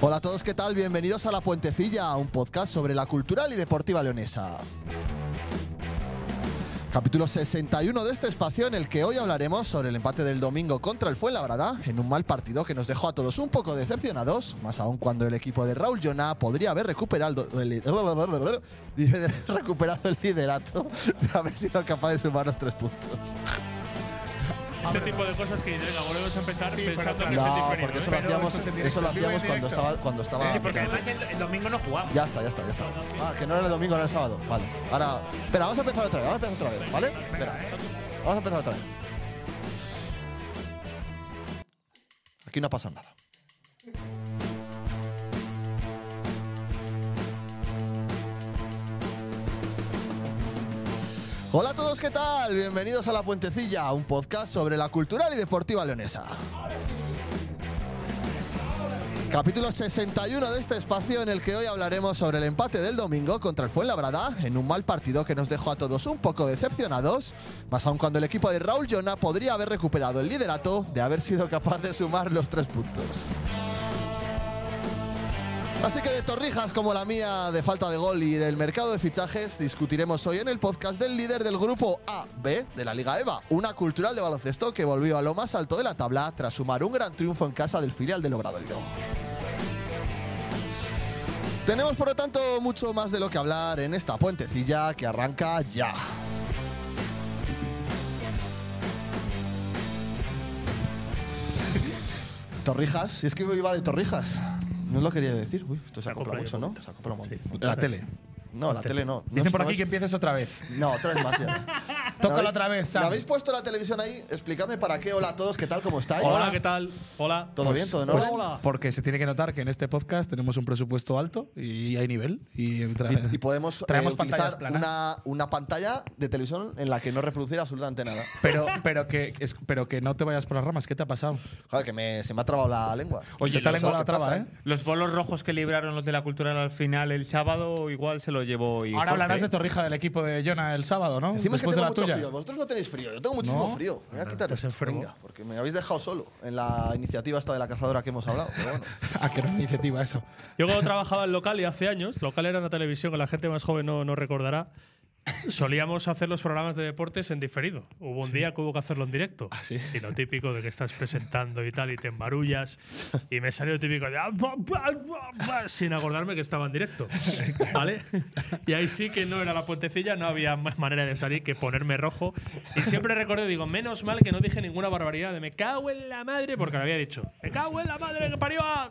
Hola a todos, ¿qué tal? Bienvenidos a La Puentecilla, un podcast sobre la cultural y deportiva leonesa. Capítulo 61 de este espacio en el que hoy hablaremos sobre el empate del domingo contra el Fuenlabrada, en un mal partido que nos dejó a todos un poco decepcionados, más aún cuando el equipo de Raúl Llona podría haber recuperado el, recuperado el liderato de haber sido capaz de sumar los tres puntos. Este tipo de cosas que venga, volvemos a empezar pensando que es ¿eh? No, porque diferente. eso lo hacíamos, eso lo hacíamos cuando estaba... Cuando estaba Sí, porque además el, el domingo no jugamos. Ya está, ya está, ya está. Ah, que no era el domingo, era el sábado. Vale. Ahora, espera, vamos a empezar otra vez, vamos a empezar otra vez, ¿vale? Espera. Vamos a empezar otra vez. Aquí no pasa nada. Hola a todos, ¿qué tal? Bienvenidos a La Puentecilla, un podcast sobre la cultural y deportiva leonesa. Capítulo 61 de este espacio en el que hoy hablaremos sobre el empate del domingo contra el Fuenlabrada en un mal partido que nos dejó a todos un poco decepcionados, más aun cuando el equipo de Raúl Llona podría haber recuperado el liderato de haber sido capaz de sumar los tres puntos. Así que de torrijas como la mía de falta de gol y del mercado de fichajes discutiremos hoy en el podcast del líder del grupo A-B de la Liga EVA, una cultural de baloncesto que volvió a lo más alto de la tabla tras sumar un gran triunfo en casa del filial del Obradoiro. Tenemos por lo tanto mucho más de lo que hablar en esta puentecilla que arranca ya. Torrijas, y es que iba de Torrijas. No lo quería decir. Uy, esto se acopla mucho, ¿no? Se acopla un montón. La tele. No, la tele no. No Dicen es- por no aquí es- que empieces otra vez. No, otra vez más ya. Tócala ¿Me habéis- otra vez, Sam. ¿Me habéis puesto la televisión ahí? Explicadme para qué. Hola a todos, ¿qué tal? ¿Cómo estáis? Hola, ¿qué tal? Hola. ¿Todo Pues bien? ¿Todo en Hola, orden? hola. Porque se tiene que notar que en este podcast tenemos un presupuesto alto y hay nivel. Y, tra- Y, y podemos eh, traemos pantallas utilizar planas. una, una pantalla de televisión en la que no reproducir absolutamente nada. Pero, pero, que, es- pero que no te vayas por las ramas. ¿Qué te ha pasado? Joder, que me- se me ha trabado la lengua. Oye, te ha ¿sabes lengua la qué pasa, traba, ¿eh? eh? Los bolos rojos que libraron los de la cultural al final el sábado igual se lo llevó y Ahora Jorge. hablarás de Torrija del equipo de Jonah el sábado, ¿no? Encima es que tengo Después de la mucho tuya. frío. Vosotros no tenéis frío. Yo tengo muchísimo No. frío. Me voy a quitar ¿estás esto. enfermo? Venga, porque me habéis dejado solo en la iniciativa esta de la cazadora que hemos hablado. Pero bueno. Ah, que era una iniciativa eso. Yo cuando trabajaba en local y hace años, local era una televisión que la gente más joven no, no recordará, solíamos hacer los programas de deportes en diferido. Hubo un día que hubo que hacerlo en directo. Ah, sí? Y lo típico de que estás presentando y tal y te embarullas. Y me salió lo típico de... "Ah, bah, bah, bah, bah", sin acordarme que estaba en directo. ¿Vale? Y ahí sí que no era la puentecilla, no había más manera de salir que ponerme rojo. Y siempre recordé, digo, menos mal que no dije ninguna barbaridad de me cago en la madre, porque lo había dicho. Me cago en la madre que parió a...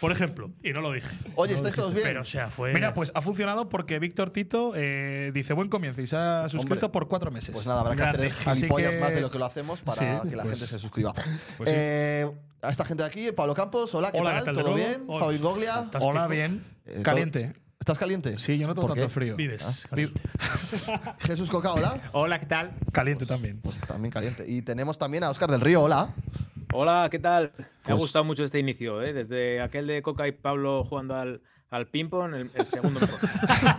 Por ejemplo, y no lo dije. Oye, ¿estáis todos bien? Pero o sea, fue. Mira, pues ha funcionado porque Víctor Tito eh, dice buen comienzo y se ha suscrito Hombre. por cuatro meses. Pues nada, habrá que hacer Grande. gilipollas Así que- más de lo que lo hacemos para Sí, que la pues- gente se suscriba. sí. Eh, a esta gente de aquí, Pablo Campos, hola, ¿qué Hola, tal? ¿qué tal de ¿Todo nuevo? bien? Hola. Fabio Goglia. Fantástico. Hola, bien. Eh, Caliente. todo- ¿Estás caliente? Sí, yo no tengo ¿Por tanto qué? Ah, frío. Vives. Vi- Jesús Coca, hola. Hola, ¿qué tal? Caliente también. Pues también caliente. Y tenemos también a Oscar del Río, hola. Hola, ¿qué tal? Me ha Pues- gustado mucho este inicio, ¿eh? Desde aquel de Coca y Pablo jugando al, al ping-pong, el, el segundo mejor.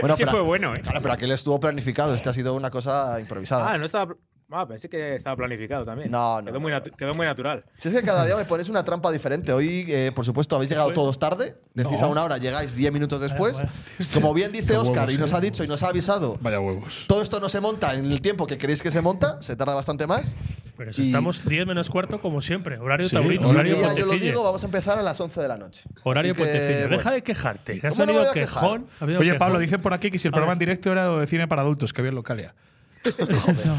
Bueno, Ese fue bueno, ¿eh? Claro, pero aquel estuvo planificado. Este ha sido una cosa improvisada. ah, no estaba. Ah, pensé que estaba planificado también. No, no, Quedó muy, no, natu- quedó muy natural. Si es que cada día me pones una trampa diferente. Hoy, eh, por supuesto, habéis llegado todos tarde. Decís No. a una hora, llegáis 10 minutos después. Vaya, Como bien dice huevos, Oscar y eh. nos ha dicho y nos ha avisado, Vaya huevos. todo esto no se monta en el tiempo que creéis que se monta. Se tarda bastante más. Pero si Y- estamos 10 menos cuarto, como siempre. Horario Sí, taurino, Y un horario día yo lo puentecille. digo, vamos a empezar a las 11 de la noche. horario Así que, puentecillo. bueno. Deja de quejarte. que has ¿Cómo no me venido voy a quejar? quejón. ha venido Oye, quejón. Pablo, dice por aquí que si A el programa en ver. directo era de cine para adultos, que había en Localia.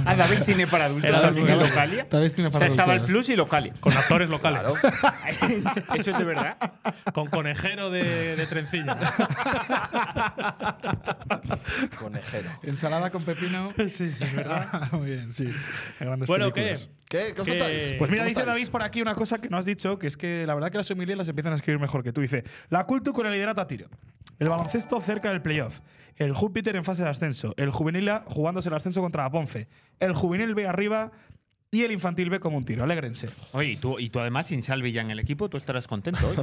Ah, ¿David cine para adultos Era también en adulto. Localia? David cine O sea, para estaba el adultos. Plus y Localia. Con actores locales. Eso es de verdad. Con conejero de, de trencilla. Conejero. Ensalada con pepino. sí, sí, es Ah, muy bien, sí. Grandes Bueno, ¿qué? Eh, películas. ¿Qué? ¿Qué os Que- contáis? Pues mira, ¿Cómo dice estáis? David por aquí una cosa que no has dicho, que es que la verdad que las homilías las empiezan a escribir mejor que tú. Dice, la cultu con el liderato a tiro, el baloncesto cerca del playoff, el Júpiter en fase de ascenso, el juvenil A jugándose el ascenso contra la Ponce, el juvenil B arriba y el infantil B como un tiro. Alégrense. Oye, y tú, y tú además sin Salvi ya en el equipo, tú estarás contento hoy.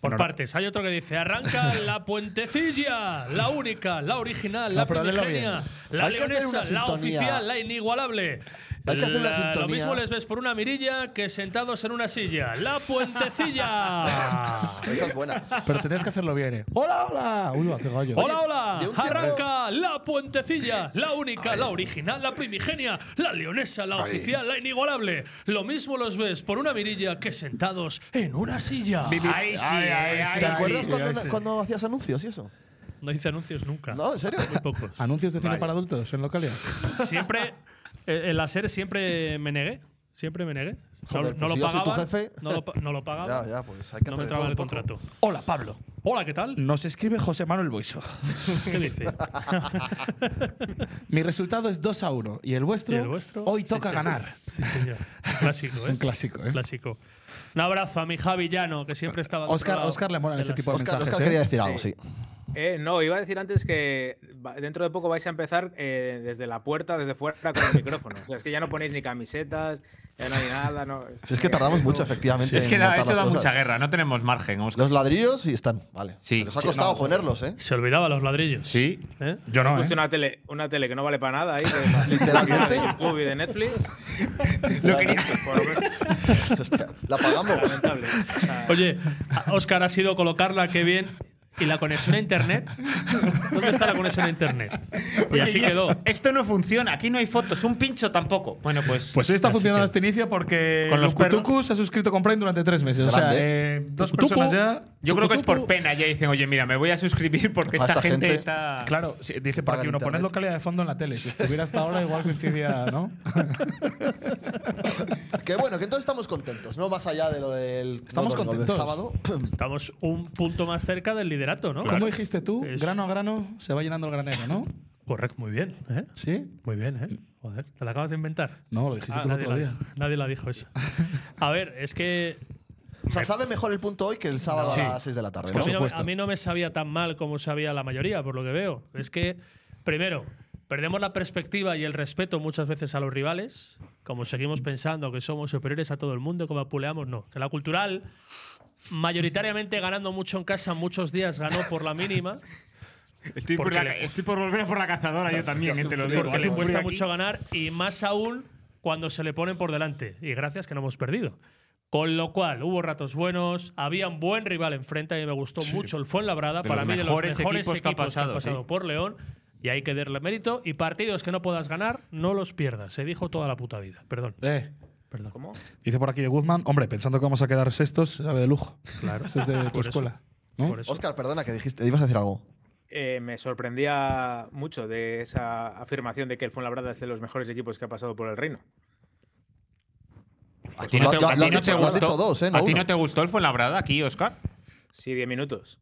Por partes. Hay otro que dice: arranca la puentecilla, la única, la original, la No, pero léelo primigenia, bien. la Hay que hacer una leonesa, la sintonía. oficial, la inigualable. Hay que hacer una La- Lo sintonía. mismo les ves por una mirilla que sentados en una silla. ¡La puentecilla! Ah, Esa es buena. Pero tendrías que hacerlo bien, ¿eh? ¡Hola, hola! Uy, va, qué gallo. Hola, de hola. un tiempo- Arranca la puentecilla, la única, la original, la primigenia, la leonesa, la oficial, la inigualable. Lo mismo los ves por una mirilla que sentados en una silla. Ay, sí, ay, ¿Te ay, acuerdas sí. cuando, cuando hacías anuncios y eso? No hice anuncios nunca. No, ¿en serio? Muy pocos. ¿Anuncios de cine para adultos en Localia? Siempre, eh, en la serie siempre me negué. Siempre me negué. No- Joder, no, pues si yo lo soy tu pagaban, jefe. no lo pa- no lo Ya, pagaban. ya, pues hay que Ah. No me hacer de entraba en el todo un poco. contrato. Hola, Pablo. Hola, ¿qué tal? Nos escribe José Manuel Boiso. ¿Qué dice? Mi resultado es 2 a 1 y el vuestro, ¿Y el vuestro? hoy Sí, toca sí. ganar. Sí, señor. Clásico, ¿eh? Un clásico, ¿eh? Clásico. Un abrazo a mi Javi Llano, que siempre estaba. al Oscar, otro lado Oscar le molan de ese las- tipo de Oscar, mensajes. Oscar ¿eh? quería decir algo, sí. Eh, no, iba a decir antes que va- dentro de poco vais a empezar eh, desde la puerta, desde fuera, con el micrófono. O sea, es que ya no ponéis ni camisetas, ya no hay nada. No, eh, Si es que tardamos mucho, efectivamente. Es que en da, montar eso las da cosas. mucha guerra, no tenemos margen, Óscar. Los ladrillos y están, vale. Sí, Sí, nos ha sí, costado no. ponerlos, ¿eh? Se olvidaba los ladrillos. Sí. ¿Eh? Yo no, ¿eh? Justo una tele, una tele que no vale para nada ahí. Que Literalmente. De YouTube y de Netflix. Lo quería- Por lo menos, Hostia, la pagamos. lamentable. O sea, Oye, a- Oscar ha sido colocarla, qué bien. ¿Y la conexión a internet? ¿Dónde está la conexión a internet? Y Oye, así quedó. Esto no funciona, aquí no hay fotos, un pincho tampoco. Bueno, pues. Pues hoy está Así funcionando que- este inicio porque Con los perros. Lucutucu se ha suscrito con Prime durante tres meses. O sea, Grande. eh, dos Lucutucu. personas ya. Yo creo que es por pena, ya dicen, oye, mira, me voy a suscribir porque Para esta, esta gente, gente- está. Claro, sí, dice por Pagan aquí uno, pones internet. localidad de fondo en la tele. Si estuviera hasta ahora, igual coincidía, ¿no? que bueno, que entonces estamos contentos, ¿no? Más allá de lo del, Estamos no, no, del contentos. sábado. Estamos un punto más cerca del liderato, ¿no? ¿Cómo dijiste tú? Es- Grano a grano se va llenando el granero, ¿no? Correcto, muy bien. ¿eh? ¿Sí? Muy bien, ¿eh? Joder, ¿te la acabas de inventar? No, lo dijiste Ah, tú el nadie, otro la, día. dijo- nadie la dijo esa. A ver, es que O sea, sabe mejor el punto hoy que el sábado Sí. a las 6 de la tarde, Por ¿no? a mí, no, me- supuesto. a mí no me sabía tan mal como sabía la mayoría, por lo que veo. Es que, primero, perdemos la perspectiva y el respeto muchas veces a los rivales, como seguimos pensando que somos superiores a todo el mundo, como apuleamos, no. Que la cultural, mayoritariamente ganando mucho en casa, muchos días ganó por la mínima, Estoy por, Porque la- le- estoy por volver por la cazadora yo también, eh, te lo digo. porque Hace le un frío cuesta aquí. mucho ganar y más aún cuando se le ponen por delante. Y gracias que no hemos perdido. Con lo cual, hubo ratos buenos, había un buen rival enfrente y me gustó mucho el Fuenlabrada. De para los mí, de los mejores mejores equipos, equipos que ha pasado, que han pasado sí. por León. Y hay que darle mérito. Y partidos que no puedas ganar, no los pierdas. Se dijo toda la puta vida. Perdón. Eh, perdón. ¿Cómo? dice por aquí Guzmán, hombre, pensando que vamos a quedar sextos, sabe de lujo. Claro. Eso es de tu Por eso. escuela. Por eso. Oscar, perdona, que dijiste, ibas a decir algo. eh, me sorprendía mucho de esa afirmación de que el Fuenlabrada es de los mejores equipos que ha pasado por el reino. A ti no Lo- te- lo- a lo ti has no te dicho- lo has dicho gustó. dos, eh, no ¿A ti uno. no te gustó el Fuenlabrada aquí, Oscar? Sí, 10 minutos.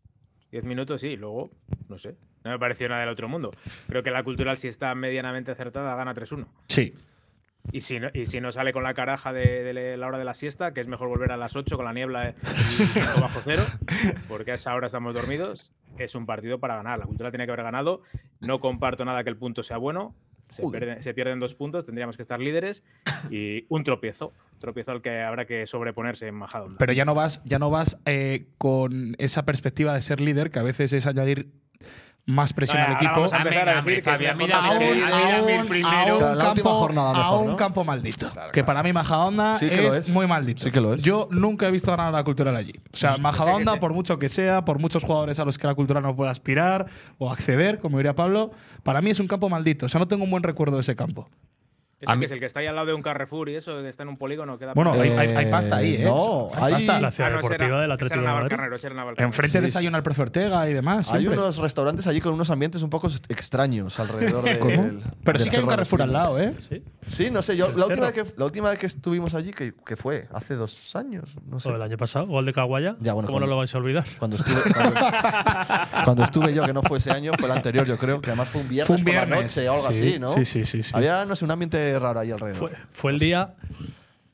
10 minutos, sí. Luego, no sé. No me pareció nada del otro mundo. Creo que la cultural, si está medianamente acertada, gana 3-1. Sí. Y si, no, y si no sale con la caraja de, de la hora de la siesta, que es mejor volver a las 8 con la niebla eh, y 5 bajo cero, porque a esa hora estamos dormidos, es un partido para ganar. La cultura tiene que haber ganado. No comparto nada que el punto sea bueno. Se Joder. pierden, se pierden dos puntos, tendríamos que estar líderes. Y un tropiezo. Tropiezo al que habrá que sobreponerse en Majadonda. Pero ya no vas, ya no vas eh, con esa perspectiva de ser líder, que a veces es añadir más presión Vale, al ahora equipo. vamos a empezar a decir que Fabián, es la mira, jornada aún- seis. aún- a un Claro, la última campo- jornada a mejor, un ¿no? campo maldito. Que para mí Majadahonda Sí que lo es. es, muy maldito. Sí que lo es. Yo nunca he visto ganar a la cultural allí. O sea, Majadahonda, por mucho que sea, por muchos jugadores a los que la cultural no puede aspirar o acceder, como diría Pablo, para mí es un campo maldito. O sea, no tengo un buen recuerdo de ese campo. Ese A mí- que es el que está ahí al lado de un Carrefour y eso, que está en un polígono, queda Bueno, perfecto. hay- hay- Eh, hay pasta ahí, ¿eh? No, Hay hay, pasta. La ciudad Ah, no, ese deportiva era- del ese Atlético era de Madrid. Navalcarnero, ese era Navalcarnero. Enfrente desayuno al profe Ortega y demás. hay siempre. unos restaurantes allí con unos ambientes un poco extraños alrededor del. Eh, Pero del sí que hay Cerro de un Carrefour al Espino. lado, ¿eh? Sí, no sé, yo la última, vez que, la última vez que estuvimos allí, que, que fue hace dos años, no sé. O el año pasado, gol de Caguaya. Ya, bueno, ¿Cómo cuando- no lo vais a olvidar? Cuando estuve, cuando, cuando estuve yo, que no fue ese año, fue el anterior, yo creo, que además fue un viernes, Fue un por la viernes. noche o algo Sí, así, ¿no? sí, sí, sí, sí. Había, no sé, un ambiente raro ahí alrededor. Fue, Pues, fue el día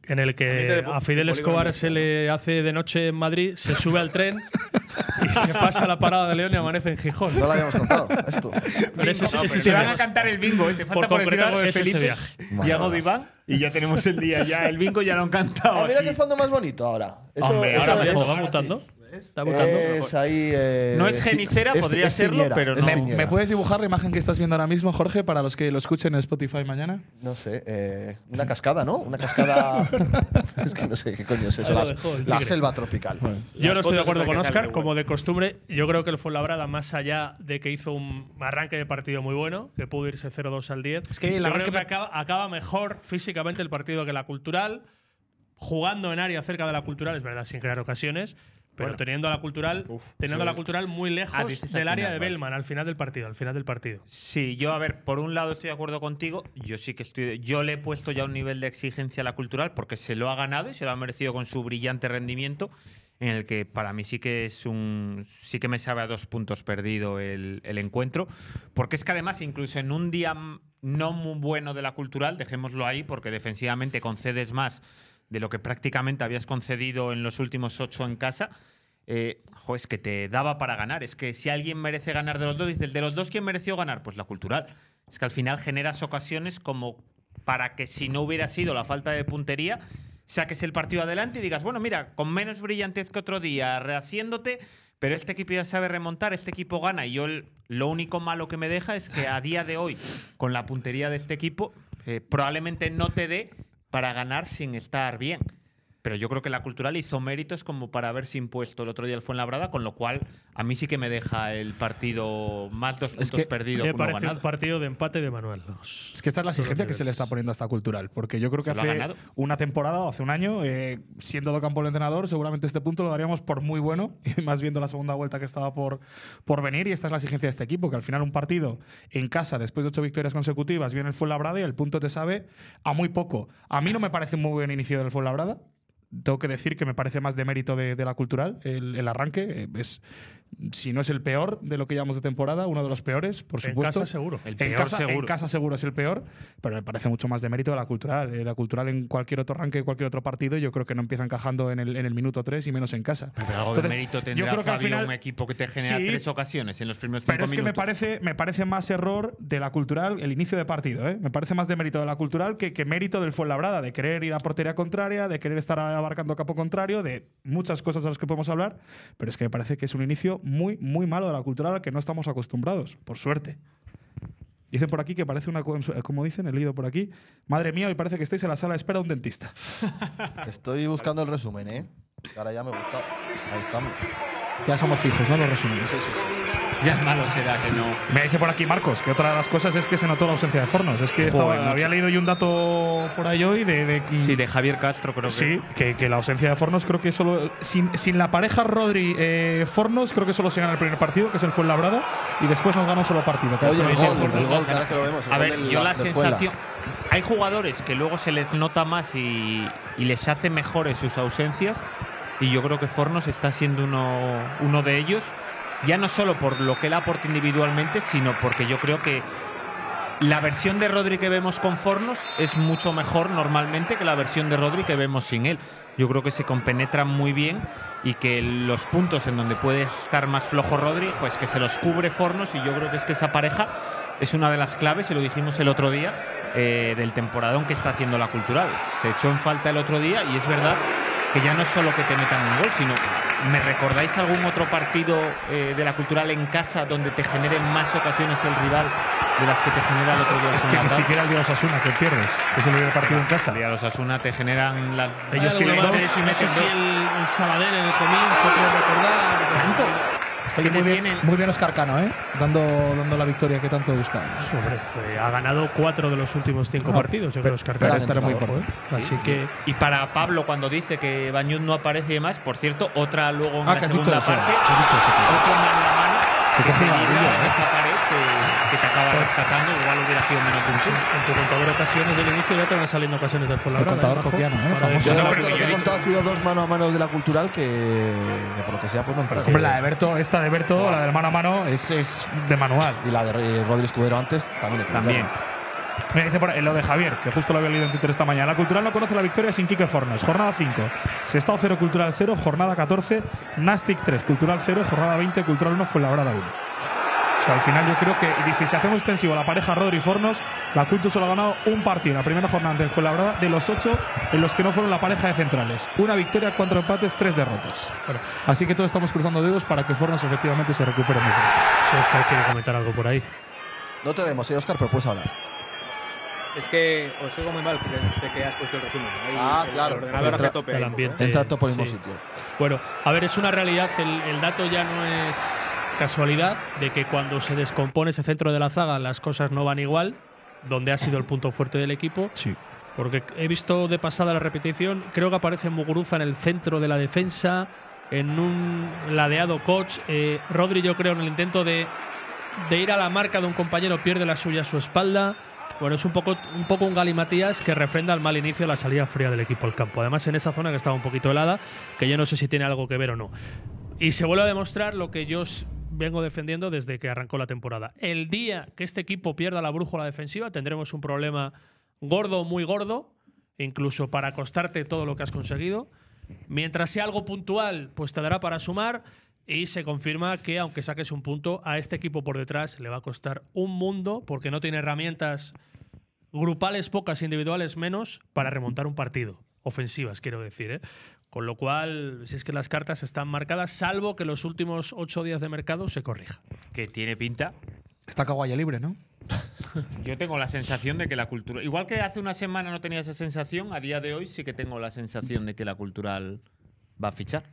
en el Ambiente de que po- a Fidel de polígono Escobar se industrial, le hace de noche en Madrid, se sube al tren y se pasa a la parada de León y amanece en Gijón. No lo habíamos contado, esto. Pero ese- ese- No, ese pero te van a viaje. cantar el bingo, ¿eh? Te falta Por por, decir concretar, algo de es ese Felipe. viaje. Vale, Yago vale. de Iván y ya tenemos el día. Ya el bingo ya lo han cantado. Ah, mira aquí. qué fondo más bonito ahora. Eso, Hombre, eso Ahora Ahora mismo sí. va es, mutando. Está mutando. es ahí. eh, No es ci- cenicera, podría serlo, ciñera, pero es no. ¿Me, ciñera. me puedes dibujar la imagen que estás viendo ahora mismo, Jorge, para los que lo escuchen en Spotify mañana? No sé, eh, una cascada, ¿no? Una cascada. es que no sé qué coño es eso. Ahí lo La, dejó el la tigre. selva tropical. Yo no estoy de fotos acuerdo es la que con sale Oscar, igual. como de costumbre. Yo creo que el Fuenlabrada, más allá de que hizo un arranque de partido muy bueno, que pudo irse 0-2 al 10, Es que el yo creo arranque que me- acaba, acaba mejor físicamente el partido que la cultural, jugando en área cerca de la cultural, es verdad, sin crear ocasiones, pero teniendo a la cultural, teniendo a la cultural muy Ah, lejos dices del al área final, de vale. Bellman al final del partido, al final del partido. Sí, yo, a ver, por un lado estoy de acuerdo contigo. Yo sí que estoy. Yo le he puesto ya un nivel de exigencia a la cultural porque se lo ha ganado y se lo ha merecido con su brillante rendimiento. En el que para mí sí que es un. Sí que me sabe a dos puntos perdido el, el encuentro. Porque es que además, incluso en un día m- no muy bueno de la cultural, dejémoslo ahí, porque defensivamente concedes más de lo que prácticamente habías concedido en los últimos ocho en casa. Eh, jo, es que te daba para ganar. Es que si alguien merece ganar de los dos, dice, ¿de los dos quién mereció ganar? Pues la cultural. Es que al final generas ocasiones como para que si no hubiera sido la falta de puntería, saques el partido adelante y digas, bueno, mira, con menos brillantez que otro día, rehaciéndote, pero este equipo ya sabe remontar, este equipo gana. Y yo el- lo único malo que me deja es que a día de hoy, con la puntería de este equipo, eh, probablemente no te dé para ganar sin estar bien. Pero yo creo que la cultural hizo méritos como para haberse impuesto el otro día el Fuenlabrada, con lo cual a mí sí que me deja el partido más dos puntos que perdidos que Me uno parece ganado. un partido de empate de Manuel. Los- Es que esta es la Todos los exigencia que se le niveles. está poniendo hasta cultural, porque yo creo que ¿Se lo ha hace ganado? una temporada o hace un año, eh, siendo Docampo el entrenador, seguramente este punto lo daríamos por muy bueno, y más viendo la segunda vuelta que estaba por, por venir, y esta es la exigencia de este equipo, que al final un partido en casa, después de ocho victorias consecutivas, viene el Fuenlabrada y el punto te sabe a muy poco. A mí no me parece un muy buen inicio del Fuenlabrada, tengo que decir que me parece más de mérito de, de la cultural el, el arranque. eh, Es, si no es el peor de lo que llevamos de temporada, uno de los peores, por En supuesto. casa seguro. El en peor casa, seguro. en casa seguro es el peor, pero me parece mucho más de mérito de la cultural. Eh, La cultural en cualquier otro arranque, cualquier otro partido, yo creo que no empieza encajando en el, en el minuto 3 y menos en casa. Pero algo Entonces, de mérito yo tendrá creo que al Fabio, final- un equipo que te genera Sí, tres ocasiones en los primeros cinco Pero es que me minutos. parece, me parece más error de la cultural el inicio de partido. ¿eh? Me parece más de mérito de la cultural que, que mérito del Fuenlabrada, de querer ir a portería contraria, de querer estar abarcando campo contrario, de muchas cosas de las que podemos hablar. Pero es que me parece que es un inicio muy, muy malo de la cultural al que no estamos acostumbrados, por suerte. Dicen por aquí que parece una. cons- eh, Como dicen, he leído por aquí. Madre mía, hoy parece que estáis en la sala de espera de un dentista. Estoy buscando el resumen, ¿eh? Ahora ya me gusta. Ahí estamos. Ya somos fijos, ¿no? Los resumimos. Sí, sí, sí. sí, sí. Ya malo será que no. Me dice por aquí Marcos que otra de las cosas es que se notó la ausencia de Fornos. Es que Joder, estaba- mucho. había leído yo un dato por ahí hoy de. de- Sí, de Javier Castro creo que. Sí, que, que la ausencia de Fornos creo que solo. Sin, sin la pareja Rodri-Fornos, creo que solo se gana el primer partido, que es el Fuenlabrada, y después nos gana un solo partido. que Oye, es- el Ese gol, Fornos el lo gol, que gana. ahora que lo vemos. el A gol ver, del- yo la de Fuela. sensación. Hay jugadores que luego se les nota más y, y les hace mejores sus ausencias. Y yo creo que Fornos está siendo uno, uno de ellos. Ya no solo por lo que él aporta individualmente, sino porque yo creo que La versión de Rodri que vemos con Fornos es mucho mejor normalmente que la versión de Rodri que vemos sin él. Yo creo que se compenetran muy bien y que los puntos en donde puede estar más flojo Rodri, pues que se los cubre Fornos y yo creo que es que esa pareja es una de las claves, y lo dijimos el otro día, eh, del temporadón que está haciendo la cultural. Se echó en falta el otro día y es verdad que ya no es solo que te metan un gol, sino ¿me recordáis algún otro partido eh, de la cultural en casa donde te generen más ocasiones el rival de las que te genera el otro día? Es con que la ni Real? siquiera el día de Osasuna, que pierdes. que Es el primer partido en casa. El día de los Asuna te generan las. Ellos tienen alguna dos, vez y no sé meten si dos. El, el Sabadell en el comienzo, creo recordar. tanto. Es Oye, que muy, te bien, tienen- muy bien Oscar Cano, ¿eh? Dando, dando la victoria que tanto buscábamos. Hombre, eh, ha ganado cuatro de los últimos cinco No, partidos. Yo creo que Pero Oscar estará muy Cano, importante. ¿eh? Así que. Y para Pablo, cuando dice que Bañuz no aparece y demás, por cierto, otra luego en Ah, la que has dicho segunda eso, parte, que has dicho eso, claro. otro mano a mano, Que que coge te la libra orilla, de ¿eh? esa pared que, que te acaba Pues- rescatando, igual hubiera sido menos de un sí. En tu contador de ocasiones del inicio ya te van saliendo ocasiones del El Fuenlabrada. contador ¿eh? joquiano, ¿eh? Para Famoso. Yo no, no, pero lo yo que he he dicho- contado ha sido dos mano a mano de la cultural que, que por lo que sea, pues no entra. Hombre, la de Berto, esta de Berto, la del mano a mano, es, es de manual. Y la de eh, Rodri Escudero antes también hay que También. meterla. Me dice por ahí, lo de Javier, que justo lo había leído en Twitter esta mañana. La Cultural no conoce la victoria sin Quique Fornos. Jornada 5, Sestao 0, Cultural 0. Jornada 14, Nastic 3, Cultural 0. Jornada 20, Cultural 1, Fuenlabrada 1. O sea, al final yo creo que y dice, si hacemos extensivo a la pareja Rodri Fornos, la Cultu solo ha ganado un partido en la primera jornada ante el Fuenlabrada de los ocho en los que no fueron la pareja de centrales. Una victoria, cuatro empates, tres derrotas. Así que todos estamos cruzando dedos para que Fornos efectivamente se recupere muy pronto. Si Oscar quiere comentar algo por ahí. No te vemos, eh, Oscar, pero puedes hablar. Es que os oigo muy mal desde que has puesto el resumen. Ahí Ah, el claro, ordenador hace entra- tope el ahí un poco, ¿eh? ambiente. Entra todo por el mismo sí. sitio. Bueno, a ver, es una realidad, el, el dato ya no es casualidad, de que cuando se descompone ese centro de la zaga las cosas no van igual, donde ha sido el punto fuerte del equipo. Sí. Porque he visto de pasada la repetición, creo que aparece Muguruza en el centro de la defensa, en un ladeado coach. Eh, Rodri, yo creo, en el intento de, de ir a la marca de un compañero, pierde la suya a su espalda. Bueno, es un poco, un poco un galimatías que refrenda el mal inicio, la salida fría del equipo al campo. Además, en esa zona que estaba un poquito helada, que yo no sé si tiene algo que ver o no. Y se vuelve a demostrar lo que yo s- vengo defendiendo desde que arrancó la temporada. El día que este equipo pierda la brújula defensiva, tendremos un problema gordo, muy gordo, incluso para costarte todo lo que has conseguido. Mientras sea algo puntual, pues te dará para sumar. Y se confirma que, aunque saques un punto, a este equipo por detrás le va a costar un mundo porque no tiene herramientas grupales pocas, individuales menos, para remontar un partido. Ofensivas, quiero decir. ¿eh? Con lo cual, si es que las cartas están marcadas, salvo que los últimos ocho días de mercado se corrija. Que tiene pinta. Está Caguaya libre, ¿no? Yo tengo la sensación de que la cultura. Igual que hace una semana no tenía esa sensación, a día de hoy sí que tengo la sensación de que la cultural va a fichar.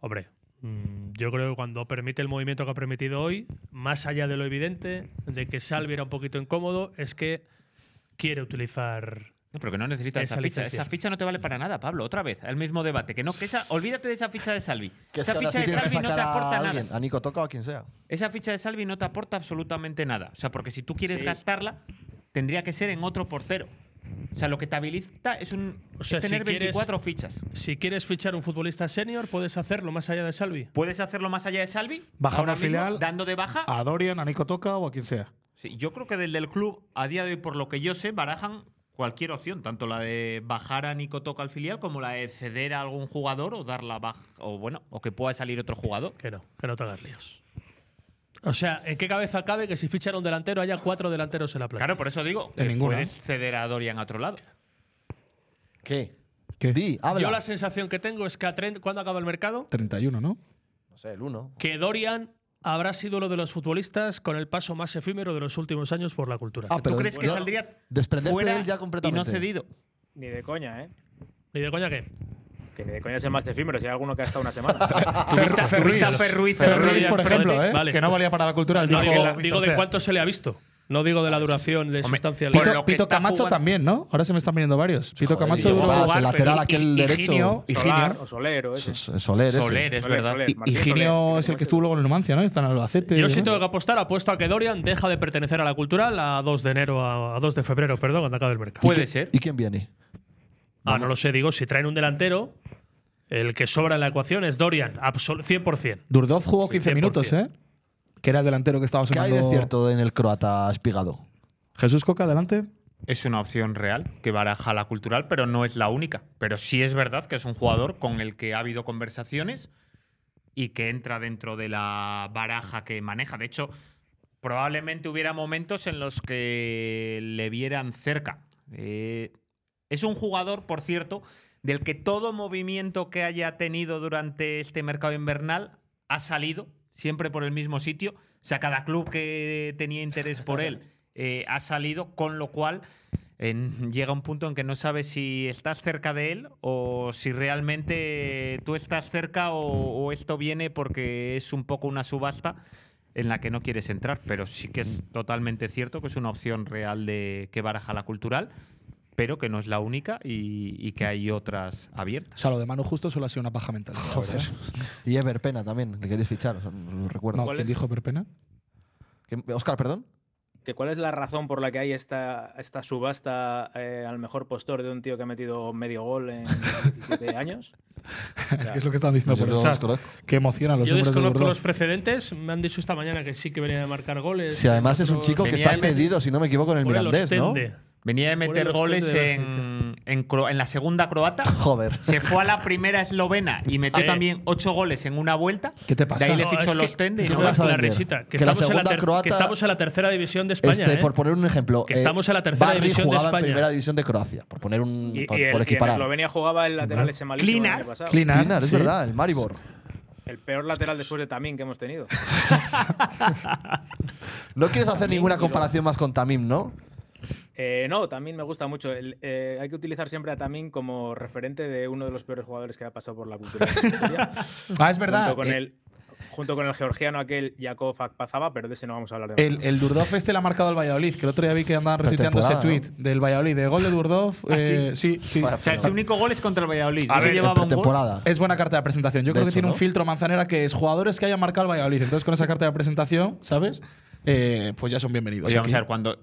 Hombre, mm, yo creo que cuando permite el movimiento que ha permitido hoy, más allá de lo evidente, de que Salvi era un poquito incómodo, es que quiere utilizar. No, pero que no necesita Esa esa, ficha. licencia. Esa ficha no te vale para nada, Pablo. Otra vez, el mismo debate. Que no, que esa, olvídate de esa ficha de Salvi. Que es esa que ahora ficha sí de tienes que Salvi no sacar te a aporta nada. alguien, a Nico Toca o a quien sea. Esa ficha de Salvi no te aporta absolutamente nada. O sea, porque si tú quieres gastarla, tendría que ser en otro portero. O sea, lo que te habilita es, un, O sea, es tener si quieres- 24 fichas. Si quieres fichar un futbolista senior, puedes hacerlo más allá de Salvi. Puedes hacerlo más allá de Salvi, Bajar ahora una mismo, filial dando de baja. A Dorian, a Nico Toca o a quien sea. Sí, yo creo que desde el club, a día de hoy, por lo que yo sé, barajan cualquier opción, tanto la de bajar a Nico Toca al filial como la de ceder a algún jugador o dar la baja, o bueno, o que pueda salir otro jugador. Que no, que no te hagas líos. O sea, ¿en qué cabeza cabe que si fichara un delantero haya cuatro delanteros en la playa? Claro, por eso digo De que ninguna. puedes ceder a Dorian a otro lado. ¿Qué? ¿Qué? Di, habla. Yo la sensación que tengo es que a Trent, cuando acaba el mercado, 31, ¿no? No sé, el uno. que Dorian habrá sido uno de los futbolistas con el paso más efímero de los últimos años por la cultura. Ah, ¿Tú pero crees que yo- saldría desprenderte fuera de él ya completamente. y no cedido? Ni de coña, ¿eh? ¿Y de coña qué? Que ni de coña es el más efímero, si hay alguno que ha estado una semana. Turrita Ferruiz, Ferruiz, Ferruiz, por Ferruiz, ejemplo, ¿eh? vale. que no valía para la cultura. No, dijo- digo, Víctor digo de Cea. cuánto se le ha visto. No digo de la duración de sustancia. por Pito, lo que Pito está Camacho jugando- también, ¿no? Ahora se me están viniendo varios. Pito Joder, Camacho y duró Borja, jugar, el lateral pero- aquel y- y- derecho. Higinio- Solar Higinio- o Solero, eso. S- Soler, ese. Soler, es Soler, verdad. Soler. y- Martín Higinio Soler, es el que Martín estuvo luego en el Mancia, ¿no? Está en Albacete. Yo y sí tengo demás. que apostar, apuesto a que Dorian deja de pertenecer a la cultural a 2 de enero, a, a 2 de febrero, perdón, cuando acabe el mercado. Puede ser. ¿Y quién viene? Ah, no lo sé, digo, si traen un delantero, el que sobra en la ecuación es Dorian, absol- 100%. Durdov jugó 15 minutos, ¿eh? 100%. Que era el delantero que estaba ¿Qué hay sonando. de cierto en el croata espigado? Jesús Coca, adelante. Es una opción real que baraja la cultural, pero no es la única. Pero sí es verdad que es un jugador con el que ha habido conversaciones y que entra dentro de la baraja que maneja. De hecho, probablemente hubiera momentos en los que le vieran cerca. Eh, es un jugador, por cierto, del que todo movimiento que haya tenido durante este mercado invernal ha salido siempre por el mismo sitio. O sea, cada club que tenía interés por él eh, ha salido, con lo cual en- llega un punto en que no sabes si estás cerca de él o si realmente tú estás cerca o, o esto viene porque es un poco una subasta en la que no quieres entrar, pero sí que es totalmente cierto que es una opción real de que baraja la cultural, pero que no es la única y, y que hay otras abiertas. O sea, lo de mano justo solo ha sido una paja mental. la Joder. verdad. Pues, eh, Y Ever Pena también, que queréis fichar, os os recuerdo. No, ¿quién dijo Perpena? ¿Qué- Oscar, perdón. ¿Que ¿Cuál es la razón por la que hay esta, esta subasta eh, al mejor postor de un tío que ha metido medio gol en 17 años? es que es lo que estaban diciendo Yo por el lo chat. desconozco. Que emocionan los Yo números de desconozco Bordeaux. los precedentes. Me han dicho esta mañana que sí que venía a marcar goles. Si además es un chico que Venía está el Betis. cedido, si no me equivoco, en el ¿eh? Por el Mirandés, ¿no? Ostende. Venía de Fueron meter los goles tres de la en, en Cro- en la segunda croata. Joder. Se fue a la primera eslovena y metió Eh. también ocho goles en una vuelta. ¿Qué te pasa? De ahí le No, fichó es los que- Tende. no la- vas a la vender. risita, que, Que la estamos en la segunda ter- croata- que estamos en la tercera división de España. Este, ¿eh? Por poner un ejemplo. Que estamos en la tercera Barry división de jugaba España. en primera división de Croacia, por poner un. Y, por, y el- por y en equiparar. Eslovenia jugaba el lateral ese malísimo del año Cleanar, pasado. Klinar, Klinar, es sí. verdad, el Maribor. El peor lateral después de Tamín que hemos tenido. No quieres hacer ninguna comparación más con Tamim, ¿no? Eh, no, Tamín me gusta mucho. El- eh, hay que utilizar siempre a Tamín como referente de uno de los peores jugadores que ha pasado por la cultura. este Ah, es verdad. junto, con Eh, el, junto con el georgiano aquel Yakov Akpazaba, pero de ese no vamos a hablar de El, el Durdov este le ha marcado al Valladolid, que el otro día vi que andaban retuiteando ese Pretemporada, tweet del Valladolid, de gol de Durdov. eh, sí, sí. Vaya Ah, O sea, su fenómeno. único gol es contra el Valladolid. A Yo ver, llevaba un gol. Pretemporada. Es buena carta de presentación. Yo De creo que hecho, tiene ¿no? un filtro manzanera que es jugadores que hayan marcado el Valladolid. Entonces, con esa carta de presentación, ¿sabes? Eh, pues ya son bienvenidos. Oye, vamos aquí. a ver, cuando.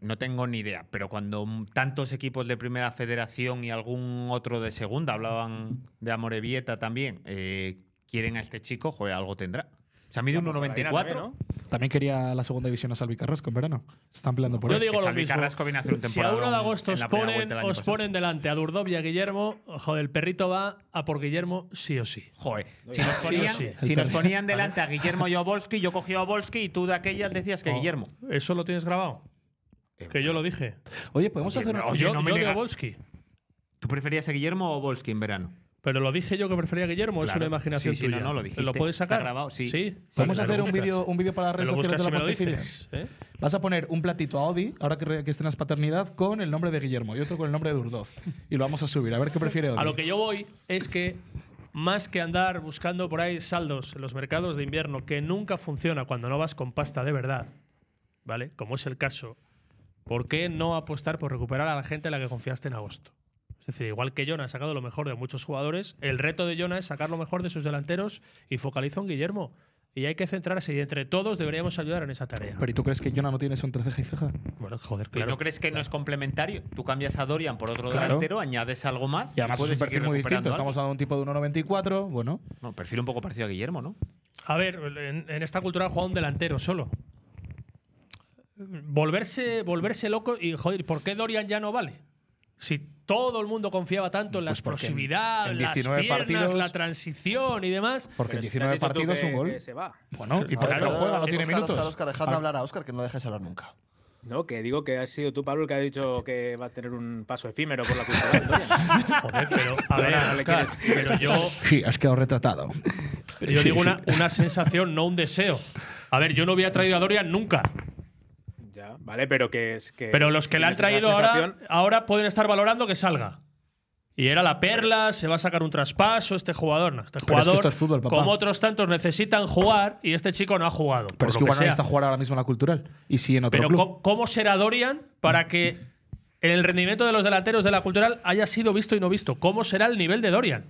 No tengo ni idea, pero cuando tantos equipos de primera federación y algún otro de segunda hablaban de Amorebieta también, eh, quieren a este chico, joder, algo tendrá. O sea, mide 1,94. ¿no? También quería la segunda división a Salvi Carrasco en verano. Se están peleando por Yo él. Es que digo lo Salvi mismo. Carrasco viene a hacer un si a 1 de temporadón agosto en os la primera ponen, vuelta del año os pasado. ponen delante a Durdov y a Guillermo, joder, el perrito va a por Guillermo sí o sí. Joder, si nos Sí o ponían, sí. si nos ponían delante a Guillermo y a Obolsky, yo cogía a Obolsky y tú de aquellas decías Oh. que Guillermo. ¿Eso lo tienes grabado? Eh, Que yo lo dije. Oye, podemos hacer. no, Oye, yo yo me de nega- Obolsky. ¿Tú preferías a Guillermo o Obolsky en verano? Pero lo dije yo que prefería a Guillermo, es Claro. una imaginación Sí, sí, no, tuya. no, lo dijiste. puedes sacar? Está grabado, sí. Vamos Vale, a me lo hacer un buscas. vídeo un vídeo para las Me redes lo sociales buscas de y la me lo Pontificia. dices. ¿eh? Vas a poner un platito a Odi, ahora que, re- que estrenas paternidad, con el nombre de Guillermo y otro con el nombre de Durdov. Y lo vamos a subir, a ver qué prefiere Odi. A lo que yo voy es que más que andar buscando por ahí saldos en los mercados de invierno, que nunca funciona cuando no vas con pasta de verdad, ¿vale? Como es el caso, ¿por qué no apostar por recuperar a la gente en la que confiaste en agosto? Es decir, igual que Jonah ha sacado lo mejor de muchos jugadores, el reto de Jonah es sacar lo mejor de sus delanteros y focaliza en Guillermo. Y hay que centrarse y entre todos deberíamos ayudar en esa tarea. Pero ¿y tú crees que Jonah no tiene eso entre ceja y ceja? Bueno, joder, ¿Y claro. ¿No crees que no es complementario? Tú cambias a Dorian por otro Claro. delantero, añades algo más. Y además es un puedes perfil seguir muy recuperando distinto. Estamos algo. hablando de un tipo de 1.94, bueno. No, perfil un poco parecido a Guillermo, ¿no? A ver, en, en esta cultura juega un delantero solo. Volverse, volverse loco y joder, ¿por qué Dorian ya no vale? Si todo el mundo confiaba tanto en la Pues porque en- explosividad, en las 19 piernas, partidos- la transición y demás. Porque Pero en si me 19 has dicho tú partidos que- un gol. que se va. Bueno, y por Vale, ahí no pero juega, no tiene Óscar, Óscar, minutos. Óscar, dejadme hablar a Oscar, que no dejáis hablar nunca. No, que digo que has sido tú, Pablo, el que ha dicho que va a tener un paso efímero por la cultural. Dorian. Joder, pero, a ver, Ahora no le Oscar, pero yo, Sí, has quedado retratado. pero yo digo una, una sensación, no un deseo. A ver, yo no hubiera traído a Dorian nunca. ya, vale, pero que es que. Pero los que le han tienes esa traído ahora, sensación- ahora pueden estar valorando que salga. Y era la perla, se va a sacar un traspaso este jugador. No, Pero este es que jugador, esto es fútbol, papá. como otros tantos, necesitan jugar y este chico no ha jugado. por Pero es lo que igual no que sea. necesita jugar ahora mismo en la cultural. Y sí en otro Pero club. ¿cómo, cómo será Dorian para que el rendimiento de los delanteros de la cultural haya sido visto y no visto? ¿Cómo será el nivel de Dorian?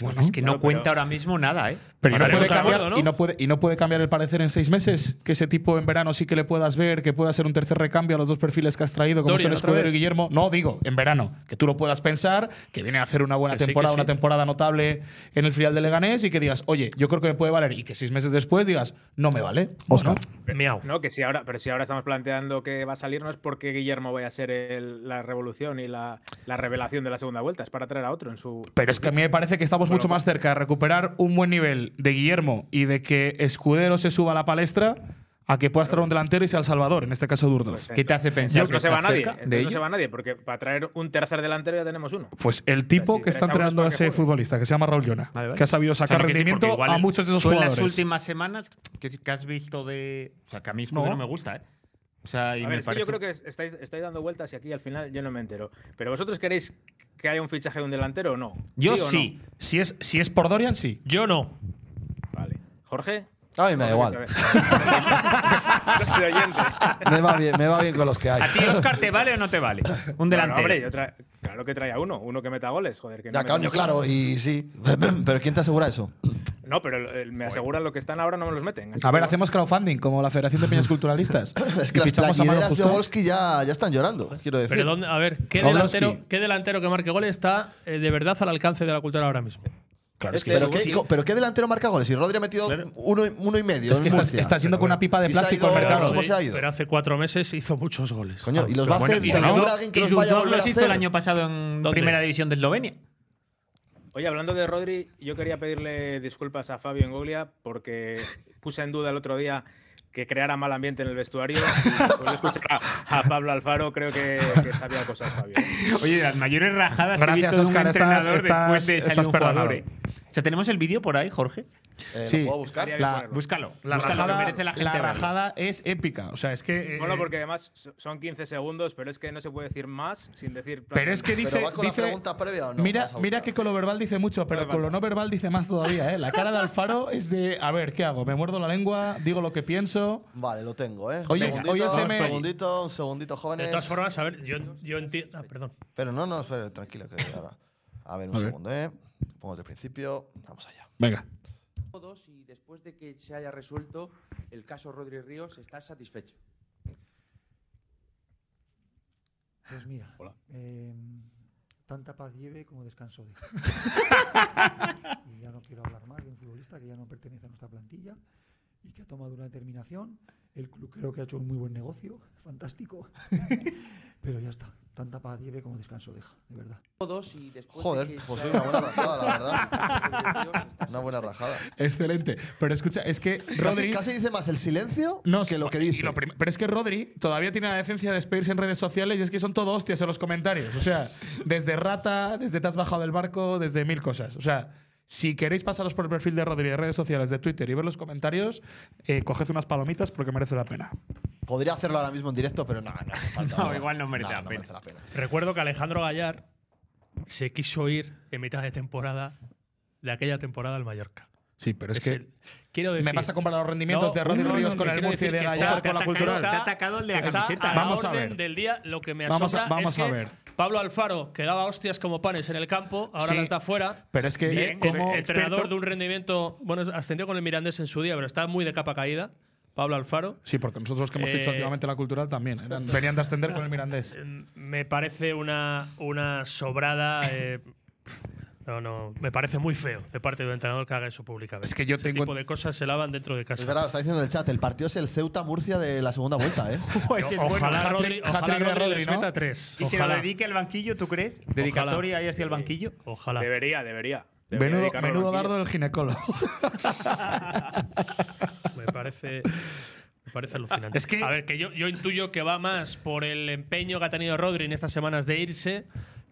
Bueno, es que no cuenta ahora mismo nada, ¿eh? Pero Bueno, no puede estaremos de cambiar- acuerdo, ¿no? y, no puede, y no puede cambiar el parecer en seis meses. Que ese tipo en verano sí que le puedas ver, que pueda ser un tercer recambio a los dos perfiles que has traído, como Dorian, son otra Escudero y vez. Guillermo. No, digo, en verano. Que tú lo puedas pensar, que viene a hacer una buena Que sí, que temporada, sí. una temporada notable en el filial de Leganés y que digas, oye, yo creo que me puede valer. Y que seis meses después digas, no me vale. Oscar. Miau. No, que si ahora, pero si ahora estamos planteando que va a salir, no es porque Guillermo vaya a ser el- la revolución y la, la revelación de la segunda vuelta, es para traer a otro en su. Pero es que a mí me parece que estamos mucho más cerca de recuperar un buen nivel de Guillermo y de que Escudero se suba a la palestra a que pueda estar un delantero y sea el Salvador, en este caso Durdov. Pues, ¿Qué te hace pensar Entonces que no se va estás nadie. cerca entonces de no se ello? va nadie, porque para traer un tercer delantero ya tenemos uno. Pues el tipo O sea, si que está tres a uno es entrenando a para que ese juegue. futbolista, que se llama Raúl Llona, Vale, vale. que ha sabido O sea, sacar no, que sí, porque rendimiento igual a muchos de esos tú jugadores. en las últimas semanas que, que has visto de. O sea, que a mí Escudero No. me gusta, ¿eh? O sea, y A me ver, es que parece. yo creo que es- estáis, estáis dando vueltas y aquí al final yo no me entero. Pero vosotros queréis que haya un fichaje de un delantero o no. Yo o no? sí. Si, es, si es por Dorian, sí. Yo no. Vale. Jorge. A mí me da igual. De oyente. Me va bien, me va bien con los que hay. ¿A ti, Oscar, te vale o no te vale? Un Bueno, delantero. hombre, yo tra- claro que traía uno, uno que meta goles, joder. Que no, Ya, me- coño, claro, y sí. Pero ¿quién te asegura eso? No, pero eh, me aseguran lo que están ahora no me los meten. así A ver, que- hacemos crowdfunding como la Federación de Peñas Culturalistas. Es que Y las fichamos a Manu plaquideras de Justo. Obolski ya, ya están llorando, quiero decir. Pero dónde, a ver, ¿qué Pavlovsky. delantero, ¿qué delantero que marque goles está eh, de verdad al alcance de la cultura ahora mismo? Claro, es que, Este- Pero, Sí. ¿qué, co- pero qué delantero marca goles? Si Rodri ha metido Claro. uno, y- uno y medio. es que en estás, Murcia. estás yendo con una pipa de Y se ha plástico al ido- mercado. ¿Cómo se ha ido? Pero hace cuatro meses hizo muchos goles. Coño, y los Pero va a bueno, hacer. y ¿Te asegura Dudamel- alguien que y los vaya a Dudamel volver a los hizo hacer? el año pasado en ¿Dónde? Primera División de Eslovenia. Oye, hablando de Rodri, yo quería pedirle disculpas a Fabio Engoglia porque puse en duda el otro día que creara mal ambiente en el vestuario. Y después de escuchar a, a Pablo Alfaro, creo que, que sabía cosas, Fabio. Oye, de las mayores rajadas Gracias, que he visto de un Óscar, estás- entrenador estás- después de salir estás un jugador, perdonado. eh. O sea, ¿tenemos el vídeo por ahí, Jorge? Eh, Sí. ¿Lo puedo buscar? bien La- ponerlo. Búscalo. La búscalo, que rajada, merece la gente la verlo. rajada es épica. O sea, es que. eh, Bueno, porque además so- son 15 segundos, pero es que no se puede decir más sin decir. Pero es que dice. ¿Pero va con la dice- pregunta previa o no? Mira, Vas a mira buscar. que con lo verbal dice mucho, pero Verbal. con lo no verbal dice más todavía, ¿eh? La cara de Alfaro es de. A ver, ¿qué hago? ¿Me muerdo la lengua? ¿Digo lo que pienso? Vale, lo tengo, ¿eh? Oye, un segundito, oye, un CM. segundito, un segundito, De jóvenes. todas formas, a ver, yo, yo entiendo. Ah, perdón. Pero no, no, espera, tranquilo. Que ahora. A ver, un segundo, ¿eh? Pongo desde el principio. Vamos allá. Venga. todos y después de que se haya resuelto el caso Rodríguez Ríos, estar satisfecho. Pues mira, eh, tanta paz lleve como descanso de. y ya no quiero hablar más de un futbolista que ya no pertenece a nuestra plantilla y que ha tomado una determinación. El club creo que ha hecho un muy buen negocio, fantástico. Pero ya está, tanta paz lleve como descanso deja, de verdad. Todos y después de Joder, que pues se sí, haya una buena rajada, la verdad. verdad. Una buena rajada. Excelente. Pero escucha, es que Casi, Rodri. casi dice más el silencio no, que lo que y dice. lo prim- pero es que Rodri todavía tiene la decencia de despedirse en redes sociales y es que son todo hostias en los comentarios. O sea, desde rata, desde te has bajado del barco, desde mil cosas. O sea, si queréis pasaros por el perfil de Rodri de redes sociales, de Twitter y ver los comentarios, eh, coged unas palomitas porque merece la pena. Podría hacerlo ahora mismo en directo, pero no, no hace falta. No, ¿verdad? igual no merece la no pena. merece la pena. Recuerdo que Alejandro Gallar se quiso ir en mitad de temporada, de aquella temporada al Mallorca. Sí, pero Es el- quiero decir, ¿Me vas a comparar los rendimientos No, de Rodri no, no, Ríos no, con que el quiero Murcia y de decir que Gallar está- con la está- cultural? Te ha atacado el de la está camiseta. a la ¿eh? Vamos a orden ver. del día lo que me Vamos a- asombra vamos es que a ver. Pablo Alfaro que daba hostias como panes en el campo, ahora Sí. las da fuera. Pero es que eh, Bien, como como entrenador experto- de un rendimiento, bueno, ascendió con el Mirandés en su día, pero está muy de capa caída. Pablo Alfaro. Sí, porque nosotros que hemos Eh, fichado últimamente la cultural también. eran- venían de Ah. ascender con el Mirandés. me parece una, una sobrada. eh, no, no, me parece muy feo de parte del entrenador que haga eso públicamente. Es que yo Ese tengo- tipo de cosas se lavan dentro de casa. Pues Es verdad, lo está diciendo en el chat. El partido es el Ceuta-Murcia de la segunda vuelta, ¿eh? Pues es bueno. Ojalá Hat-trick- Rodri, ojalá hat-trick de Rodri Rodri, les ¿no? meta tres. ¿Y se lo Ojalá. dedique al banquillo, tú crees? ¿Dedicatoria ahí hacia el banquillo? Ojalá. Debería, debería. Debería Menudo, dedicarlo al menudo banquillo. dardo del ginecólogo. Me parece. Me parece alucinante. Es que- a ver, que yo, yo intuyo que va más por el empeño que ha tenido Rodri en estas semanas de irse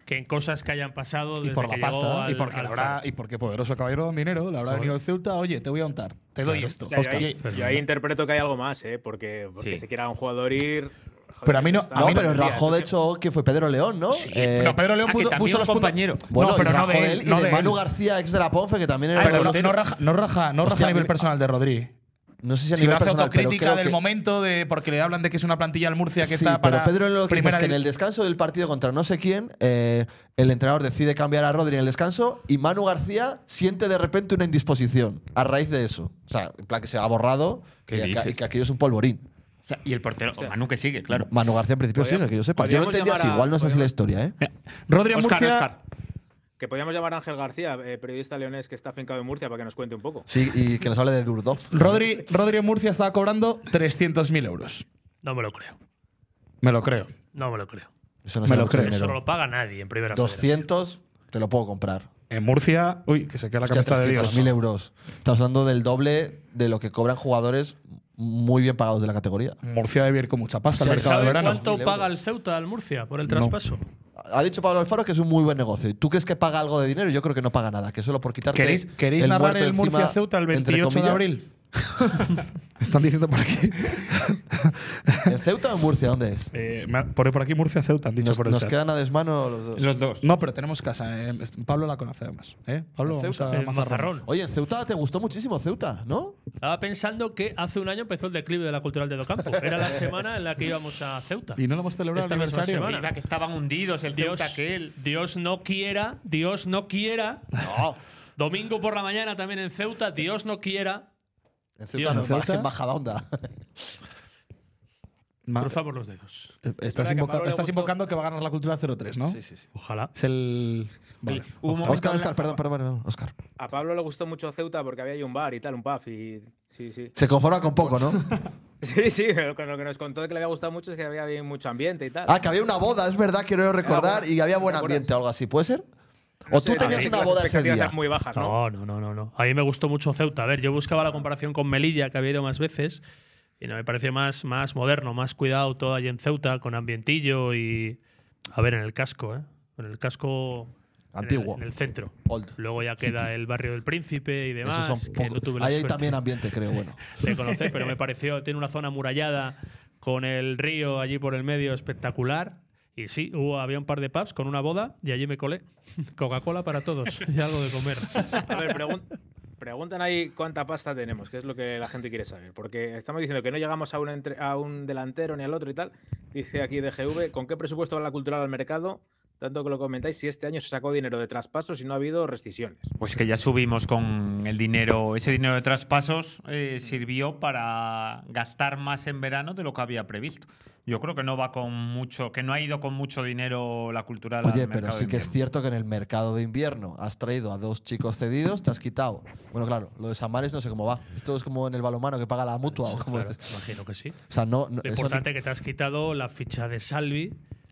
que en cosas que hayan pasado y desde por la que llegó pasta, y al- porque, al la habrá, Faro. y porque poderoso caballero don dinero, le habrá venido el Ceuta, oye, te voy a untar, te doy esto. O sea, yo, Oscar. ahí, yo ahí interpreto que hay algo más, ¿eh? Porque, porque Sí. se quiera un jugador ir. joder, Pero a mí no- eso está- No, mí no pero me rajó, de hecho, que fue Pedro León, ¿no? Eh, pero Pedro León Ah, que pudo- también puso un los puntos- compañero. Bueno, no, pero y no rajó de de él, él y no de de él. Manu García, ex de la Ponfe, que también era Pero no, doloroso. no raja, no raja, no raja Hostia, a nivel mira. personal de Rodri. No sé si a Si nivel lo hace personal, pero autocrítica creo del que- momento, de porque le hablan de que es una plantilla al Murcia que Sí, está para. pero Pedro lo que dice es primera que en divi- el descanso del partido contra no sé quién, eh, el entrenador decide cambiar a Rodri en el descanso y Manu García siente de repente una indisposición a raíz de eso. O sea, en plan que se ha borrado ¿Qué y, que, dices? y que aquello es un polvorín. O sea, y el portero, o Manu que sigue, claro. Manu García en principio Podríamos- sí, que yo sepa. Yo lo podríamos entendía así, llamar a- igual no sé si la historia, ¿eh? Rodri a Oscar, Murcia. Oscar. Que podríamos llamar a Ángel García, eh, periodista leonés que está afincado en Murcia, para que nos cuente un poco. Sí, y que nos hable de Durdov. Rodri, Rodri en Murcia estaba cobrando 300.000 euros. No me lo creo. Me lo creo. No me lo creo. Eso no Me será lo mucho creo. dinero. Eso no lo paga nadie en primera federación. 200 te lo puedo comprar. En Murcia. Uy, que se queda la Hostia, cabeza de Dios. 300.000 euros. Estamos hablando del doble de lo que cobran jugadores muy bien pagados de la categoría. Murcia debe ir con mucha pasta al ¿Se mercado sabe de verano. ¿Cuánto 2.000 paga el euros. Ceuta al Murcia por el traspaso? Ha dicho Pablo Alfaro que es un muy buen negocio. ¿Y ¿Tú crees que paga algo de dinero? Yo creo que no paga nada, que solo por quitarte. ¿Queréis, queréis el narrar muerto el encima, Murcia-Ceuta el entre 28 de comillas? abril? Están diciendo por aquí. ¿En Ceuta o en Murcia? ¿Dónde es? Eh, me ha- por, por aquí Murcia-Ceuta han dicho Nos, por el nos chat. quedan a desmano los dos. Los dos. No, pero tenemos casa. eh. Est- Pablo la conoce además. ¿eh? Pablo, En vamos Ceuta. a El Mazarrón. Oye, en Ceuta te gustó muchísimo Ceuta, ¿no? Estaba pensando que hace un año empezó el declive de la cultural de Docampo. Era la semana en la que íbamos a Ceuta. Y no lo hemos celebrado el Esta misma aniversario. semana. Iba que estaban hundidos, el Dios, Ceuta aquel. Dios no quiera, Dios no quiera. No. Domingo por la mañana también en Ceuta, Dios no quiera. En Ceuta Dios, no, ¿en Ceuta? en bajada onda. Ma- Cruza por los dedos. eh, Ahora Estás, que a invoca- Pablo le estás gustó- invocando que va a ganar la cultura 0-3, ¿no? Sí, sí, sí. Ojalá. Es el. Vale. Sí. Hubo un momento Oscar, en la- Oscar, perdón, perdón, perdón. Oscar. A Pablo le gustó mucho Ceuta porque había ahí un bar y tal, un pub. Y, sí, sí. Se conforma con poco, ¿no? Sí, sí, pero con lo que nos contó que le había gustado mucho es que había ahí mucho ambiente y tal. Ah, que había una boda, es verdad, quiero recordar, buena. y había buen Era buena. ambiente o algo así, ¿puede ser? No o sé, tú tenías las una boda ese expectativas día. eran muy bajas, ¿no? No, no, no, no, no. A mí me gustó mucho Ceuta. A ver, yo buscaba la comparación con Melilla, que había ido más veces, y no me pareció más, más moderno, más cuidado todo allí en Ceuta, con ambientillo y. A ver, en el casco, ¿eh? En el casco. en el- Antiguo. En el, centro. Old. Luego ya queda el barrio del Príncipe y demás. Esos son que poco- no tuve la Ahí hay suerte también ambiente, creo, bueno. de conocer, pero me pareció, tiene una zona murallada con el río allí por el medio espectacular. Y sí, hubo, había un par de pubs con una boda y allí me colé. Coca-Cola para todos y algo de comer. A ver, pregun- preguntan ahí cuánta pasta tenemos, que es lo que la gente quiere saber. Porque estamos diciendo que no llegamos a un, entre- a un delantero ni al otro y tal. Dice aquí DGV, ¿con qué presupuesto va la cultural al mercado? Tanto que lo comentáis, si este año se sacó dinero de traspasos y no ha habido rescisiones. Pues que ya subimos con el dinero. Ese dinero de traspasos eh, Mm. sirvió para gastar más en verano de lo que había previsto. Yo creo que no va con mucho, que no ha ido con mucho dinero la cultura. Oye, pero sí que es cierto que en el mercado de invierno has traído a dos chicos cedidos, te has quitado. Bueno, claro, lo de Samares no sé cómo va. Esto es como en el balomano que paga la mutua. o, como Claro, es. imagino que sí. O sea, no. no- Lo eso importante es que te has quitado la ficha de Salvi.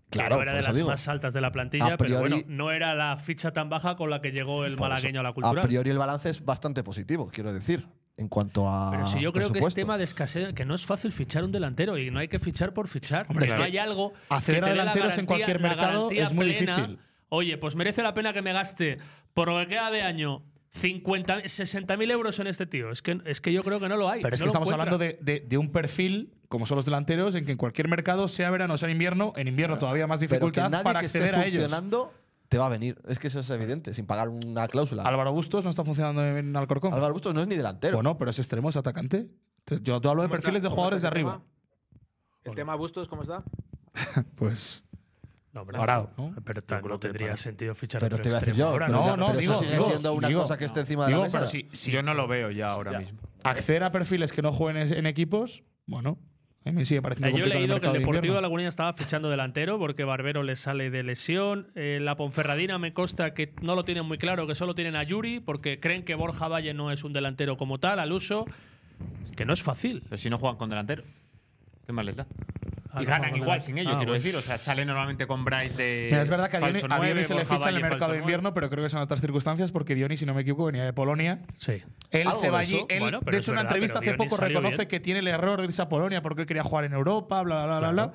que Claro, no era por de eso las digo. más altas de la plantilla, A pero bueno, priori- no era la ficha tan baja con la que llegó el no- por eso, malagueño a la cultural. A priori el balance es bastante positivo, quiero decir, en cuanto a. Pero si yo creo que es presupuesto. tema de escasez, que no es fácil fichar un delantero y no hay que fichar por fichar. Hombre, es es que que hay algo. acceder que te a dé la delanteros en garantía- cualquier la mercado garantía es muy plena. difícil. Oye, pues merece la pena que me gaste por lo que queda de año 50, 60.000 euros en este tío. Es que, es que yo creo que no lo hay. Pero es no que lo estamos encuentras. hablando de, de- de un perfil, como son los delanteros, en que en cualquier mercado, sea verano o sea invierno, en invierno todavía más Pero que dificultad nadie para que acceder esté a ellos. funcionando te va a venir. Es que eso es evidente, sin pagar una cláusula. Álvaro Bustos no está funcionando en Alcorcón. Álvaro Bustos no es ni delantero. Bueno, pero es extremo, es atacante. Entonces, Yo, yo hablo de ¿Cómo está- perfiles de cómo jugadores de está arriba. ¿El tema Bustos cómo está? Pues. No, hombre, Parado, no. ¿no? Pero tal, no tendría sentido fichar Pero otro te voy a decir extremo yo, ahora, pero, ¿no? ya- este no, pero eso digo, sigue digo, siendo una digo. cosa que esté encima Digo, de la mesa. pero si, si Yo no lo veo ya ahora mismo. acceder a perfiles que no jueguen en en equipos, bueno, a mí me sigue O sea, pareciendo Ah, yo he complicado leído que el mercado de Deportivo de invierno. Lagunilla estaba fichando delantero porque Barbero le sale de lesión. Eh, la Ponferradina me consta que no lo tienen muy claro, que solo tienen a Yuri porque creen que Borja Valle no es un delantero como tal, al uso. Que no es fácil. Pero si no juegan con delantero, ¿qué más les da? Ah, y no, ganan no, no, igual no. sin ello, Ah, quiero pues- decir. O sea, sale normalmente con Bryce de. Mira, es verdad que a Dioni, falso a Dioni nueve, se le Borja ficha en el Valle, mercado falso de invierno, pero creo que son otras circunstancias porque Dioni, si no me equivoco, venía de Polonia. Sí. Él Algo se va de allí. eso. él- Bueno, pero de es hecho, en una verdad, pero entrevista hace Dioni poco salió reconoce bien. que tiene el error de irse a Polonia porque él quería jugar en Europa, bla, bla, bla, bla, bla.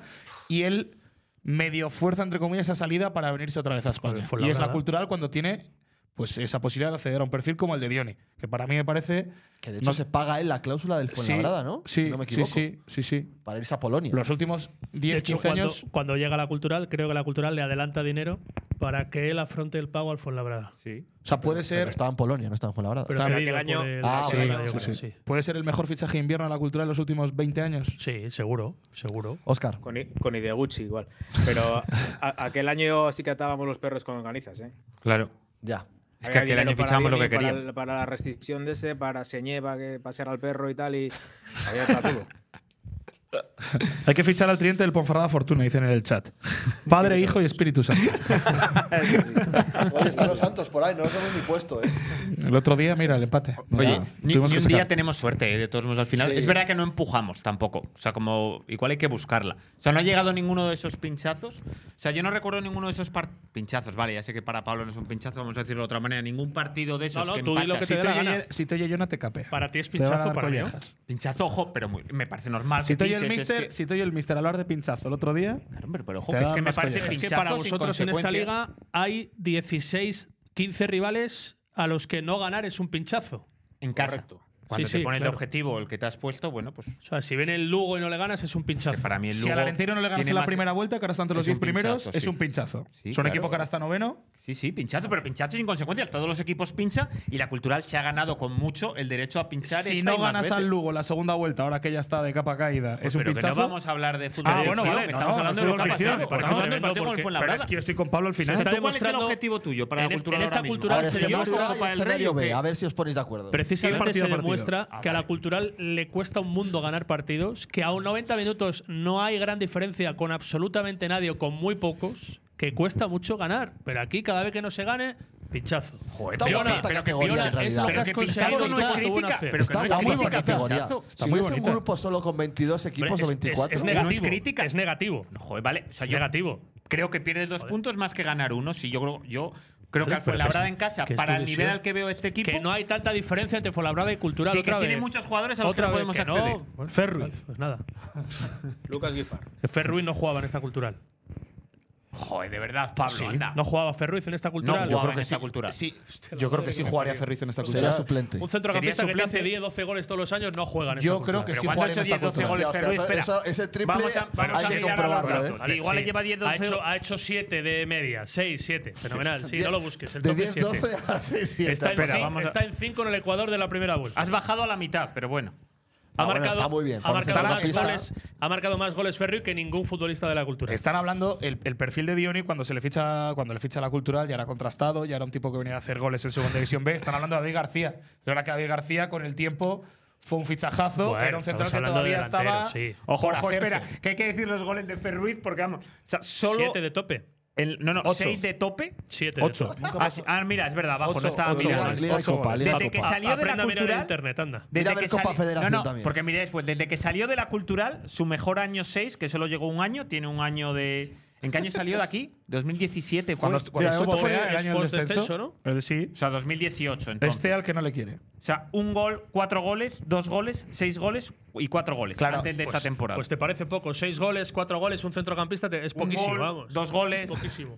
Y él medio fuerza, entre comillas, esa salida para venirse otra vez a España. fue y es la labrada. cultural cuando tiene pues esa posibilidad de acceder a un perfil como el de Dioni, que para mí me parece. Que de hecho se paga él la cláusula del Fuenlabrada, ¿no? Sí, Si no me sí, equivoco. sí, sí, sí. Para irse a Polonia. Los últimos De 10, hecho, 15 cuando, años. cuando llega la cultural, creo que la cultural le adelanta dinero para que él afronte el pago al Fuenlabrada. Sí. O sea, puede ser. Pero estaba en Polonia, no estaba en Fuenlabrada. Pero Está en cedido aquel año- por el- Ah, aquel bueno, año, sí, yo creo, sí. sí. ¿Puede ser el mejor fichaje de invierno de la cultura de los últimos 20 años? Sí, seguro, seguro. Oscar. Con, I- con Ideguchi igual. Pero a- aquel año sí que atábamos los perros con organizas, ¿eh? Claro. Ya. Es que aquel año fichábamos lo que queríamos. queríamos. Para, la restricción de ese, para Señeva, que pasear al perro y tal, y había para todo. Hay que fichar al tridente del Ponferrada Fortuna, dicen en el chat. Padre, Hijo y Espíritu Santo. Eso sí. Oye, están los Ah, pues, santos por ahí, no los hemos ni puesto, ¿eh? El otro día, mira, el empate. Nos Oye, da- ni, tuvimos ni que un sacar. día tenemos suerte, eh, de todos modos, al final. Sí. Es verdad que no empujamos tampoco. O sea, como. Igual hay que buscarla. O sea, no ha llegado ninguno de esos pinchazos. O sea, yo no recuerdo ninguno de esos par- pinchazos. Vale, ya sé que para Pablo no es un pinchazo, vamos a decirlo de otra manera. Ningún partido de esos No, no, que tú di lo empatas. que Si te te, dé la oye, gana. si te oye yo, no te capea. Para ti es Te van a pinchazo, dar para mí no. collejas. Pinchazo, ojo, pero muy- me parece normal. Si que te oye el pinches, es mister, que- si te oye el mister hablar de pinchazo el otro día, Claro, hombre, pero ojo, Te que es dan que me más parece collejas. Es que para pinchazo sin vosotros en esta consecuencia. liga hay 16, 15 rivales a los que no ganar es un pinchazo. En casa. Correcto. Cuando Sí, te sí, pones claro. el objetivo, el que te has puesto, bueno, pues. O sea, si viene el Lugo y no le ganas es un pinchazo. que para mí el si al Lugo Alentino no le ganas tiene en la más- primera vuelta, que ahora están entre los Es un 10 primeros, pinchazo, es sí. un pinchazo. Sí, es un claro. equipo que ahora está noveno. Sí, sí, pinchazo, pero pinchazo sin consecuencias. Todos los equipos pinchan y la cultural se ha ganado con mucho el derecho a pinchar. Si esta y no más ganas veces. al Lugo en la segunda vuelta, ahora que ya está de capa caída, Pues, es un pero pinchazo. que no vamos a hablar de fútbol. Ah, de bueno, ficción, vale, que no, estamos no, hablando de fútbol lo que ha ficción, pasado. me parece Estamos hablando del tremendo partido con el porque- Pero Fuenlabrada. es que yo estoy con Pablo al Se final. está ¿Tú cuál es el demostrando- objetivo tuyo para la en es- cultural en esta ahora mismo? cultural Ahora se este dio- mazo Copa hay del escenario Rey, ¿o B, qué? a ver si os ponéis de acuerdo. Ir Precisamente partido se a partido. demuestra Ah, que a la vale. cultural le cuesta un mundo ganar partidos, que a un 90 minutos no hay gran diferencia con absolutamente nadie o con muy pocos, que cuesta mucho ganar. Pero aquí, cada vez que no se gane, pinchazo. Joder, Está pero- guapa esta pero que categoría, Piola en realidad. es lo que has Pero que Pizarro conseguido, no no es es crítica. buena fe. Pero que Está no es guapa esta crítica, categoría. pinchazo. si muy hubiese un bonita. grupo solo con 22 equipos o Hombre, es- es- 24, Es, No es negativo. crítica. Es negativo. No, Joder, vale. O sea, Es yo negativo. creo que pierdes dos puntos más que ganar uno. Si yo creo, yo creo que Joder, al pero Fuenlabrada que es- en casa, que es para el división. nivel al que veo este equipo, Que no hay tanta diferencia entre Fuenlabrada y Cultural Sí, que otra vez. tiene muchos jugadores a los que Otra no vez podemos que acceder. Bueno, Ferruiz. Pues nada. Lucas Guifar. Ferruiz no jugaba en esta Cultural. Joder, de verdad, Pablo, Sí, anda. No jugaba Ferruiz en esta No Cultural. jugaba en esa cultura. yo creo que sí jugaría Ferriz en esta será cultura. suplente. Un centrocampista que te hace suplente. 10, 12 goles todos los años no juega en esta Yo Cultural. creo que Pero sí cuando ha jugaría en hecho esta 10, 12 cultura. goles, Hostia, Ferruiz, eso- espera. eso- ese triple Vamos a- vamos hay a que mirar comprobarlo, ahora. ¿eh? Vale, igual le lleva 10, 12 Ha hecho, ha hecho 7 de media. 6, 7. Fenomenal. Sí, Die- no lo busques. El De ah, top es 10, siete. 12 a 6, 7. Está en, Espera, cin- vamos a- está en 5 en el Ecuador de la primera vuelta. Ah, Has bajado a la mitad, pero bueno. Ha Ah, bueno, marcado, está muy bien. ha Por marcado, más centrocampista- goles, ha marcado más goles Ferri que ningún futbolista de la cultura. Están hablando el, el perfil de Dioni cuando se le ficha cuando le ficha la cultural ya era contrastado ya era un tipo que venía a hacer goles en segunda división B están hablando de David García de verdad que David García con el tiempo fue un fichajazo Bueno, era un central estamos que hablando de todavía estaba delantero, sí. Ojo, por ojo, hacerse. espera, que hay que decir los goles de Ferruiz porque vamos. O sea, solo. 7 de tope. el- no, no, Ocho. 6 de tope. 7 Ocho. de tope. Ah, sí, ah, mira, es verdad, abajo, Ocho, no estaba ocho mirando. goles. Liga y ocho Copa, goles. Liga y Desde que Copa. salió de la Aprenda a mirar en cultural. internet, anda. Mira a Desde ver que Copa sali- Federación no, no, también. porque mira después, desde que salió de la cultural, su mejor año 6, que solo llegó un año, tiene un año de. ¿En qué año salió de aquí? 2017. fue. cuando, cuando Mira, estuvo esto fue fuera el es año del post-descenso, descenso ¿no? el sí o sea, 2018. Entonces. este al que no le quiere O sea, un gol, cuatro goles, dos goles, seis goles y cuatro goles Claro, antes de esta temporada. Pues te parece poco. 6 goles, 4 goles, un centrocampista te- es Un poquísimo, gol, vamos. dos goles. Es poquísimo.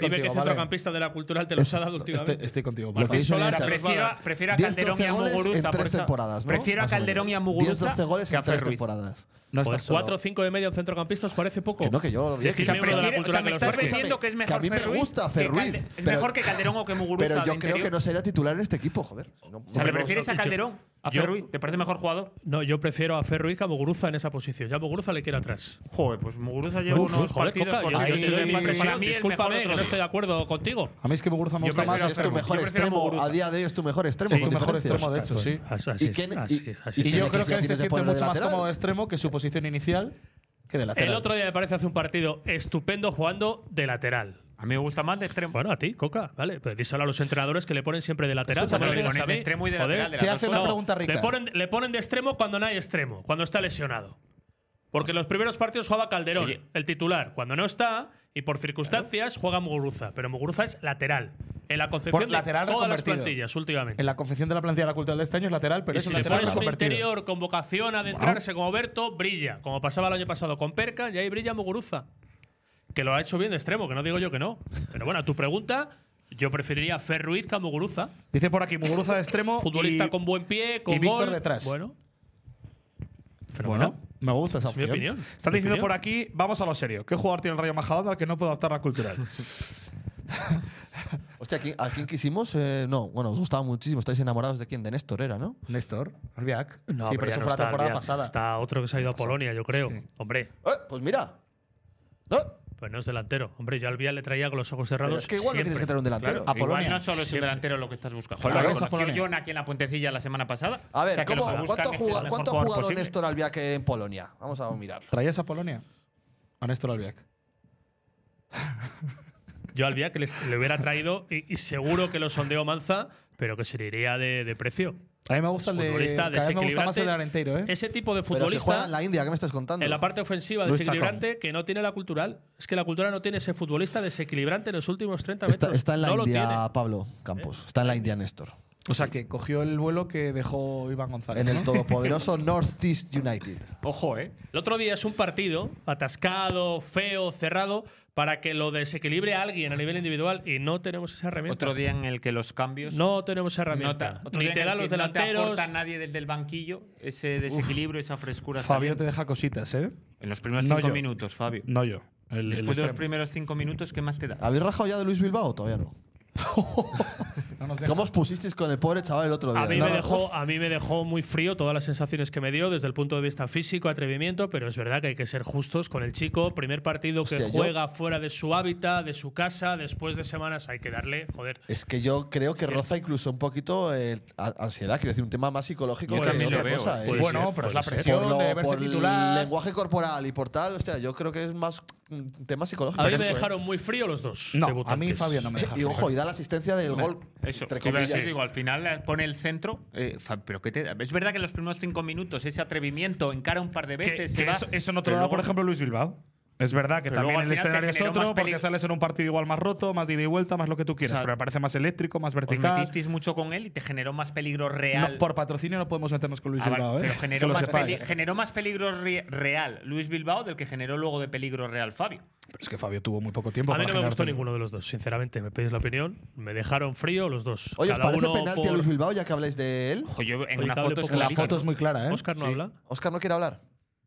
Dime contigo, qué vale. centrocampista de la cultural te los ha dado últimamente. estoy, este- estoy contigo Lo que dice O Solar, sea, Nacho. prefiero, prefiero a 10, Calderón 12 y a goles Muguruza. en por tres esa- temporadas, ¿no? Prefiero a Más o menos. Calderón y a 10, Muguruza 12 goles que a en tres Ferruiz. temporadas. no Joder, estás solo. 4 o 5 de media un centrocampista os parece poco. Que no, que yo lo vi. Decir Que O sea, me miembro de la prefiero- cultura o sea, me que los estás escuche. diciendo que es Escúchame, mejor que a mí me Ferruiz, gusta que Calde- Ferruiz, es pero- mejor que Calderón o que Muguruza. Pero de yo creo interior. que no sería titular en este equipo, joder. No- O sea, no- ¿le prefieres a Yo- Calderón? ¿A yo- Ferruiz? ¿Te parece mejor jugador? No, yo prefiero a Ferruiz que a Muguruza en esa posición. Ya Muguruza le quiere atrás. Joder, pues Muguruza lleva unos Joder, partidos Coca, por yo, ahí. yo te doy más Para presión. mí el Discúlpame, mejor que no otro estoy de acuerdo contigo. a mí es que Muguruza me Yo gusta creo más este que es tu mejor Yo prefiero extremo. Muguruza. A día de hoy es tu mejor extremo. es tu con mejor diferencia. extremo de hecho sí Así, Pues ¿Y así, quién- así, y- y- así. y yo necesidad creo que él tienes se de siente ponerlo de mucho más lateral? cómodo de extremo que su posición inicial que de lateral El otro día me parece hace un partido estupendo jugando de lateral. A mí me gusta más de extremo. Bueno, a ti, Coca, vale. Pero díselo a los entrenadores que le ponen siempre de lateral. Escucha, no me lo pero digas de- a mí. de extremo y de Joder. lateral, de Te las hace dos una cosas. pregunta rica Le ponen, le ponen de extremo cuando no hay extremo, cuando está lesionado. Porque los primeros partidos jugaba Calderón, Oye. el titular. Cuando no está, y por circunstancias, juega Muguruza. Pero Muguruza es lateral. En la concepción Por lateral de todas las reconvertido. plantillas últimamente. en la confección de la plantilla de la cultural de este año es lateral pero Y es un si le lateral pones un reconvertido. interior con vocación a adentrarse como Berto, brilla. Como pasaba el año pasado con Perca, y ahí brilla Muguruza. Que lo ha hecho bien de extremo, que no digo yo que no. Pero bueno, a tu pregunta, yo preferiría a Fer Ruiz que a Muguruza. Dice por aquí, Muguruza de extremo. Futbolista y- con buen pie, con y Víctor gol. detrás. Bueno, fenomenal. Bueno, me gusta esa Es mi opción. opinión, Están mi diciendo opinión. por aquí, vamos a lo serio. ¿Qué jugador tiene el Rayo Majadahonda al que no puede adaptar la cultural? Hostia, ¿a quién, a quién quisimos? Eh, no, bueno, os gustaba muchísimo. Estáis enamorados de quién? De Néstor era, ¿no? Néstor, Albiac. No, sí, pero pero ya eso no fue la está temporada Albiac. pasada. Está otro que se ha ido a Polonia, yo creo. Hombre, Eh, pues mira. ¿No? pues no es delantero. Hombre, yo al Vial le traía con los ojos cerrados. Pero es que igual no tienes que siempre. tener un delantero. Claro, a Polonia. Igual no solo es el delantero lo que estás buscando. Joder, Joder, lo vamos a conoció Polonia. John aquí en la puentecilla la semana pasada. A ver, O sea, que ¿cómo- lo que buscan ¿cuánto, es ha el jugado- mejor cuánto ha jugador jugado posible. Néstor Albiac en Polonia? Vamos a mirarlo. ¿Traías a Polonia? A Néstor Albiac. Yo al Vial que les- le hubiera traído y, y seguro que lo sondeó Manza, pero que se le iría de, de precio. A mí me gusta el de. Futbolista cada vez me gusta más desequilibrante. el de Arenteiro, ¿eh? Ese tipo de Pero si juega futbolista en la India, ¿qué me estás contando? en la parte ofensiva Luis desequilibrante que no tiene la cultural. Es que la cultural no tiene ese futbolista desequilibrante en los últimos 30 metros. Está, está en la no lo tiene. India, Pablo Campos. Está en la India, Néstor. O sea, que cogió el vuelo que dejó Iván González. En el ¿no? todopoderoso Northeast United. Ojo, ¿eh? El otro día es un partido atascado, feo, cerrado, para que lo desequilibre a alguien a nivel individual y no tenemos esa herramienta. Otro día en el que los cambios. No tenemos esa no te- herramienta. otro día Ni en te el da que No los te delanteros. aporta nadie desde el banquillo ese desequilibrio, esa frescura. Fabio te saliendo. deja cositas, ¿eh? En los primeros No, cinco yo. minutos, Fabio. No yo. El, el Después de los extremo. primeros cinco minutos, ¿qué más te da? ¿Habéis rajado ya de Luis Bilbao o todavía no? No nos deja. ¿Cómo os pusisteis con el pobre chaval el otro día? A mí, No, me no, dejó, a mí me dejó muy frío todas las sensaciones que me dio desde el punto de vista físico, atrevimiento, pero es verdad que hay que ser justos con el chico. Primer partido que Hostia, yo- juega fuera de su hábitat, de su casa, después de semanas hay que darle, joder. Es que yo creo que roza incluso un poquito eh, a- ansiedad, quiero decir, un tema más psicológico Yo que también otra lo veo, cosa. eh. ¿eh? Puede Bueno, ser, pero es puede la ser. presión por lo- de verse por el titular. lenguaje corporal y por tal, hostia, yo creo que es más un tema psicológico. A mí me Eso, eh. dejaron muy frío los dos. No, a debutantes. mí Fabio no me deja. Y ojo, y da la asistencia del gol. Eso, entre te iba a decir, comillas. digo, al final eh, pone el centro, eh, fa- pero ¿qué te da? Es verdad que en los primeros cinco minutos ese atrevimiento encara un par de Que- veces. que se va, eso, eso no te lo pero da, luego- por ejemplo, Luis Bilbao. Es verdad que Pero luego también al el final te escenario es generó más otro, porque peligro. sales en un partido igual más roto, más de ida y vuelta, más lo que tú quieras, O sea, pero me parece más eléctrico, más Os vertical. metisteis mucho con él y te generó más peligro real. No, por patrocinio no podemos meternos con Luis Ah, vale, Bilbao, ¿eh? Pero Que generó lo más, sepáis. peli- generó más peligro re- real Luis Bilbao del que generó luego de peligro real Fabio. Pero es que Fabio tuvo muy poco tiempo A mí para no me generar gustó peligro. ninguno de los dos, sinceramente. Me pedís la opinión. Me dejaron frío los dos. Oye, ¿os Cada parece uno penalti a por- Luis Bilbao ya que habláis de él? Ojo, yo en Oye, una que hable foto es poco La Sí, foto es muy clara, ¿eh? Oscar no habla. Oscar no quiere hablar.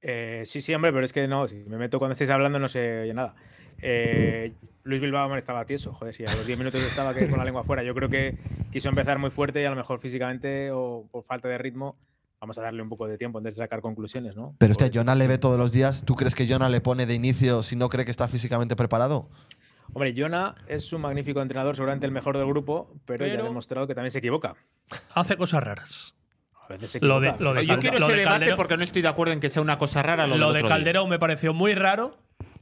Eh, sí, sí, hombre, pero es que no, si me meto cuando estáis hablando no se oye nada. Eh, Luis Bilbao hombre, estaba tieso, joder, si a los 10 minutos estaba que con la lengua fuera. Yo creo que quiso empezar muy fuerte y a lo mejor físicamente o por falta de ritmo vamos a darle un poco de tiempo antes de sacar conclusiones, ¿no? Pero este hostia, Pues- Jonah le ve todos los días. ¿Tú crees que Jonah le pone de inicio si no cree que está físicamente preparado? Hombre, Jonah es un magnífico entrenador, seguramente el mejor del grupo, pero, ya Pero- ha demostrado que también se equivoca. Hace cosas raras. A veces se Lo de- equivoca. lo de- Yo Calde- quiero lo ese de debate Calderón- porque no estoy de acuerdo en que sea una cosa rara lo, Lo del de otro día. Calderón me pareció muy raro,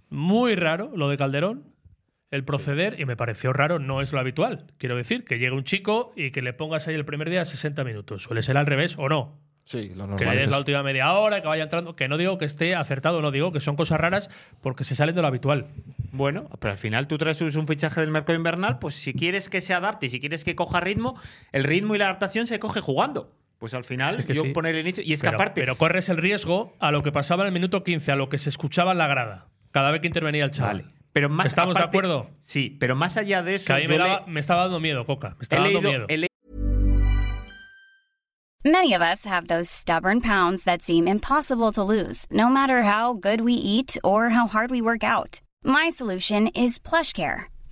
muy raro lo de Calderón, el proceder, y me pareció raro, no es lo habitual. Quiero decir, que llegue un chico y que le pongas ahí el primer día 60 minutos. Suele ser al revés o no. Sí, lo Que normal le des es la eso. última media hora, que vaya entrando. Que no digo que esté acertado, no digo que son cosas raras porque se salen de lo habitual. Bueno, pero al final tú traes un fichaje del mercado invernal, pues si quieres que se adapte y si quieres que coja ritmo, el ritmo y la adaptación se coge jugando. Pues al final Sí, es que yo sí. poner el inicio y es pero, que aparte pero corres el riesgo a lo que pasaba en el minuto 15, a lo que se escuchaba en la grada, cada vez que intervenía el chaval. Vale. Pero más ¿Estamos de aparte- acuerdo? Sí, pero más allá de Que eso, a mí yo me, le- daba- me estaba dando miedo, Coca. Me he estaba dando leído, miedo. he Many of us have those stubborn pounds that seem impossible to lose, no matter how good we eat or how hard we work out. My solution is PlushCare.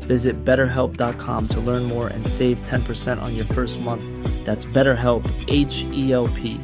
Visit betterhelp.com to learn more and save 10% on your first month. That's BetterHelp, H E L P.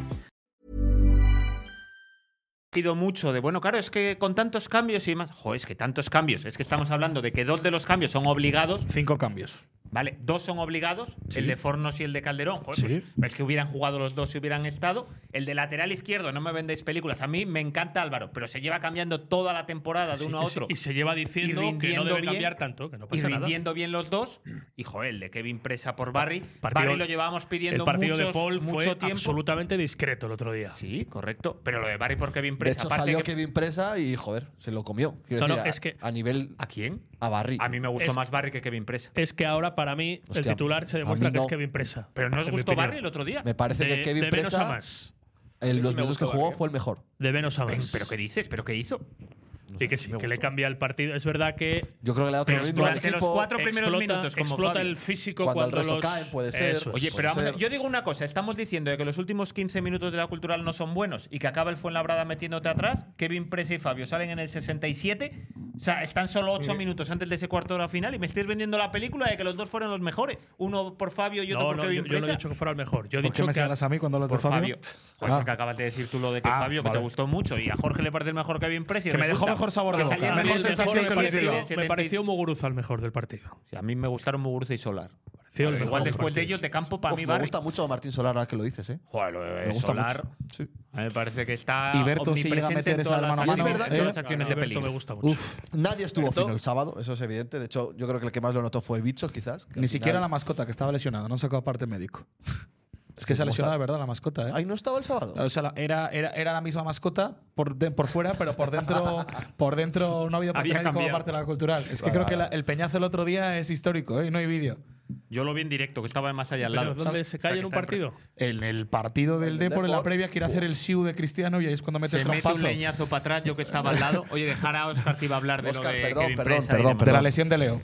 leído mucho de, bueno, claro, es que con tantos cambios y demás. Joder, es que tantos cambios. Es que estamos hablando de que dos de los cambios son obligados. Cinco cambios. ¿Vale? Dos son obligados, el de Fornos y el de Calderón. Joder, pues, es que hubieran jugado los dos si hubieran estado. El de lateral izquierdo, no me vendéis películas. A mí me encanta Álvaro, pero se lleva cambiando toda la temporada de Sí, uno a y se- otro. y se lleva diciendo Y que no rindiendo debe cambiar tanto, que no Y pasa nada. rindiendo bien los dos. Y joder, el de Kevin Presa por Barry. Partido- Barry lo llevábamos pidiendo El partido de muchos- Paul mucho fue tiempo. absolutamente discreto el otro día. Sí, correcto. Pero lo de Barry por Kevin De Presa, hecho, aparte salió que- Kevin Presa y, joder, se lo comió. Quiero No, no, decir, a- es que- a nivel. ¿A quién? A Barry. A mí me gustó Es- más Barry que Kevin Presa. Es que ahora para mí el Hostia, titular se a demuestra mí que es no. Kevin Presa. Pero ¿no os en mi gustó opinión. Barry el otro día? Me parece De- que Kevin de menos Presa, a más. en Sí los me minutos que gustó jugó Barry, ¿eh? fue el mejor. De menos a más. ¿Pero qué dices? ¿Pero qué hizo? Y que sí, que le cambia el partido. Es verdad que. Yo creo que le da otro Pero ritmo al durante los equipo. cuatro primeros Explota- minutos, como explota Fabi. el físico cuando, el cuando resto los- caen, puede ser. Eso es. Oye, puede pero vamos a- ser. yo digo una cosa, estamos diciendo de que los últimos 15 minutos de la cultural no son buenos y que acaba el Fuenlabrada metiéndote atrás, Kevin Presa y Fabio salen en el 67, o sea, están solo 8 minutos antes de ese cuarto de hora final y me estáis vendiendo la película de que los dos fueron los mejores, uno por Fabio y otro No, por no, yo, Kevin yo no he Presa. dicho que fuera el mejor. Yo he ¿Por qué dicho me que. señalas a mí cuando hablas de Por Fabio. Fabio? Joder, Ah. porque acabas de decir tú lo de que Ah, Fabio, que te vale. gustó mucho, y a Jorge le parece mejor Kevin Presa. y Que me dejó resulta mejor sabor de que boca. salía A mí mejor el mejor sensación que que me pareció- el 70. Me pareció Muguruza el mejor del partido. Sí, A mí me gustaron Muguruza y Solar. Pareció el Igual mejor después de partido. ellos, de campo para Uf, mí, me Barry. gusta mucho Martín Solar ahora que lo dices, ¿eh? Joder, lo de Me gusta Solar. mucho. Sí. A mí me parece que está. Y Berto, si llega a omnipresente meter en esa todas las mano a acciones- mano, en todas las ¿eh? acciones de Alberto peligro. me gusta mucho. Uf, Nadie estuvo Berto. fino el sábado, eso es evidente. De hecho, yo creo que el que más lo notó fue Bichos, quizás. que al ni siquiera final- la mascota que estaba lesionada, no han sacado parte médico. Es que se ha ¿Cómo está? lesionado de verdad la mascota, ¿eh? Ahí no estaba el sábado. O sea, la- era, era, era la misma mascota por, de- por fuera, pero por dentro, por dentro no ha Había habido parte médica como cambiado. parte de la cultural. Es que Vale, creo que vale. la- el peñazo el otro día es histórico, ¿eh? Y no hay vídeo. Yo lo vi en directo, que estaba más allá al Pero lado. ¿Dónde ¿sabes? se O sea, cae que en un está enfrente. partido? En el partido del El Depor, en la Depor. previa, quiere hacer el siu de Cristiano y ahí es cuando mete Se el mete un trompazo. leñazo para atrás, yo que estaba al lado. Oye, dejar a Oscar que iba a hablar de Óscar, lo de perdón, Kevin perdón, Presa y perdón, demás. De la perdón. lesión de Leo.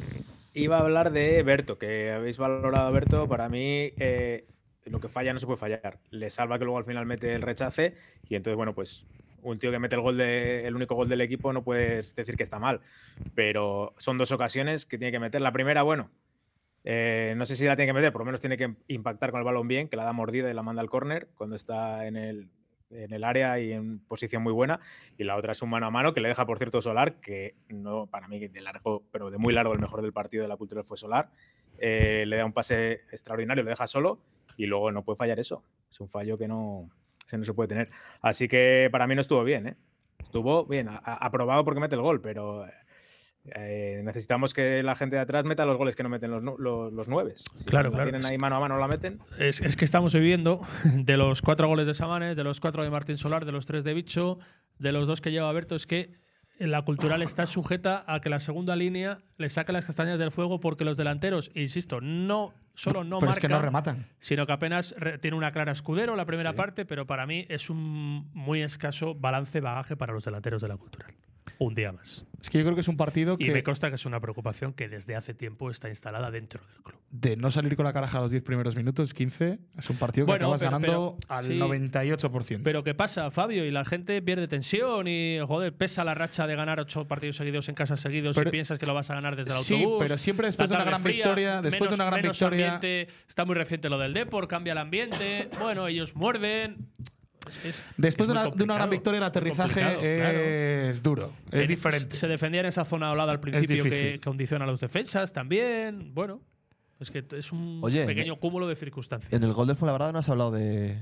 Iba a hablar de Berto, que habéis valorado a Berto. Para mí, eh, lo que falla no se puede fallar. Le salva que luego al final mete el rechace. Y entonces, bueno, pues un tío que mete el gol de, el único gol del equipo no puedes decir que está mal. Pero son dos ocasiones que tiene que meter. La primera, bueno, eh, no sé si la tiene que meter, por lo menos tiene que impactar con el balón bien, que la da mordida y la manda al córner cuando está en el, en el área y en posición muy buena. Y la otra es un mano a mano que le deja, por cierto, Solar, que no para mí de largo, pero de muy largo el mejor del partido de la cultura fue Solar. Eh, le da un pase extraordinario, le deja solo y luego no puede fallar eso. Es un fallo que no, se no se puede tener. Así que para mí no estuvo bien, ¿eh? Estuvo bien, a- a- aprobado porque mete el gol, pero eh, necesitamos que la gente de atrás meta los goles que no meten los, nu- lo- los nueves. Si la Claro, claro, Tienen es ahí mano a mano, la meten. Es, es que estamos viviendo de los cuatro goles de Samanes, de los cuatro de Martín Solar, de los tres de Bicho, de los dos que lleva Berto. Es que la cultural está sujeta a que la segunda línea le saque las castañas del fuego porque los delanteros, insisto, no solo no pero es que marcan, no rematan. sino que apenas re- tiene una clara escudero la primera parte, pero para mí es un muy escaso balance bagaje para los delanteros de la cultural. Un día más. Es que yo creo que es un partido Y me que consta que es una preocupación que desde hace tiempo está instalada dentro del club. de no salir con la caraja a los 10 primeros minutos, 15, es un partido que Bueno, acabas pero- ganando pero- al sí. 98%. Pero ¿qué pasa, Fabio? Y la gente pierde tensión y, joder, pesa la racha de ganar ocho partidos seguidos en casa seguidos Pero- y piensas que lo vas a ganar desde el Sí, autobús. pero siempre la después de una tarde gran victoria, después de menos- una gran menos victoria- ambiente, está muy reciente lo del Depor, cambia el ambiente. bueno, ellos muerden. Es- Después es de muy una, de una gran complicado, victoria, el eh, muy complicado, claro. aterrizaje es duro. Es Eh, diferente. Se defendía en esa zona hablada al principio que difícil. condiciona a los defensas también. Bueno, es que es un Oye, eh, pequeño cúmulo de circunstancias. En el gol del Fuenlabrada no has hablado de.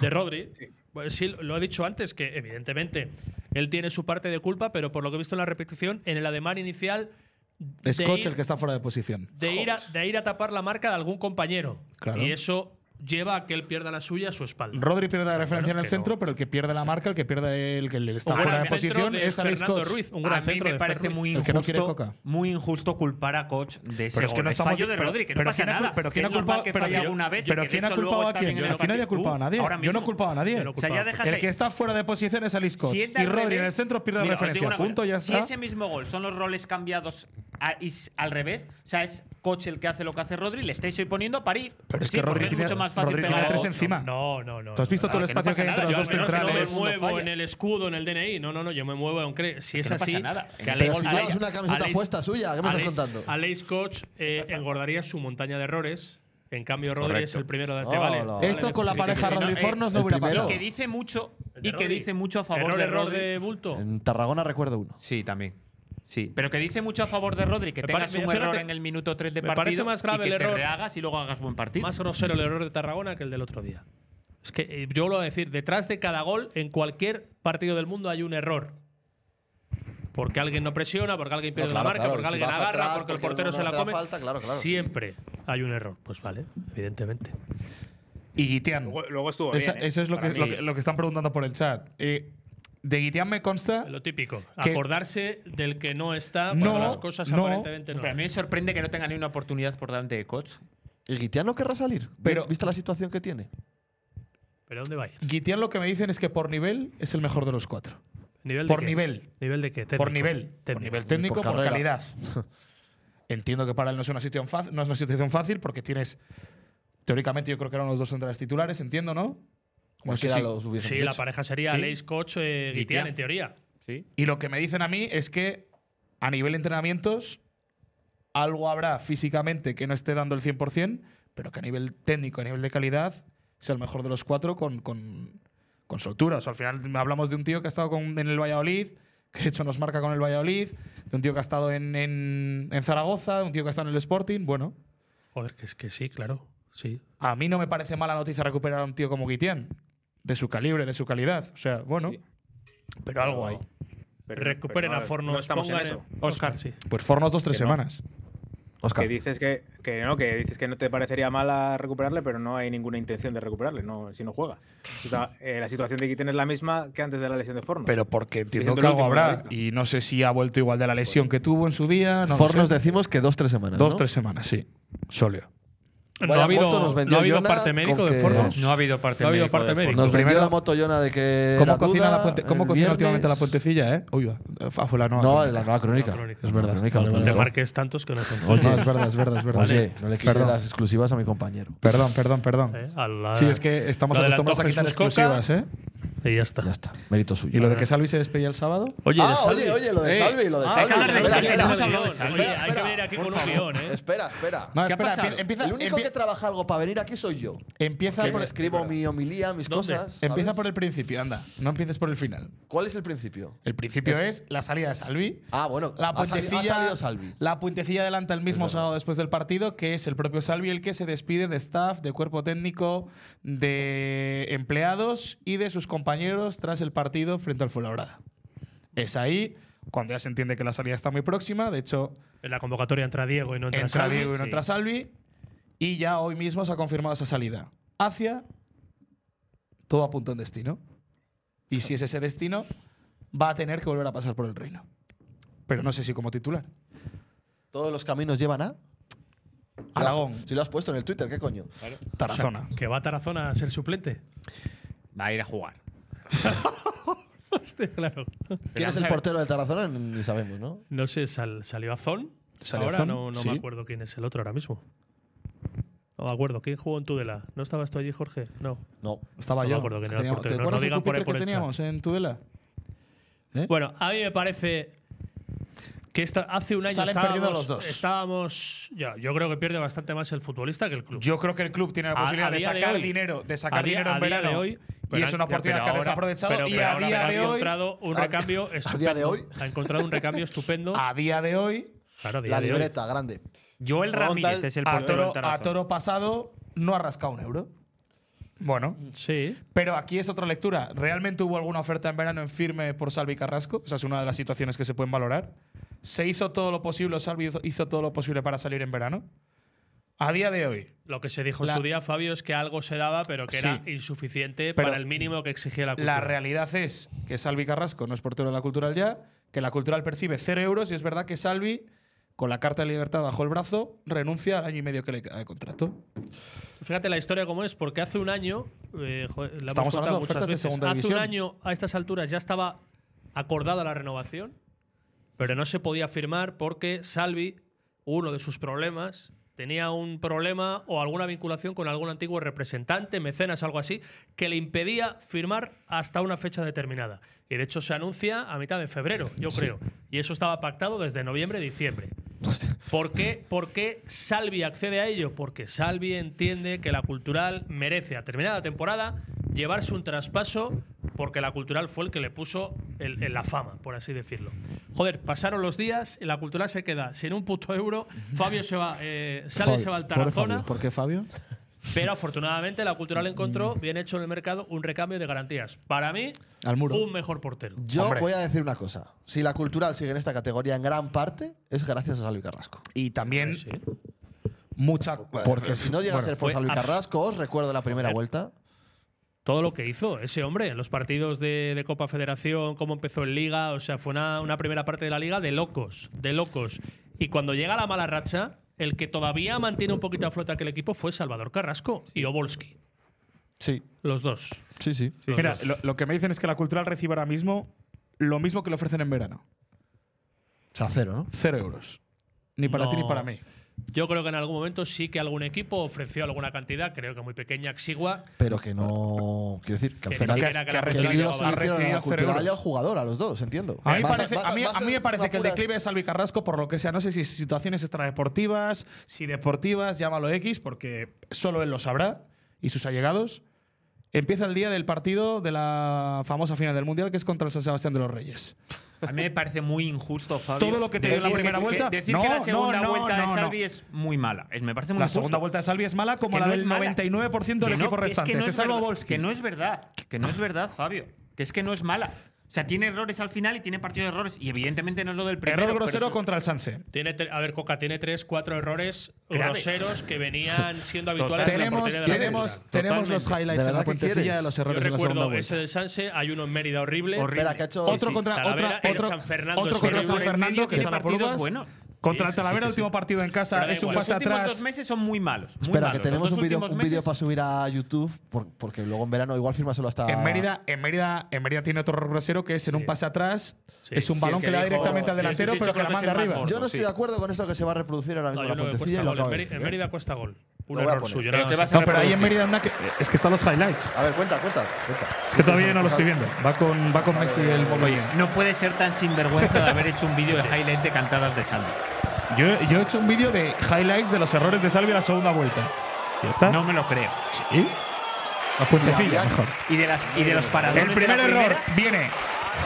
De Rodri. Bueno, sí, lo he dicho antes, que evidentemente él tiene su parte de culpa, pero por lo que he visto en la repetición, en el ademán inicial de, Es Koch el ir, que está fuera de posición. de, ir a, de ir a tapar la marca de algún compañero. Claro. Y eso lleva a que él pierda la suya a su espalda. Rodri pierde la referencia bueno, en pero- el centro, pero el que pierde la marca, el que pierde el que le está Un gran fuera de centro posición de es Alex Fernando Koch. Ruiz, un gran A mí centro me de parece Ferruiz. muy El que no quiere injusto, Coca. muy injusto culpar a Coach de ese Pero es que gol. no El estamos- fallo de pero- Rodri, que no pero pasa ¿quién ha cul- nada. pero ¿quién ha Es normal culpado- que pero falle yo- alguna vez? pero que de ¿quién ha hecho luego culpado a está quién? bien en el Aquí nadie ha partido. culpado a nadie. Ahora Yo no he mismo. culpado a nadie. Yo no he O sea, ya culpado. dejas El ahí. que está fuera de posición es Alex Koch. Si es de y al Rodri en revés- el centro pierde Mira, os digo referencia. una cosa, Punto, ya Si está. ese mismo gol son los roles cambiados a- y s- al revés, o sea, es Coach el que hace lo que hace Rodri, le estáis hoy poniendo a parir. Pero es Sí, que porque Rodri tiene- mucho más fácil Rodri pegar tiene a tres otro. encima. No, no, no. ¿Tú has visto no, todo el no, que no espacio que hay pasa nada. entre los Yo dos al menos centrales? No No me muevo falla. en el escudo, en el DNI. No, no, no. Yo me muevo, aunque si es no pasa así. nada. que Pero Alex- si llevas Alex- una camiseta Alex- puesta suya, ¿qué me estás Alex- contando? Alex Koch eh, engordaría su montaña de errores. En cambio, Rodri Correcto. es el primero de No, te vale. no. te Esto vale. con la Sí, sí, pareja sí, no, Rodri eh, Fornos no el hubiera primero. pasado. Que dice mucho de y que Rodri. dice mucho a favor Error, de error Rodri. de bulto. En Tarragona recuerdo uno. Sí, también. Sí, pero que dice mucho a favor de Rodri, que Me tengas parece- un fíjate, error en el minuto 3 de me partido parece más grave y que el error- te rehagas y luego hagas buen partido. Más grosero el error de Tarragona que el del otro día. Es que eh, yo lo voy a decir, detrás de cada gol, en cualquier partido del mundo hay un error. Porque alguien no presiona, porque alguien pierde No, claro, la marca, claro, porque si alguien vas agarra, atrás, porque el porque portero uno se hace la la come. falta, claro, claro. Siempre hay un error. Pues vale, evidentemente. Y Guitián. Luego, luego estuvo Esa- bien. ¿eh? Eso es lo Para que, mí. lo, que, lo que están preguntando por el chat. Eh, de Guitián me consta. Lo típico. que- Acordarse del que no está cuando las cosas aparentemente no. Pero a mí me sorprende que no tenga ni una oportunidad por delante de Coach. ¿El Guitián no querrá salir? ¿Viste la situación que tiene? ¿Pero dónde va a ir? Guitián lo que me dicen es que por nivel es el mejor de los cuatro. ¿Nivel de por qué? nivel. ¿Nivel de qué? Por Técnico. nivel. Por Técnico. nivel técnico, por, carrera. calidad. Entiendo que para él no es una situación fácil, no es una situación fácil porque tienes. Teóricamente, yo creo que eran los dos centrales titulares, entiendo, ¿no? No sé Cualquiera si- los hubiese Sí, la pareja sería Sí. Leis Coach eh, Guitián, Guitián. en teoría. Y lo que me dicen a mí es que a nivel de entrenamientos algo habrá físicamente que no esté dando el 100%, pero que a nivel técnico, a nivel de calidad, sea el mejor de los cuatro con, con, con soltura. O sea, al final hablamos de un tío que ha estado con- en el Valladolid, que de hecho nos marca con el Valladolid, de un tío que ha estado en, en- en Zaragoza, de un tío que ha estado en el Sporting. Bueno, Joder, que es que sí, claro. Sí. a mí no me parece mala noticia recuperar a un tío como Guitián, de su calibre, de su calidad. O sea, bueno, pero algo hay. Pero- Recuperen pero a no, Fornos, no estamos en pongan eso. en- Oscar, sí. Pues Fornos dos, tres Que no. semanas. Que dices que, que no, que dices que no te parecería mala recuperarle, pero no hay ninguna intención de recuperarle, no, si no juega. O sea, eh, la situación de Guitián es la misma que antes de la lesión de Forno. Pero porque entiendo Diciendo que lo algo último de la habrá. Y no sé si ha vuelto igual de la lesión que tuvo en su día. No Fornos lo sé. decimos que dos, tres semanas. Dos, ¿no? tres semanas, sí. Soleo. No Vaya ha habido- moto nos vendió no ha habido Jonah parte con médico de que- Fornos. No ha habido parte No ha habido médico parte de médico. Pues Nos vendió Primero- la moto Yona de que. ¿Cómo era cocina, Eh, duda, la puente- cómo el cocina últimamente la viernes- puentecilla, eh? Uy, va. Ah, fue la nueva. No, crónica. la nueva crónica. Es verdad. Crónica, Vale, me no te parece. marques tantos que no son Oye. No, es verdad, es verdad, es verdad. Oye, no le quise Perdón. las exclusivas a mi compañero. Perdón, perdón, perdón. Eh, a la- sí, es que estamos lo de la acostumbrados a Torre quitar Jesús Coca. exclusivas, ¿eh? Y ya está. Ya está. Mérito suyo. ¿Y lo de que Salvi se despedía el sábado? Oye, Ah, oye, oye, lo de Salvi, Ah, lo de Salvi. Espera, espera, espera, espera, hay que venir aquí por con un favor. guión, ¿eh? Espera, espera. No, ¿Qué ha espera, pasado? empie- empieza- El único empie- que trabaja algo para venir aquí soy yo. Empieza Que por- me escribo mi homilía, mis cosas. Empieza ¿sabes? por el principio, anda. No empieces por el final. ¿Cuál es el principio? El principio Eh. es la salida de Salvi. Ah, bueno, La ha, sali- ha puentecilla, salido Salvi. La puentecilla adelanta el mismo sábado después del partido, que es el propio Salvi el que se despide de staff, de cuerpo técnico, de empleados y de sus compañeros tras el partido frente al Fuenlabrada. Es ahí cuando ya se entiende que la salida está muy próxima. De hecho, En la convocatoria entra Diego y no entra, entra Salvi. Diego y no Sí. entra Salvi. Y ya hoy mismo se ha confirmado esa salida. Hacia todo apunta a un destino. Y si es ese destino, va a tener que volver a pasar por el reino. Pero no sé si como titular. Todos los caminos llevan a. Aragón. Si lo has puesto en el Twitter, ¿qué coño? Tarazona. Que va a Tarazona a ser suplente. Va a ir a jugar. Hostia, claro. ¿Quién es el portero del Tarazona? Ni sabemos, ¿no? No sé, sal- salió Azón. Salió ahora Azón, no, no me sí. acuerdo quién es el otro ahora mismo. No me acuerdo. ¿Quién jugó en Tudela? ¿No estabas tú allí, Jorge? No. No. Estaba No me yo. acuerdo quién era el Teníamos- portero. ¿Te No- no acuerdas del digan por ahí pupitre por que el chat. teníamos en Tudela? Bueno, a mí me parece que esta- hace un año Salen estábamos, perdiendo los dos. estábamos- ya, yo creo que pierde bastante más el futbolista que el club. Yo creo que el club tiene la A- posibilidad a de día de sacar hoy. dinero, de A sacar día- dinero a en día de verano. hoy, y pero es una an- pero oportunidad que ha ahora- desaprovechado. pero- y pero a ahora día ha de hoy. encontrado un a- recambio a día de estupendo. hoy. Ha encontrado un recambio estupendo. A día de hoy. Claro, a día La de hoy. libreta, grande. Joel Ramírez es el portero a del toro, a Tarazona. toro pasado no ha rascado un euro. Bueno, Sí. pero aquí es otra lectura. ¿Realmente hubo alguna oferta en verano en firme por Salvi Carrasco? Esa es una de las situaciones que se pueden valorar. ¿Se hizo todo lo posible, o Salvi hizo- hizo todo lo posible para salir en verano? A día de hoy, Lo que se dijo La- en su día, Fabio, es que algo se daba, pero que era Sí. insuficiente Pero para el mínimo que exigía la cultura. La realidad es que Salvi Carrasco no es portero de la Cultural ya, que la Cultural percibe cero euros y es verdad que Salvi, con la carta de libertad bajo el brazo, renuncia al año y medio que le queda de contrato. Fíjate la historia como es, porque hace un año, eh, joder, la hemos Estamos contado hablando de muchas ofertas de veces, segunda hace división. un año a estas alturas ya estaba acordada la renovación, pero no se podía firmar porque Salvi, uno de sus problemas, tenía un problema o alguna vinculación con algún antiguo representante, mecenas, algo así, que le impedía firmar hasta una fecha determinada. Y de hecho se anuncia a mitad de febrero, yo creo. Y eso estaba pactado desde noviembre-diciembre. ¿Por qué, por qué Salvi accede a ello? Porque Salvi entiende que la cultural merece a terminada la temporada llevarse un traspaso porque la cultural fue el que le puso el- en la fama, por así decirlo. Joder, pasaron los días y la cultural se queda sin un puto euro. Fabio se va, eh, sale y se va al Tarazona. ¿Por qué Fabio? Pero afortunadamente la Cultural encontró, bien hecho en el mercado, un recambio de garantías. Para mí, Al muro. un mejor portero. Yo Hombre. voy a decir una cosa. Si la cultural sigue en esta categoría en gran parte, es gracias a Salvi Carrasco. Y también mucha. Porque si no llega a ser por fue Salvi abs- Carrasco, os recuerdo la primera vuelta. Todo Pues lo que hizo ese hombre en los partidos de, de Copa Federación, cómo empezó en Liga, o sea, fue una, una primera parte de la Liga de locos, de locos. Y cuando llega la mala racha, el que todavía mantiene un poquito a flote aquel equipo fue Salvador Carrasco y Obolski. Sí. Los dos. Sí, sí. Los Mira, dos. lo, lo que me dicen es que la cultural recibe ahora mismo lo mismo que le ofrecen en verano. O sea, cero, ¿no? Cero euros. Ni para ti ni No. para mí. Yo creo que en algún momento sí que algún equipo ofreció alguna cantidad, creo que muy pequeña, Xigua, Pero que no. Quiero decir, que al Que ni final. siquiera que la el Cultural lío ha se lo hicieron a recibido la cero cultural y al euros. jugador, a los dos, entiendo. A mí, Vas parece, vas a, mí, vas a mí me parece que el pura- declive de Salvi Carrasco, por lo que sea, no sé si situaciones extradeportivas, si deportivas, llámalo X, porque solo él lo sabrá y sus allegados. Empieza el día del partido de la famosa final del Mundial, que es contra el San Sebastián de los Reyes. A mí me parece muy injusto, Fabio. Todo lo que te dio en la Decir primera que- vuelta. que- decir No, que la no, segunda no, vuelta no, de no. Salvi es muy mala. Es- Me parece muy La injusto. segunda vuelta de Salvi es mala, como Que la no del es mala. 99% del Que no, equipo que es que restante. no Se es salva verdad, Volsky. Que no es verdad. Que no es verdad, Fabio. Que es que no es mala. O sea, tiene errores al final y tiene partido de errores. Y evidentemente no es lo del primero. Error pero grosero es- contra el Sanse. Tiene tre- a ver, Coca tiene tres, cuatro errores Graves. groseros que venían siendo habituales en la Tenemos, portería de la tenemos, Cultural. tenemos los highlights en la puentecilla de los Yo errores de la segunda recuerdo vuelta. ese del Sanse, hay uno en Mérida horrible. Horrible. Espera, que ha hecho- Otro contra- Talavera, otra- el otro- San Fernando otro es contra horrible. San Fernando, que es a la pulgas. Contra el Talavera, último partido en casa, Pero da es un igual. pase Los últimos atrás. Dos meses son muy malos. muy Espera, malos. que tenemos Los un vídeo últimos un vídeo meses- para subir a YouTube, por- porque luego en verano igual firma solo hasta. En Mérida, en Mérida, en Mérida tiene otro error grosero que es en un pase atrás. Es un balón que, le da directamente al delantero, pero que la manda arriba. Yo no estoy de acuerdo con esto que se va a reproducir ahora mismo No, yo en la creo que puentecilla y lo cuesta gol. En acabo de Meri- decir, en ¿eh? Mérida cuesta gol. Un Lo voy a error poner. suyo. Pero nada que más. vas a No, pero ahí en Mérida una que- es que están los highlights. A ver, cuenta, cuenta. cuenta. Es que todavía no lo estoy viendo. Va con, va con Messi el Mogollín. No puede ser tan sinvergüenza de haber hecho un vídeo de highlights de cantadas de Salvi. Yo, yo he hecho un vídeo de highlights de los errores de Salvi a la segunda vuelta. ¿Ya ¿Ah? está? No me lo creo. Sí. La puentecilla, mejor. Y de, las, y de Eh, los paradones. El primer error viene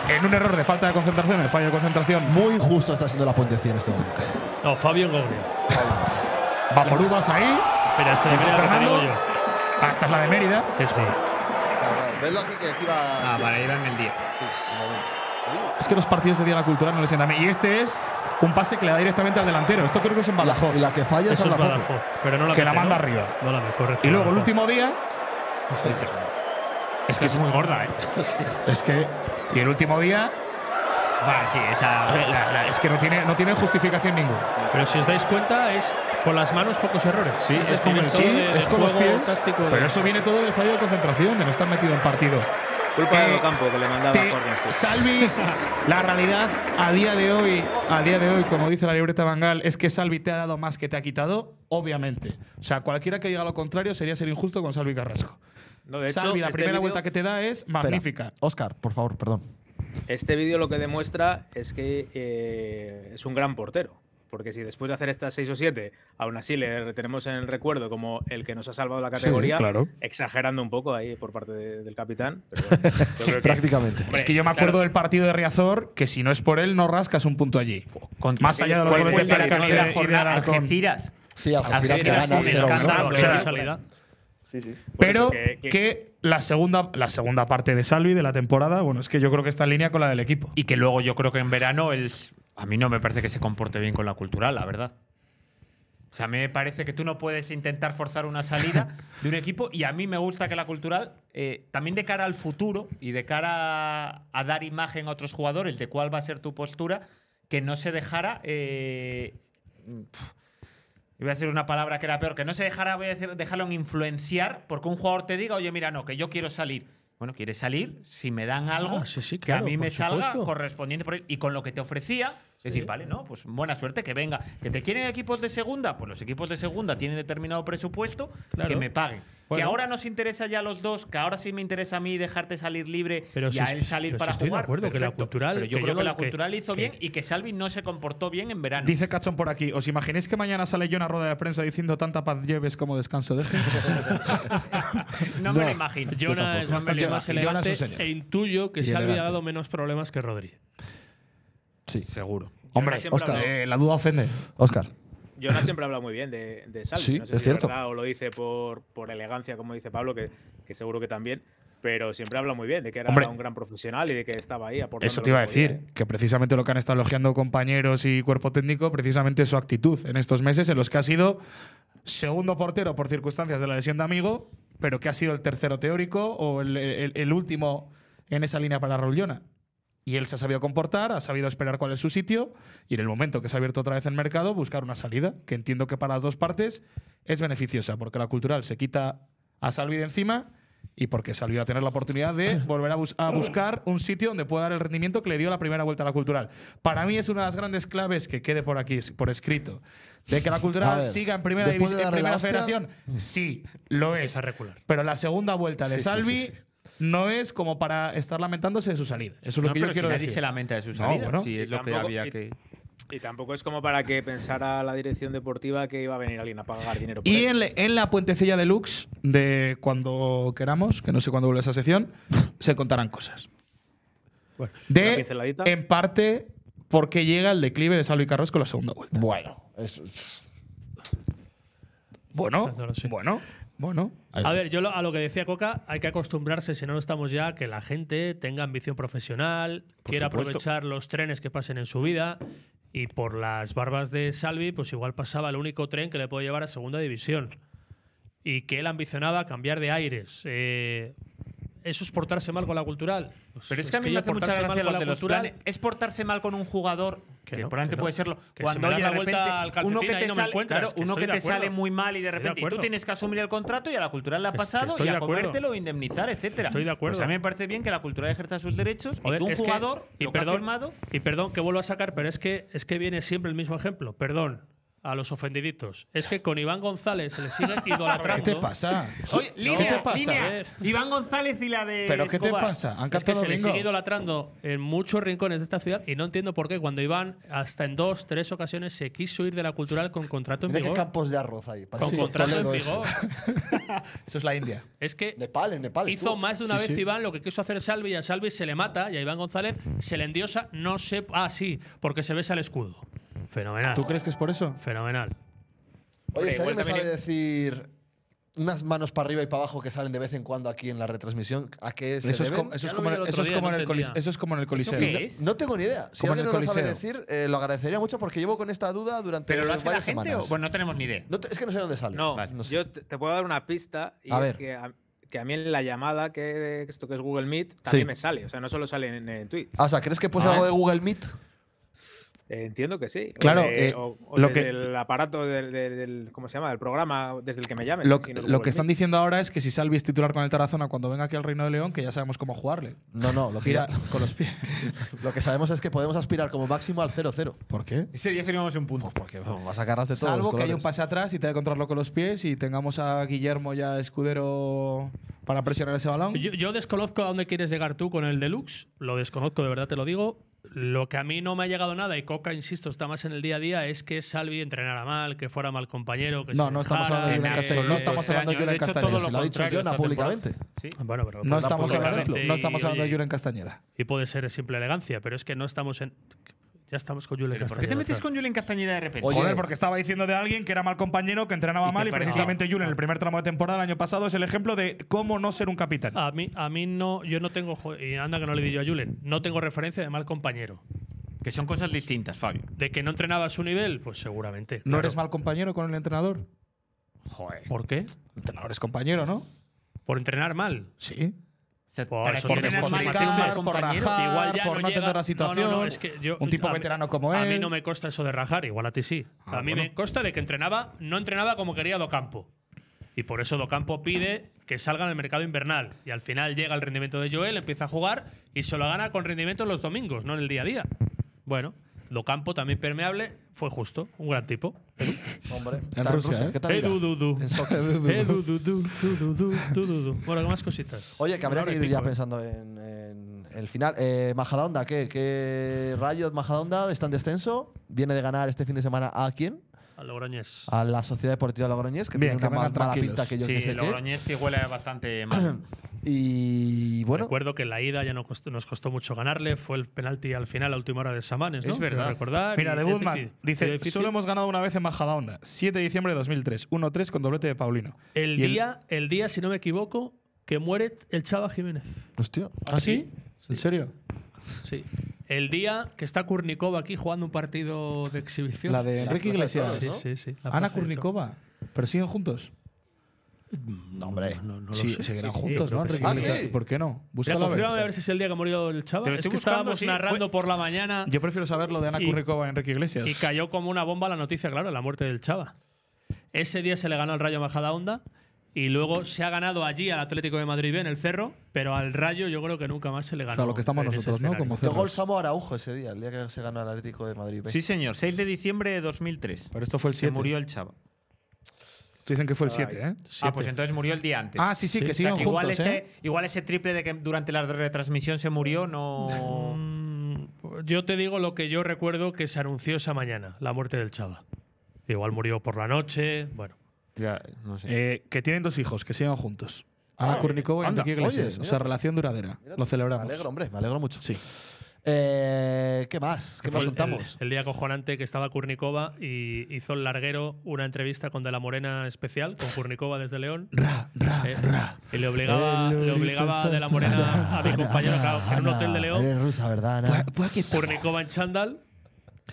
en un error de falta de concentración, el fallo de concentración. Muy injusto está siendo la puentecilla en este momento. No, Fabio Gobria. Va por uvas ahí. Pero este de San Mérida lo Fernando. digo yo. Ah, esta es la de Mérida. Es Vedlo aquí que aquí va. Ah, vale, iba en el día. Sí, un momento. Es que los partidos de Día de la Cultura no les sientan bien. Y este es un pase que le da directamente al delantero. Esto creo que es en Badajoz. y la que falla es Eso es Alba Badajoz, Poco. pero no la Que la mete, manda ¿no? arriba. No la ve, correcto. Y luego el Badajoz. último día. Es que es muy gorda, ¿eh? Es que. Y el último día. Va, sí, esa. la- la- es que no tiene, no tiene justificación ninguna. Pero si os dais cuenta, es con las manos pocos errores. Sí, es, decir, como el esto sí, de- de es con los juego pies. táctico de- Pero eso viene todo del fallo de concentración, de no estar metido en partido. Culpa Eh, de Ocampo, que le mandaba te- a Jorge. Salvi, la realidad a día de hoy, a día de hoy, como dice la libreta Bangal, es que Salvi te ha dado más que te ha quitado, obviamente. O sea, cualquiera que diga lo contrario sería ser injusto con Salvi Carrasco. No, de hecho, Salvi, la este primera vídeo- vuelta que te da es magnífica. Oscar, por favor, perdón. Eh. Este vídeo lo que demuestra es que eh, es un gran portero. Porque si después de hacer estas 6 o 7, aún así le tenemos en el recuerdo como el que nos ha salvado la Sí, categoría, claro. exagerando un poco ahí por parte de- del capitán. pero bueno, yo creo que- Prácticamente. Hombre, es que yo me acuerdo claro, del partido de Riazor, que si no es por él, no rascas un punto allí. Más allá de los ¿Cuál goles fue de el partido Percani de la y de jornada? Alarcón. Algeciras. Sí, Algeciras que gana un 0-1. escándalo. O sea, de salida. Por Pero eso que- que, que- la, segunda, la segunda parte de Salvi de la temporada, bueno, es que yo creo que está en línea con la del equipo. Y que luego yo creo que en verano él, a mí no me parece que se comporte bien con la cultural, la verdad. O sea, a mí me parece que tú no puedes intentar forzar una salida de un equipo y a mí me gusta que la cultural, eh, también de cara al futuro y de cara a dar imagen a otros jugadores de cuál va a ser tu postura, que no se dejara... eh, pf, Iba a decir una palabra que era peor, que no se dejara, voy a decir, dejarlo en influenciar, porque un jugador te diga, oye, mira, no, que yo quiero salir. Bueno, quieres salir, si me dan algo Ah, sí, sí, que claro, a mí por me salga supuesto. correspondiente por ahí. y con lo que te ofrecía, es decir, vale, no, pues buena suerte que venga. ¿Que te quieren equipos de segunda? Pues los equipos de segunda tienen determinado presupuesto Claro. que me paguen. Que Bueno. ahora nos interesa ya a los dos, que ahora sí me interesa a mí dejarte salir libre Pero y si a es- él salir pero si para estoy de jugar. acuerdo que la perfecto. cultural- Pero yo que yo creo que no- la que- cultural hizo que- bien y que Salvi no se comportó bien en verano. Dice Cachón por aquí, ¿os imagináis que mañana sale yo a una rueda de prensa diciendo tanta paz lleves como descanso deje? No me lo imagino. Jonah es bastante más elegante e intuyo que Y Salvi ha elegante. dado menos problemas que Rodríguez. Sí, seguro. Hombre, siempre Óscar, hablo- eh, la duda ofende. Oscar. Jonah siempre ha hablado muy bien de, de Salvi. Sí, no sé es si de cierto. verdad o lo dice por, por elegancia, como dice Pablo, que, que seguro que también. Pero siempre habla muy bien de que era Hombre. un gran profesional y de que estaba ahí aportando. Eso lo te iba a que podía, decir, que precisamente lo que han estado elogiando compañeros y cuerpo técnico, precisamente es su actitud en estos meses en los que ha sido segundo portero por circunstancias de la lesión de amigo, pero que ha sido el tercero teórico o el, el- el último en esa línea para Raúl Llona. Y él se ha sabido comportar, ha sabido esperar cuál es su sitio y en el momento que se ha abierto otra vez el mercado, buscar una salida, que entiendo que para las dos partes es beneficiosa, porque la cultural se quita a Salvi de encima y porque Salvi va a tener la oportunidad de volver a, bus- a buscar un sitio donde pueda dar el rendimiento que le dio la primera vuelta a la cultural. Para mí es una de las grandes claves que quede por aquí, por escrito, de que la A cultural ver, siga en primera, después división- de en darle la primera hostia- federación. Sí, lo es. regular. Pero la segunda vuelta de Sí, sí, Salvi sí, no es como para estar lamentándose de su salida. Eso es lo No, que pero yo si quiero nadie decir. se lamenta de su No, salida, bueno. si es Y lo que tampoco- había y- que… Y tampoco es como para que pensara la dirección deportiva que iba a venir alguien a pagar dinero por Y él. en, le- en la puentecilla deluxe, de cuando queramos, que no sé cuándo vuelve esa sección, se contarán cosas. una de, pinceladita. en parte, por qué llega el declive de Salvi Carros con la segunda vuelta. Bueno, Bueno, bueno, bueno. A ver, yo lo- a lo que decía Coca, hay que acostumbrarse, si no lo estamos ya, que la gente tenga ambición profesional, Por quiera supuesto. aprovechar los trenes que pasen en su vida. Y por las barbas de Salvi, pues igual pasaba el único tren que le puede llevar a segunda división. Y que él ambicionaba cambiar de aires. Eh, ¿Eso es portarse mal con la cultural? Pues Pero es que a mí yo me hace mucha portarse gracia mal con lo la de los cultural- planes. Es portarse mal con un jugador, que, no, probablemente que no. puede serlo, Que si cuando me das oye, de la vuelta repente al calcetín, uno que ahí te no me sale, encuentras, claro, que uno estoy que de te acuerdo. sale muy mal y de Estoy de repente y tú acuerdo. tienes que asumir el contrato y a la cultural la ha Que- que pasado estoy y de a acuerdo. comértelo e indemnizar, etcétera. Estoy de acuerdo. Pues a mí me parece bien que la cultural ejerza sus derechos Joder, y que un es que- jugador y lo que ha perdón- firmado Y perdón que vuelvo a sacar, pero es que, es que viene siempre el mismo ejemplo. Perdón a los ofendiditos. Es que con Iván González se le sigue idolatrando. ¿Qué te pasa? Oye, No, línea, ¿qué te pasa? línea. Joder. Iván González y la de ¿Pero qué te Escobar. pasa? Es Han que captado se le bingo. sigue idolatrando en muchos rincones de esta ciudad y no entiendo por qué cuando Iván hasta en dos, tres ocasiones se quiso ir de la cultural con contrato en Mira qué vigor. campos de arroz ahí. Con Parece contrato en Toledo eso. vigor. Eso es la India. Es que Nepal, en Nepal. hizo estuvo. más de una Sí, vez sí. Iván lo que quiso hacer Salvi y a Salvi se le mata y a Iván González se le endiosa, no sé, ah sí, porque se besa el escudo. Fenomenal. ¿Tú crees que es por eso? Fenomenal. Oye, si Hombre, alguien igual me sabe también- decir unas manos para arriba y para abajo que salen de vez en cuando aquí en la retransmisión, ¿a qué se Eso es, deben? como, eso Ya es lo vi como en- el otro eso es día, como no en el colis- entendía. eso es como en el Coliseo. qué es? No tengo ni idea. Si Como en alguien no el lo sabe Coliseo. decir, eh, lo agradecería mucho porque llevo con esta duda durante ¿Pero lo hace la varias gente semanas. o- Bueno, no tenemos ni idea. No te- es que no sé dónde sale. No, Vale. No sé. yo te te puedo dar una pista y A es ver. que a, que a mí en la llamada, que esto que es Google Meet, también Sí. me sale. O sea, no solo sale en, en tweets. Ah, o sea, ¿crees que puede A ser algo de ver. Google Meet? Eh, entiendo que sí. O Claro, de- eh, o, o lo desde que- el aparato del, del- del- ¿Cómo se llama? Del programa desde el que me llamen. Lo, si que- no es lo Google que están Meet. diciendo ahora es que si Salvi es titular con el Tarazona cuando venga aquí al Reino de León, que ya sabemos cómo jugarle. No, no, lo que, Gira con los pies. lo que sabemos es que podemos aspirar como máximo al 0-0. ¿Por qué? Ese día firmamos un punto. Porque vamos, va a sacarnos de todos Salvo los que haya colores. un pase atrás y tenga que controlarlo con los pies y tengamos a Guillermo ya escudero para presionar ese balón. Yo, yo desconozco a dónde quieres llegar tú con el deluxe, lo desconozco, de verdad te lo digo. Lo que a mí no me ha llegado nada, y Coca, insisto, está más en el día a día, es que Salvi entrenara mal, que fuera mal compañero, que No, se no estamos dejara, hablando de Julen que- Castells, no estamos este hablando de año. Julen De hecho, todo Castells. lo Se lo ha dicho contrario Jonah esta temporada. públicamente. Sí. Bueno, pero no, por estamos por hablando, ejemplo. no estamos Y, hablando de oye, Julen Castañeda. Y puede ser simple elegancia, pero es que no estamos en. Ya estamos con Julen ¿Pero por Castañeda. qué te metes otra vez. con Julen Castañeda de repente? Oye, Joder, porque estaba diciendo de alguien que era mal compañero, que entrenaba Y te mal y parece- precisamente Julen en el primer tramo de temporada del año pasado es el ejemplo de cómo no ser un capitán. A mí, a mí no, yo no tengo. jo- Y anda que no le di yo a Julen. No tengo referencia de mal compañero. Que son cosas distintas, Fabio. De que no entrenaba a su nivel, pues seguramente. ¿No claro. eres mal compañero con el entrenador? Joder. ¿Por qué? El entrenador es compañero, ¿no? Por entrenar mal. Sí. O sea, Por para eso que por tienes tengas muchos mal matices, despotricar, compañero, por rajar, Igual ya por no, no llega- entender la situación. No, no, no, es que yo- un tipo a mí- veterano como A él. mí no me consta eso de rajar, igual a ti sí. Ah, a mí bueno. me consta de que entrenaba, no entrenaba como quería Docampo. Y por eso Docampo pide que salga en el mercado invernal. Y al final llega el rendimiento de Joel, empieza a jugar y se lo gana con rendimiento los domingos, no en el día a día. Bueno, Docampo, también permeable, fue justo. Un gran tipo. Hombre, está en Rusia, ¿eh? ¿Qué tal Eh, irá? du, du, du. En soccer. Eh, du, du, du, du, du, du, du, du, du. Bueno, ¿qué más cositas? Oye, que habría Una que hora y ir ya pico, ¿eh? pensando en, en el final. Eh, Majadahonda, ¿qué? ¿Qué rayos Majadahonda está en descenso? Viene de ganar este fin de semana a quién? A Logroñés. A la Sociedad Deportiva Logroñés, que Bien, tiene que una ma- vengan mala tranquilos. pinta que yo sí, que sé qué. Logroñés que huele bastante mal. Y bueno, Recuerdo que en la ida ya no costó- nos costó mucho ganarle. Fue el penalti al final, a última hora de Samanes, ¿no? Es verdad. Quiero recordar, Mira, y de es Guzmán difícil. dice: Fue difícil. Solo hemos ganado una vez en Majadahonda, 7 de diciembre de 2003, 1-3 con doblete de Paulino. El Y el- día, el día, si no me equivoco, que muere el Chava Jiménez. Hostia. ¿Ah, sí? ¿En serio? Sí. El día que está Kurnikova aquí jugando un partido de exhibición. La de Enrique Iglesias. Sí, sí, sí. La plaza de Ana todo. Kurnikova. ¿Pero siguen juntos? No, hombre. no lo sí, sé. seguirán Sí, sí, juntos, yo ¿no? creo que Enrique sí. Iglesias. Ah, sí. ¿Por qué no? Mira, Búscalo a ver. confírmame a ver si es el día que ha murido el Chava. Te lo Es estoy que buscando, estábamos sí, fue- narrando por la mañana Yo prefiero saber lo de Ana Y- Kurnikova y Enrique Iglesias. y cayó como una bomba la noticia, claro, la muerte del Chava. Ese día se le ganó al Rayo Majadahonda y luego se ha ganado allí al Atlético de Madrid B en el Cerro, pero al Rayo yo creo que nunca más se le ganó. en ese escenario. Metió gol Samo Araujo ese día, el día que se ganó el Atlético de Madrid. Sí, señor, 6 de diciembre de 2003. Pero esto fue el 7. Se murió el chava. Dicen que fue el 7, ¿eh? Ah, pues entonces murió el día antes. Ah, sí, sí, que siguen igual, juntos, ese, ¿eh? igual ese triple de que durante la retransmisión se murió, no. Yo te digo lo que yo recuerdo que se anunció esa mañana, la muerte del Chava. Igual murió por la noche, bueno. Ya, no sé. Eh, que tienen dos hijos, que sigan juntos. Ana Ah, Kurnikova y anda. Enrique Iglesias. Oye, o sea, mira. relación duradera. Lo celebramos. Me alegro, hombre, me alegro mucho. Sí. Eh, ¿Qué más? ¿Qué más El- contamos? El, el día cojonante que estaba Kurnikova y hizo el larguero una entrevista con De la Morena especial, con Kurnikova desde León. Eh, Ah, Y le obligaba, El le Lolito obligaba está De la Morena a mi compañero, claro, en un hotel de Eres León. rusa, ¿verdad, Ana? pues Kurnikova en chándal,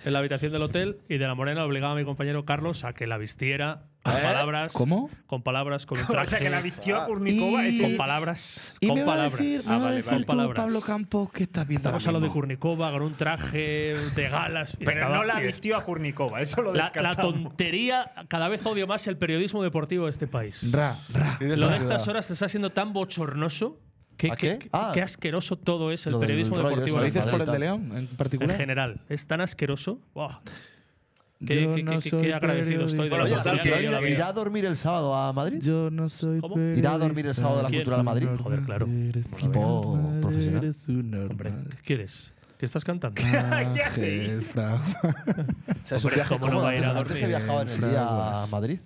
en la habitación del hotel, y De la Morena obligaba a mi compañero Carlos a que la vistiera con palabras. ¿Eh? ¿Cómo? Con palabras, con un O traje. sea, Ah, que la vistió Ah, a Kurnikova, Y- ese- Con palabras. Y con me va a palabras. decir, me va a decir Con tú, palabras. Pablo Campo, que estás viendo Estamos a ahora lo de mismo? Kurnikova con un traje de galas. y Pero estaba- no la y vistió a Kurnikova, eso lo la, la descartamos. tontería, cada vez odio más el periodismo deportivo de este país. Ra, ra. Lo de estas horas te está siendo tan bochornoso que, ¿A que- qué? que- Ah. qué asqueroso todo es el Lo del periodismo rollo deportivo. ese de ¿Lo dices Madrid. por el de León en particular? En general. Es tan asqueroso. Buah. Yo Qué, qué- no qué- qué soy agradecido estoy de la Oye, la oportunidad cultura que yo la irá- veo. ¿Irá a dormir el sábado a Madrid? Yo no soy ¿Irá a dormir el sábado a la ¿Quién? cultura a Madrid? Joder, claro. Equipo profesional. Hombre, ¿qué quieres? ¿Qué estás cantando? Ángel Fraga. O sea, es un Hombre, viaje ¿cómo no cómodo. va a ir Antes, a antes se dormir? viajaba en el día a Madrid.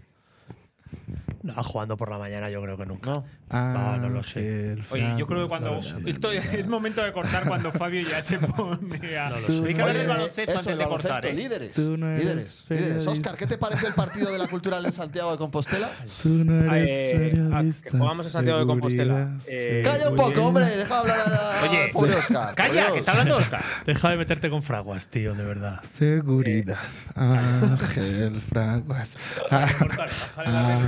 No, jugando por la mañana yo creo que nunca. No, Ah, no, lo sé. Oye, yo creo que cuando. Esto es momento de cortar cuando Fabio ya se pone a. Hay que hablar del Oye, baloncesto eso, antes el de baloncesto, cortar. ¿eh? Líderes. Tú no eres líderes. líderes. periodista. Oscar, ¿qué te parece el partido de la cultural en Santiago de Compostela? Tú no eres Eh, periodista. que jugamos en Santiago de Compostela. Eh, Calla un poco, hombre. Deja hablar a Oye, al pobre Oscar. por Dios. hablando Oscar. Deja de meterte con fraguas, tío, de verdad. Seguridad. Eh. Ángel Fraguas. Ángel. Ah.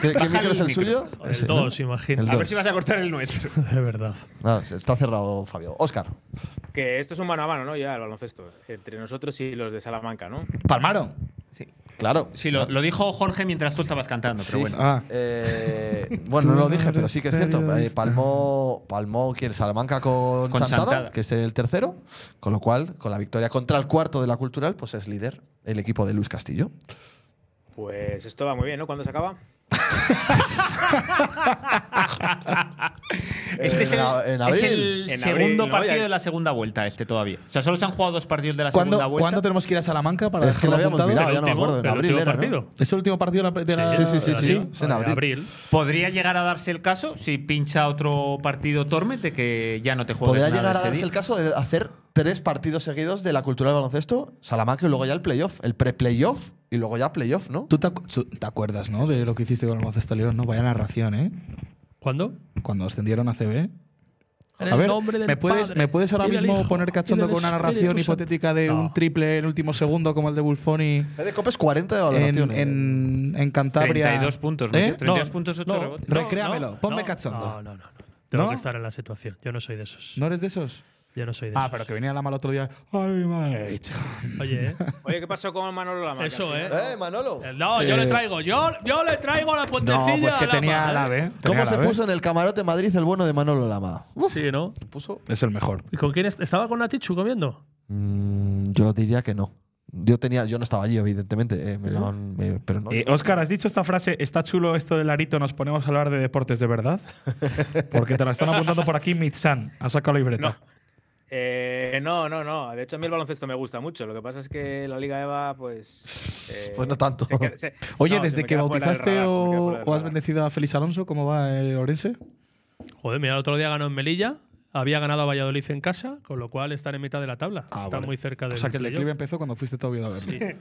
¿Qué, qué micro es el, el micro. suyo? El 2, imagino. El A dos. ver si vas a cortar el nuestro. De verdad. No, se- está cerrado, Fabio. Oscar. Que esto es un mano a mano, ¿no? Ya, el baloncesto. Entre nosotros y los de Salamanca, ¿no? Palmaron. Claro. Ah, Sí, lo, lo dijo Jorge mientras tú estabas cantando, pero Sí. bueno. Ah. Eh, bueno, no lo dije, pero sí que es cierto. Eh, palmó, palmó ¿quién? Salamanca con, Con Chantada, Chantada. que es el tercero. Con lo cual, con la victoria contra el cuarto de la Cultural, pues es líder el equipo de Luis Castillo. Pues esto va muy bien, ¿no? ¿Cuándo se acaba? Eh, Este es en el, a- en es abril. el En abril, segundo ¿no? partido Ya- de la segunda vuelta, este todavía. O sea, solo se han jugado dos partidos de la ¿Cuándo, segunda vuelta. cuándo tenemos que ir a Salamanca para Es que lo dejarlo habíamos mirado, apuntado? Ah, ya no me acuerdo. En el abril último era, partido. ¿no? ¿Es el último partido de la- de la.? Sí, sí, sí, sí. Así, es en de abril. Podría llegar a darse el caso, si pincha otro partido Tormes, de que ya no te juegues Podría nada llegar a ese darse día. el caso de hacer tres partidos seguidos de la Cultural Baloncesto, Salamanca y luego ya el playoff. El pre-playoff y luego ya playoff, ¿no? Tú te, acu- su- te acuerdas, ¿no? De lo que hiciste con el baloncesto León, ¿no? Vaya narración, ¿eh? ¿Cuándo? Cuando ascendieron a CB. En A el ver, nombre del ¿me puedes, Padre, ¿me puedes ahora y del mismo Hijo, poner y cachondo del con una Espíritu narración Santo? hipotética de un No. triple en último segundo como el de Buffoni Eh, de Copes 40 de valoración. en, eh. en, en Cantabria? 32 puntos, ¿Eh? metió 32 No, puntos, 8 no, rebotes. no, Recréamelo, no, ponme no, cachondo. No, no, no. no. Tengo ¿No? que estar en la situación. Yo no soy de esos. ¿No eres de esos? Yo no soy de Ah, esos. pero que venía la mala otro día. Ay, mi madre. bicho. Oye, ¿eh? Oye, ¿qué pasó con Manolo Lama? eso, ¿eh? Eh, Manolo. No, yo Eh. le traigo. Yo, yo le traigo la No, puentecilla. pues que a la ¿eh? tenía madre. la B. ¿Cómo ¿eh? se puso en el camarote Madrid el bueno de Manolo Lama? Uf, Sí, ¿no? puso. Es el mejor. ¿Y con quién est- estaba con Natichu comiendo? Mm, Yo diría que no. Yo tenía, yo no estaba allí, evidentemente. eh, me lo han- me- pero no. Eh, Oscar, has dicho esta frase, está chulo esto del arito, nos ponemos a hablar de deportes de verdad. Porque te la están apuntando por aquí Mitsan, ha sacado la libreta. Eh, no, no, no. De hecho, a mí el baloncesto me gusta mucho. Lo que pasa es que la Liga EVA, pues. eh, Pues no tanto. se queda- se- Oye, no, se desde me que queda fuera del bautizaste radar, se me queda o, fuera del o has radar. bendecido a Félix Alonso, ¿cómo va el Orense? Joder, mira, el otro día ganó en Melilla, había ganado a Valladolid en casa, con lo cual están en mitad de la tabla. están Ah, vale. muy cerca del O sea, que el playoff. declive empezó cuando fuiste todavía a verlo.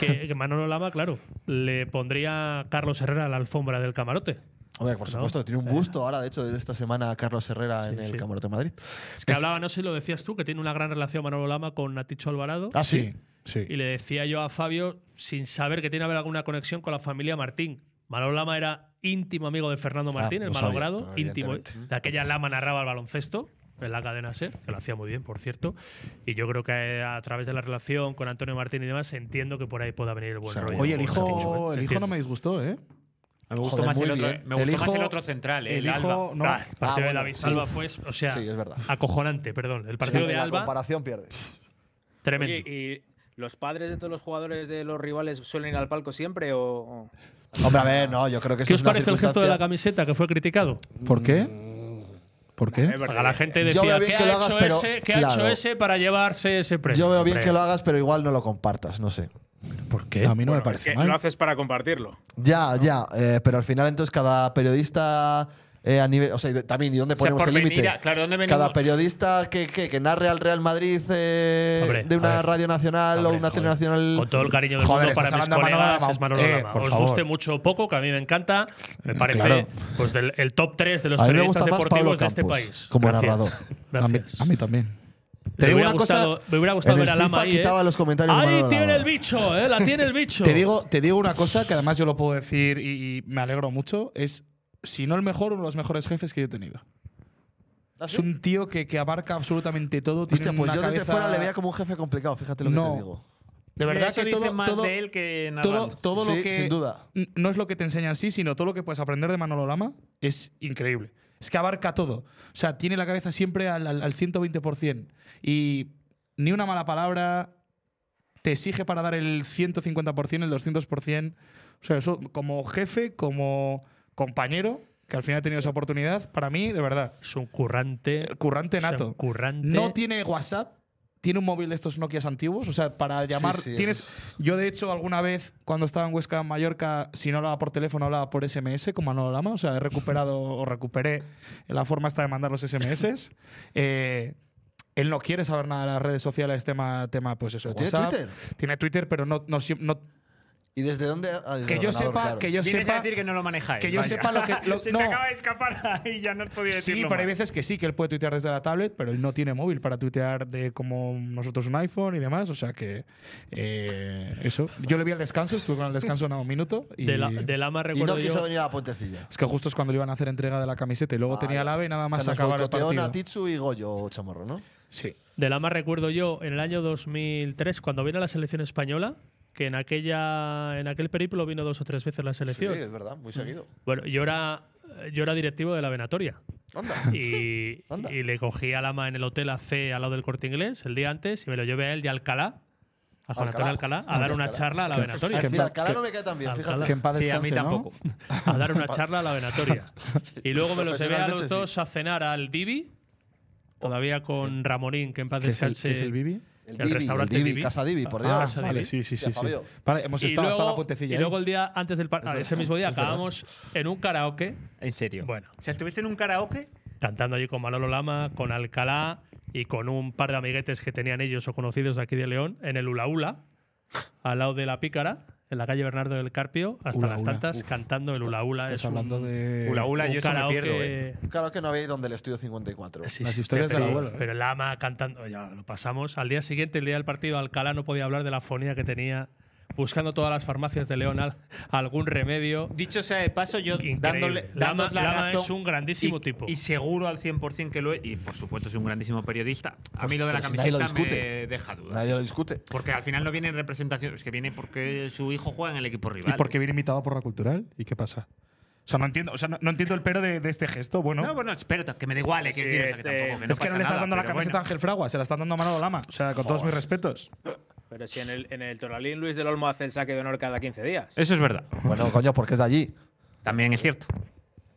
que, que Manolo Lama, claro, le pondría a Carlos Herrera a la alfombra del camarote. Hombre, por supuesto, tiene un busto ahora, de hecho, desde esta semana a Carlos Herrera en el oh, Eh. sí. Camarote de Madrid. Es que hablaba, no sé si lo decías tú, que tiene una gran relación Manolo Lama con Naticho Alvarado. Ah, sí. Y le decía yo a Fabio, sin saber que tiene que haber alguna conexión con la familia Martín. Manolo Lama era íntimo amigo de Fernando Martín, Ah, lo el sabía, malogrado, pero íntimo. evidentemente. De aquella Lama narraba el baloncesto en la cadena SER, que lo hacía muy bien, por cierto. Y yo creo que eh, a través de la relación con Antonio Martín y demás, entiendo que por ahí pueda venir el buen rollo. Oye, el con Naticho, hijo, ¿eh? el hijo Entiendo. no me disgustó, ¿eh? Me gustó más el otro- eh, me gustó más el otro central, eh, el Alba. no. Ah, el partido Ah, de bueno, David sí. Alba fue, o sea, Sí, es verdad. acojonante, perdón. El partido Sí, de la Alba, comparación pierde. tremendo. Oye, ¿Y los padres de todos los jugadores de los rivales suelen ir al palco siempre? O, o- Hombre, a ver, no, yo creo que eso ¿Qué es os una parece el gesto de la circunstancia- camiseta que fue criticado? ¿Por qué? ¿Por qué? Porque la gente Yo decía, veo bien ¿qué, que ha, lo hecho hagas, pero, ese, ¿qué ha hecho claro. ese para llevarse ese premio? Yo veo bien Hombre, que lo hagas, pero igual no lo compartas, no sé. ¿Por qué? A mí no me es que parece lo mal. haces para compartirlo. Ya, ya, eh, pero al final entonces cada periodista eh, a nivel, o sea, y de- también y dónde O sea, ponemos por el venir límite. a- claro, ¿dónde venimos? Cada periodista que, que, que narre al Real Madrid eh, Hombre, de a una ver. radio nacional o Hombre, una joder. telenacional. Con todo el cariño del Joder, mundo para estás mis hablando a Manolo colegas, Lama. es Manolo Eh, Lama. por Os favor. guste mucho o poco, que a mí me encanta, me parece claro. pues del, el top 3 de los a mí me periodistas gusta más Pablo deportivos de Campos este país. como Gracias. narrador. Gracias. A mí también. Me digo hubiera una cosa- gustado- me hubiera gustado en el ver a Lama FIFA ahí. ¿eh? quitaba los comentarios de Ahí Manolo tiene Lama. el bicho, ¿eh? la tiene el bicho. Te digo, te digo una cosa que además yo lo puedo decir y, y me alegro mucho. Es, si no el mejor, uno de los mejores jefes que yo he tenido. ¿Ah, sí? Es un tío que, que abarca absolutamente todo. Tiene Hostia, pues una yo desde cabeza- fuera le veía como un jefe complicado, fíjate lo que No. te digo. De verdad Eso que dice todo, más todo- de él que todo, narrando. todo Sí, lo que sin duda. n- no es lo que te enseñan sí, sino todo lo que puedes aprender de Manolo Lama es increíble. Es que abarca todo. O sea, tiene la cabeza siempre al, al- al 120%. Y ni una mala palabra te exige para dar el 150%, el 200%. O sea, eso como jefe, como compañero, que al final ha tenido esa oportunidad, para mí, de verdad, Es un currante. currante es un nato. currante. No tiene WhatsApp. Tiene un móvil de estos Nokias antiguos, o sea, para llamar. sí, eso tienes, es- Yo, de hecho, alguna vez, cuando estaba en Huesca, en Mallorca, si no hablaba por teléfono, hablaba por SMS, como Manolo Lama. O sea, he recuperado o recuperé la forma esta de mandar los SMS. Eh, él no quiere saber nada de las redes sociales, tema, tema pues eso. ¿Pero tiene WhatsApp. Twitter? Tiene Twitter, pero no. no, sie- no- ¿Y desde dónde? Ah, desde que, el yo ordenador, sepa, claro. que yo Vienes a sepa. decir que no lo manejáis. que yo vaya. sepa lo que- lo- Se no. te acaba de escapar ahí, ya no has podido Sí, decirlo pero hay más. veces que sí, que él puede tuitear desde la tablet, pero él no tiene móvil para tuitear de como nosotros un iPhone y demás. O sea que eh, eso. Yo le vi al descanso, estuve con el descanso nada, un minuto. Y De, la, de Lama Y no recuerdo quiso yo. venir a la Pontecilla. Es que justo es cuando le iban a hacer entrega de la camiseta y luego tenía el ave y nada más se acabar el partido. Natitsu y Goyo, chamorro, ¿no? Sí. De Lama recuerdo yo en el año 2003, cuando vino la selección española, que en, aquella, en aquel periplo vino dos o tres veces la Sí, selección. es verdad, Mm. muy seguido. Bueno, yo era, yo era directivo de la Venatoria. Y, Anda. y le cogí a Lama en el hotel AC al lado del corte inglés el día antes y me lo llevé a él y a Alcalá, a Juan Antonio Alcalá. Alcalá, a dar una Alcalá. charla a la Venatoria. Al pa- final, Alcalá que- no me cae tan bien, Alcalá. fíjate. Que en paz Sí, a mí descanse, ¿no? tampoco. a dar una charla a la venatoria. Y luego me los llevé a Profesionalmente, los dos a cenar al Bibi, todavía con Ramonín, que en paz ¿Qué es el, descanse. Ah, qué es el Bibi? El, El Divi, restaurante el Divi, Divi. Casa Divi, por Ah, Dios. casa Divi. Vale, sí, sí, Hostia, sí. sí. Fabio. Vale, hemos Y estado hasta la y puentecilla. ¿eh? luego el día antes del partido, ese mismo día, es verdad. acabamos en un karaoke En serio. Bueno. O sea, estuviste en un karaoke cantando allí con Manolo Lama, con Alcalá y con un par de amiguetes que tenían ellos o conocidos de aquí de León en el Ula Ula, al lado de la Pícara, en la calle Bernardo del Carpio, hasta Ula las Ula. tantas, Uf, cantando el Ula Ula. Estás Es un- hablando de. Ula Ula, un yo eso me karaoke- pierdo, eh. Claro que no había ido en el estudio 54. Sí, Las sí, historias pero- del abuelo, ¿eh? Pero Lama cantando, ya lo pasamos. Al día siguiente, el día del partido, Alcalá no podía hablar de la fonía que tenía, buscando todas las farmacias de León al- algún remedio. Dicho sea de paso, yo Increíble. dándole, Lama- dándole la Lama razón es un grandísimo y- tipo. Y seguro al 100% que lo es. Y por supuesto es un grandísimo periodista. A mí lo de la pero si nadie lo camiseta me discute. deja dudas. Nadie lo discute. Porque al final no viene en representación. Es que viene porque su hijo juega en el equipo rival. Y porque viene invitado por la cultural. ¿Y qué pasa? O sea, no entiendo, o sea, no, no entiendo el pero de, de este gesto. Bueno. No, bueno, espero que me da igual. eh, que Sí, quiero decir, este- que tampoco, que no es que pasa no le estás nada, dando la pero camiseta a bueno. Ángel Fragua, se la estás dando a Manolo Lama. O sea, con todos mis respetos. Pero si en el, en el Toralín Luis del Olmo hace el saque de honor cada 15 días. Eso es verdad. Bueno, coño, porque es de allí. También es cierto.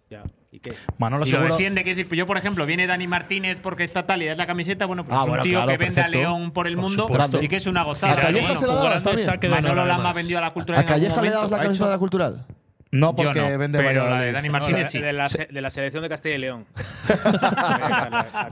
Ya. ¿Y qué? y lo defiende, quiero decir, pues yo, por ejemplo, viene Dani Martínez porque está tal y das la camiseta, bueno, pues Ah, es un bueno, tío claro, que vende perfecto. a León por el Por mundo supuesto. y que es una gozada. A Calleja Bueno, se la dabas grande también. saque de Manolo Manolo Lama Lama. vendió a la cultura. ¿A en algún Calleja le dabas momento, la ha hecho- camiseta de la cultural? No, Yo no, pero la de Valladolid. Dani De la- Martínez sí. de, la, se- de la selección de Castilla y León.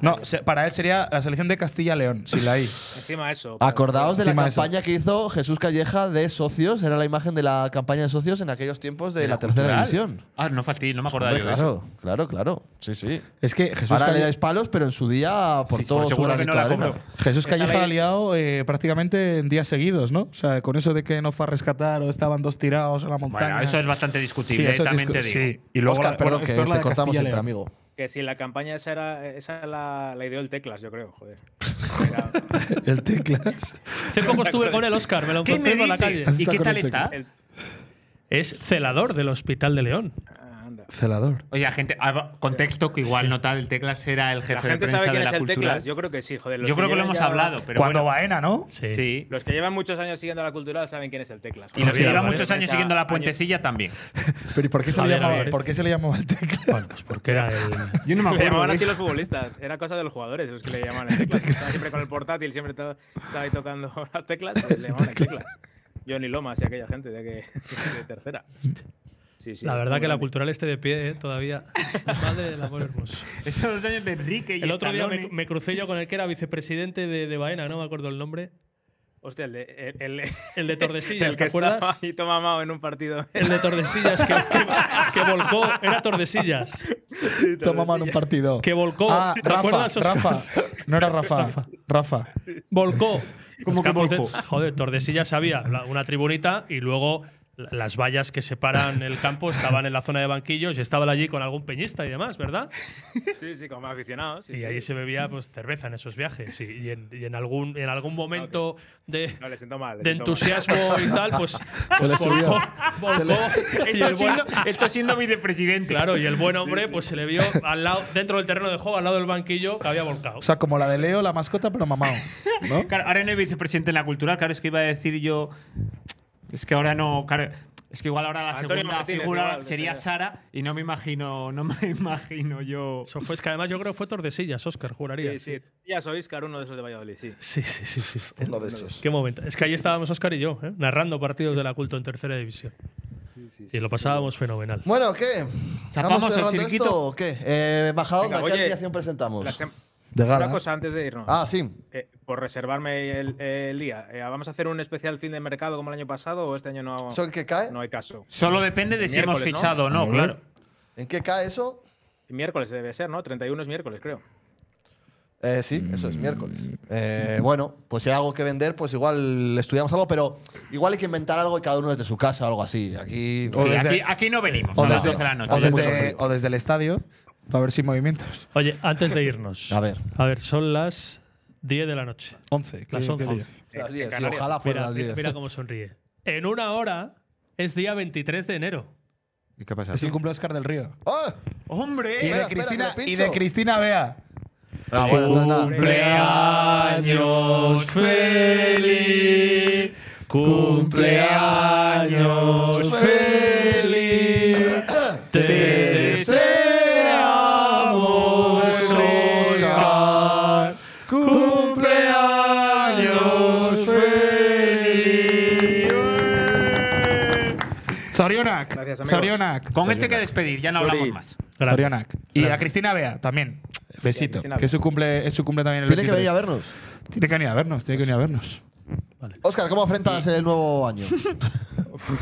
No, se- para él sería la selección de Castilla-León, sin la I. Encima eso. Acordaos de la Encima de eso. campaña que hizo Jesús Calleja de socios, era la imagen de la campaña de socios en aquellos tiempos de, la, tercera Cultural. división. Ah, no fastidio, no me acordaba Hombre, yo de claro, eso. claro, claro. Sí, sí. Es que Jesús Ahora Calle- le dais palos, pero en su día por Sí, todo por su seguro que granito no de la arena. compró. Jesús Calleja la ha liado eh, prácticamente en días seguidos, ¿no? O sea, con eso de que no fue a rescatar o estaban dos tirados en la montaña. Bueno, eso es bastante discutible, eso es también te discu- digo. sí. Y luego Oscar, la- perdón, es que peor la te de cortamos Castilla y siempre, León. amigo. Que si la campaña esa era, esa era la, la idea del teclas, yo creo, joder. Era- El teclas. Hace poco estuve con el Oscar, me lo ¿Qué me encontré por la calle. dices? ¿Y qué tal está? el- Es celador del Hospital de León. anda. Celador. Oye, gente, ah, contexto que igual no tal, el Teclas era el La jefe de gente sabe prensa de quién es la el cultura. teclas. Yo creo que sí, joder. los Yo creo que lo llevan hemos ya- hablado, pero Cuando bueno, Baena, ¿no? Sí. sí. Los que llevan muchos años siguiendo a la cultural saben quién es el teclas. Y los que Hostia, llevan vale. muchos años Esa- siguiendo la años- puentecilla también. Pero ¿y por qué se, A le ver, llamaba, a ver. ¿por qué se le llamaba el teclas? Bueno, pues porque era el. Yo no me ¿eh? Le llamaban así los futbolistas, era cosa de los jugadores los que le llamaban el teclas. Estaba siempre con el portátil, siempre to- estaba ahí tocando las teclas, pues le llamaban el teclas. Johnny Lomas y aquella gente de, que, de tercera. Sí, sí, La es verdad muy que la grande. cultural esté de pie ¿eh? todavía. Madre del amor hermoso. Esos son los años de Enrique y El otro día me, Scaloni. me crucé yo con el que era vicepresidente de, de Baena, no me acuerdo el nombre. Hostia, el de, el, el- El de Tordesillas, el ¿te que acuerdas? estaba ahí tomamao en un partido. El de Tordesillas que, que- que volcó, era Tordesillas, Sí, Toma mano un Tordesillas. partido. que volcó. Ah, ¿Te Rafa, acuerdas, Óscar? Rafa. No era Rafa. Rafa. Volcó. ¿Cómo Los que campos de- volcó? joder, Tordesillas había la- una tribunita y luego la- las vallas que separan el campo estaban en la zona de banquillos y estaban allí con algún peñista y demás, ¿verdad? Sí, sí, como aficionados. sí, Y sí. ahí se bebía pues, cerveza en esos viajes y, y en, y en algún, en algún momento de, No, le siento mal. le de siento mal. entusiasmo y tal, pues, Se le pues volcó. subió. volcó, Se le- y Esto el buen- siendo, esto siendo vicepresidente. Claro, y el buen hombre pues se le vio al lado, dentro del terreno de juego, al lado del banquillo, que había volcado. O sea, como la de Leo, la mascota, pero mamado. ¿No? Claro, ahora no hay vicepresidente en la cultural, claro, es que iba a decir yo. Es que ahora no. Claro, es que igual ahora la Antonio segunda Martínez, figura igual, sería sería. Sara y no me imagino, no me imagino yo. Eso fue, es que además yo creo que fue Tordesillas, Oscar, juraría. Sí, sí. Ya sois, Oscar, uno de esos de Valladolid, sí. Sí, sí, sí. sí. Uno de esos. Qué momento. Es que ahí estábamos Oscar y yo, ¿eh? narrando partidos de la culto en tercera división. Y lo pasábamos fenomenal. Bueno, ¿qué? ¿Zapamos el ¿Estamos cerrando chiringuito? esto o qué? Eh, bajadón, Venga, ¿qué oye, alineación presentamos? La sem- De Una gala. ¿eh? cosa antes de irnos. Ah, sí. Eh, por reservarme el, el día. Eh, ¿Vamos a hacer un especial fin de mercado como el año pasado o este año no, ¿Eso en qué cae? no hay caso? Solo depende de si hemos Miércoles, ¿no? fichado o no, claro. ¿En qué cae eso? Miércoles debe ser, ¿no? 31 es miércoles, creo. Eh, sí, eso es miércoles. Eh, Mm. bueno, pues si hay algo que vender, pues igual estudiamos algo, pero igual hay que inventar algo y cada uno desde su casa o algo así. Aquí. pues, Sí, O desde- aquí, aquí no venimos o a las desde- 12 de la o O noche. ya desde- está. desde, o desde el estadio, para ver sin movimientos. Oye, antes de irnos. A ver. A ver, son las 10 de la noche. 11. Las 11. Las en 10, y Canarias. ojalá fuera Mira, las mira, 10. mira cómo sonríe. En una hora es día 23 de enero. ¿Y qué pasa? Es el cumple Oscar del Río. ¡Ah! ¡Hombre! Y de espera, Cristina, que le y pincho. de Cristina Bea. Ah, bueno, entonces nada. Cumpleaños feliz. Cumpleaños feliz. Te deseamos, Ah, Oscar. Cumpleaños feliz. Zorionak. Gracias, amigos. Zorionak. Con este que despedir, ya no hablamos Uri. más. Zorionak. Y a Cristina Bea también. Besito. Cristina Bea. Que es su cumple, es su cumple también el Tiene que venir a 23. vernos. Tiene que venir a vernos. Tiene que venir a vernos. Oscar, ¿cómo afrentas el nuevo año?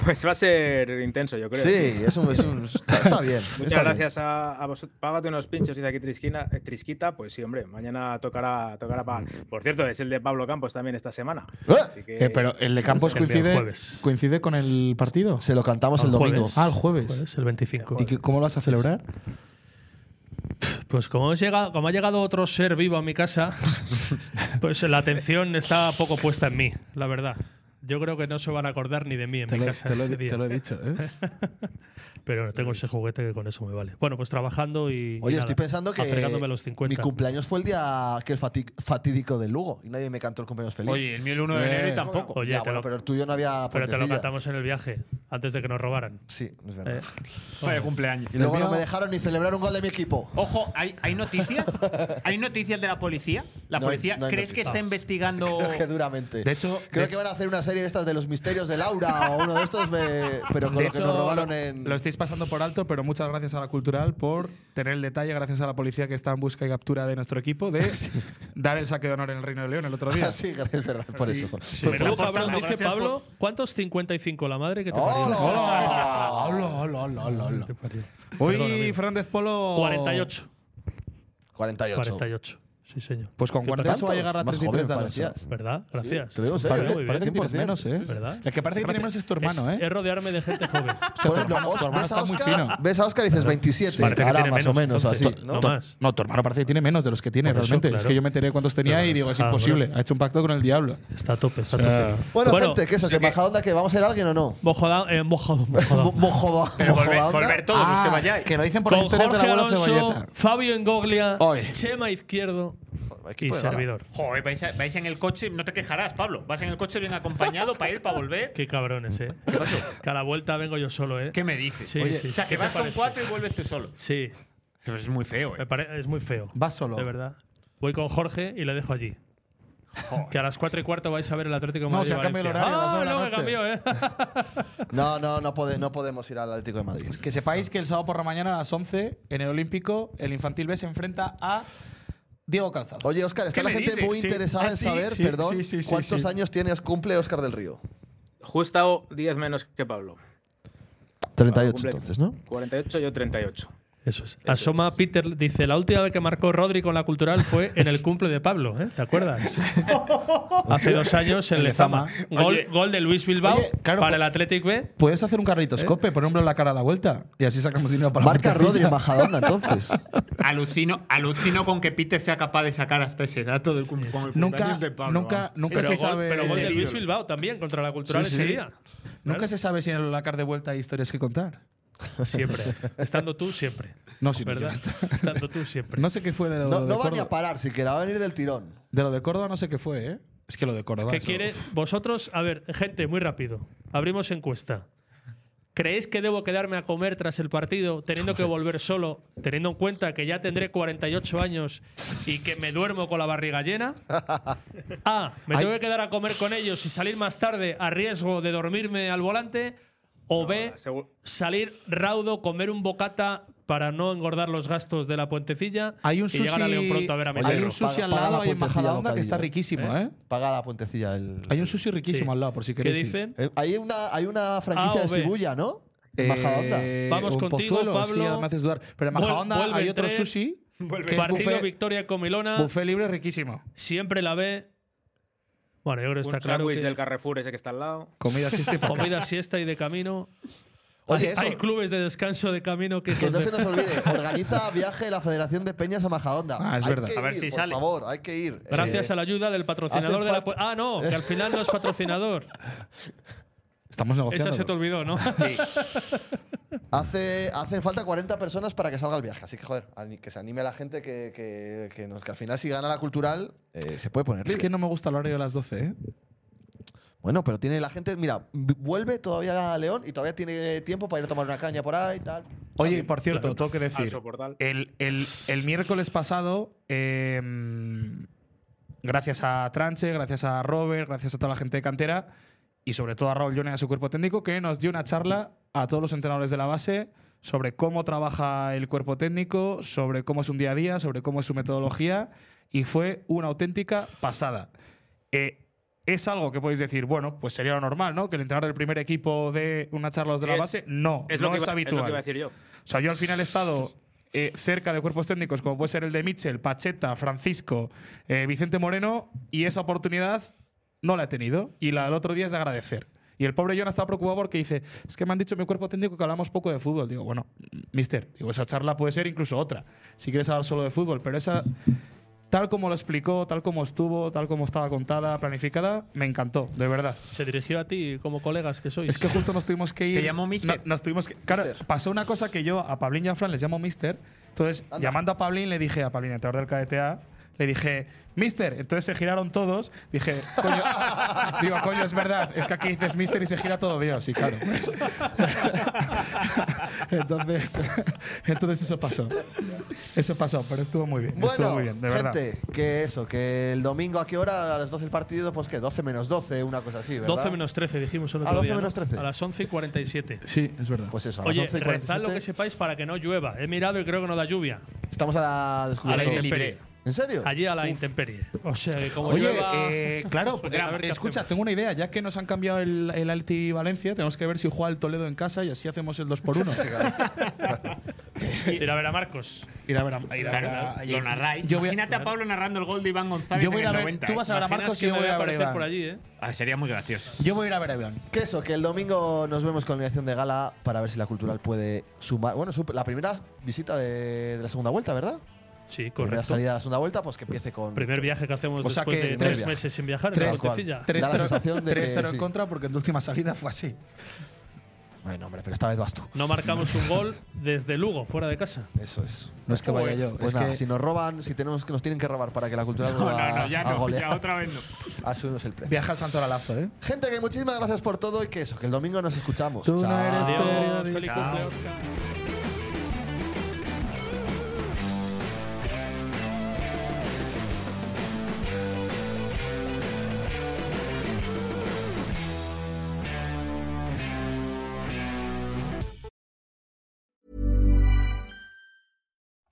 Pues va a ser intenso, yo creo. Sí, es un, es un- está, está bien. Muchas está bien. gracias a, a vosotros. Págate unos pinchos, dice aquí Trisquina- eh, Trisquita. Pues sí, hombre, mañana tocará, tocará pagar. Por cierto, es el de Pablo Campos también esta semana. ¡Ah! Así que Eh, pero el de Campos el del coincide, jueves. coincide con el partido. Se lo cantamos el Al domingo. jueves. Ah, el jueves. Jueves, el 25. ¿Y qué- cómo lo vas a celebrar? Pues como, hemos llegado- como ha llegado otro ser vivo a mi casa, pues la atención está poco puesta en mí, la verdad. Yo creo que no se van a acordar ni de mí en Te mi lo, casa. te lo- ese día. te lo he dicho, ¿eh? Pero bueno, tengo ese juguete que con eso me vale. Bueno, pues trabajando y. y Oye, nada, estoy pensando que Acercándome a los 50. mi cumpleaños fue el día que el fatídico del Lugo y nadie me cantó el cumpleaños feliz. Oye, el mío el 1 de enero y tampoco. Oye, Ya, te bueno, lo- pero el tuyo no había Pero te lo puentecilla. cantamos Eh, en el viaje, antes de que nos robaran. Sí, es verdad. Vaya cumpleaños. Y luego no me dejaron ni celebrar un gol de mi equipo. Ojo, ¿hay, hay noticias? ¿Hay noticias de la policía? ¿La No hay- policía no hay crees que noticias. está investigando...? Creo que duramente. De hecho- creo de que hecho- van a hacer una serie de estas de los misterios de Laura o uno de estos, me- pero con De lo que hecho, nos robaron en. Lo estáis pasando por alto, pero muchas gracias a la Cultural por tener el detalle, gracias a la policía que está en busca y captura de nuestro equipo, de dar el saque de honor en el Reino de León el otro día. Ah, sí, es verdad, por Sí. eso. Sí. Pero Por- cabrón, por- dice gracias Pablo, ¿cuántos 55 la madre que te ¡Hola! parió? ¡Hola! hola, hola, hola, hola. Te parió. Perdón, Hoy amigo. Fernández Polo. 48. 48. 48. Sí, señor. Pues con ¿Qué 48 va a pasa? llegar a 33 de Alonso. ¿Verdad? Gracias. Te lo digo en serio, Parece ¿eh? muy bien. Parece que tienes menos, ¿eh? ¿Verdad? El que parece que tiene menos es tu hermano, ¿eh? Es rodearme de gente joven. Por ejemplo, Os- ves, a Oscar, ves a Oscar y dices 27. Parece que ahora tiene más o menos, menos, así. entonces, ¿no? no más. No, tu hermano parece que tiene menos de los que tiene Por eso, realmente. Es claro. que yo me enteré cuántos tenía Pero y no digo, es está, imposible. bueno. Ha hecho un pacto con el diablo. Está a tope, está a tope. Bueno, gente, que eso, que baja onda, que vamos a ir a alguien o no. Mojodao, eh, mojodao, mojodao. Mojoda. Pero mojoda volver- onda. volver todos los que vayáis. Ah, Que lo dicen por Con las historias Jorge del abuelo Alonso, Cebolleta. Fabio Engoglia, Hoy. Chema Izquierdo y Pues nada. servidor. Joder, vais, a- vais en el coche, no te quejarás, Pablo. Vas en el coche bien acompañado para ir, para volver. Qué cabrones, ¿eh? Que a la vuelta vengo yo solo, ¿eh? ¿Qué me dices? Sí, Oye, sí. O sea, que ¿Qué te vas con parece? cuatro y vuelves tú solo. Sí. es muy feo, ¿eh? es muy feo. Vas solo. De verdad. Voy con Jorge y le dejo allí. Que a las 4 y cuarto vais a ver el Atlético de No, Madrid. se ha cambiado el Valencia. horario, a las Ah, nueve de la no, noche. que cambió, ¿eh? No, no, no, pode- no podemos ir al Atlético de Madrid. Que sepáis que el sábado por la mañana a las 11, en el Olímpico, el Infantil B se enfrenta a Diego Calzado. Oye, Oscar, está ¿Qué la me gente dices? muy Sí. interesada Ah, en sí, saber, sí, perdón, sí, sí, sí, cuántos sí. años tienes cumple Oscar del Río. Justo 10 menos que Pablo. 38 Cumple entonces, ¿no? 48, yo 38. Eso es. Asoma Peter, dice, la última vez que marcó Rodri con la cultural fue en el cumple de Pablo, ¿eh? ¿Te acuerdas? Hace dos años en En Lezama. Lezama. Gol, Oye. gol de Luis Bilbao Oye, claro, para po- el ¿eh? Athletic B. Puedes hacer un carritoscope, por ejemplo, en la cara a la vuelta. Y así sacamos dinero para Marca la Rodri puentecilla. en Majadahonda, entonces. Alucino, alucino con que Peter sea capaz de sacar hasta ese dato del cum- con el Nunca- cumpleaños de Pablo. nunca- vamos. nunca Pero se gol, sabe- pero gol ¿eh? de Sí, Luis sí. Bilbao también contra la cultural Sí, ese sí. día. Nunca se sabe si en el lacar de vuelta hay historias que contar. Siempre. Estando tú, siempre. No, si no, ¿Verdad? yo Estando tú, siempre. No sé qué fue de lo No, de no va ni Córdoba. a parar siquiera, va a venir del tirón. De lo de Córdoba no sé qué fue, ¿eh? Es que lo de Córdoba. ¿Qué eso- quiere? Vosotros, a ver, gente, muy rápido. Abrimos encuesta. ¿Creéis que debo quedarme a comer tras el partido, teniendo que volver solo, teniendo en cuenta que ya tendré 48 años y que me duermo con la barriga llena? A. ¿Me tengo Ay. que quedar a comer con ellos y salir más tarde a riesgo de dormirme al volante? O B. Salir raudo, comer un bocata para no engordar los gastos de la puentecilla Hay un y llegar a sushi- León pronto a ver a mi hay perro. un sushi al lado ahí en Majadahonda que está riquísimo, ¿eh? Paga la puentecilla. El... Hay un sushi Sí. riquísimo al lado, por si ¿Qué queréis. ir. dicen? Eh, Hay una, hay una franquicia A de o B. Shibuya, ¿no? Eh, En Majadahonda. o en Pozuelo, es que ya me haces dudar. Pero en Vuel- Majadahonda hay vuelve otro tren, sushi que es Partido buffet, Victoria Comilona. buffet libre riquísimo. Siempre la ve. Bueno, yo creo que está Un claro. sándwich que- del Carrefour ese que está al lado. Comida siesta y pa' Comida, casa. siesta y de camino. Oye, hay, eso- hay clubes de descanso de camino que. Que no hijos se de- nos olvide, organiza viaje la Federación de Peñas a Majadahonda. Ah, es Hay verdad. que A ver ir, si por sale. favor, hay que ir. Gracias Eh, a la ayuda del patrocinador hacen de la. falta- pu- Ah, no, que al final no es patrocinador. Estamos negociando. Esa se te olvidó, ¿no? Hace, hacen falta 40 personas para que salga el viaje. Así que, joder, ani- que se anime la gente que, que, que nos- que al final, si gana la cultural, eh, se puede poner Es libre. que no me gusta el horario de las 12, ¿eh? Bueno, pero tiene la gente. Mira, v- vuelve todavía a León y todavía tiene tiempo para ir a tomar una caña por ahí y tal. Oye, y por cierto, tengo que Al decir, el, el- el miércoles pasado, eh, gracias a Tranche, gracias a Robert, gracias a toda la gente de cantera y sobre todo a Raúl Llone y a su cuerpo técnico, que nos dio una charla a todos los entrenadores de la base sobre cómo trabaja el cuerpo técnico, sobre cómo es un día a día, sobre cómo es su metodología y fue una auténtica pasada. Eh, es algo que podéis decir, bueno, pues sería lo normal, ¿no? Que el entrenador del primer equipo de una charla de la Sí, base. No, es no lo que iba- es es lo que habitual. iba a decir yo. O sea, yo al final he estado eh, cerca de cuerpos técnicos como puede ser el de Mitchell, Pacheta, Francisco, eh, Vicente Moreno, y esa oportunidad no la he tenido. Y la del otro día es de agradecer. Y el pobre John estaba preocupado porque dice, es que me han dicho en mi cuerpo técnico que hablamos poco de fútbol. Digo, bueno, mister, digo, esa charla puede ser incluso otra, si quieres hablar solo de fútbol, pero esa Tal como lo explicó, tal como estuvo, tal como estaba contada, planificada, me encantó, de verdad. Se dirigió a ti como colegas que sois. Es que justo nos tuvimos que ir. Te llamó Mister. nos tuvimos que. Claro, pasó una cosa que yo a Pablín y a Fran les llamo Mister. Entonces, llamando a Pablín, le dije a Pablín, entrenador del KDTA, le dije, Mister. Entonces se giraron todos. Dije, coño. digo, coño, es verdad. Es que aquí dices Mister y se gira todo Dios. Y claro. pues. entonces, entonces eso pasó. Eso pasó, pero estuvo muy bien. estuvo Bueno, muy bien, de verdad. gente, que eso, que el domingo a qué hora, a las 12 el partido, pues que 12 menos 12, una cosa así, ¿verdad? 12 menos 13, dijimos el A otro 12 día, ¿no? menos 13. A las 11 y 47. Sí, es verdad. Pues eso, a las Oye, 11 y rezad lo 47. que sepáis para que no llueva. He mirado y creo que no da lluvia. Estamos a la A la descubierto. intemperie. ¿En serio? Allí a la intemperie. O sea, que como Oye, llueva… eh, claro, pues, gran- a ver qué escucha, hacemos. tengo una idea. Ya que nos han cambiado el, el Alti Valencia, tenemos que ver si juega el Toledo en casa y así hacemos el 2x1. Ir a ver a Marcos. ir a ver a. ir a ver a- Claro, lo narráis. Yo voy a- Imagínate a Pablo narrando el gol de Iván González. Yo voy en a ir a el ver- 90, tú vas a ver a ¿eh? Marcos y yo Imaginas que voy me a ver a Iván. ¿eh? Ah, sería muy gracioso. Yo voy a ir a ver a Iván. Que eso, que el domingo nos vemos con la alineación de gala para ver si la cultural puede sumar. Bueno, su- la primera visita de, de la segunda vuelta, ¿verdad? Sí, Primera correcto. salida de la segunda vuelta, pues que empiece con. Primer viaje que hacemos O sea que después de tres tres viajes. meses sin viajar. Tres, en la cual. Pontecilla. Da la sensación de que 3-0 en sí. contra porque en tu última salida fue así. Bueno, hombre, pero esta vez vas tú. No marcamos un gol desde Lugo, fuera de casa. Eso es. No es que vaya yo, Pues es nada, que- si nos roban, si tenemos que nos tienen que robar para que la cultural No, vuelva no, no, ya a no, ya golear. otra vez Asumimos el precio. Viaja al Santoralazo, ¿eh? Gente, que muchísimas gracias por todo y que eso, que el domingo nos escuchamos. Tú no Chao. eres Adiós, periodista. feliz Ah, Chao. cumpleaños.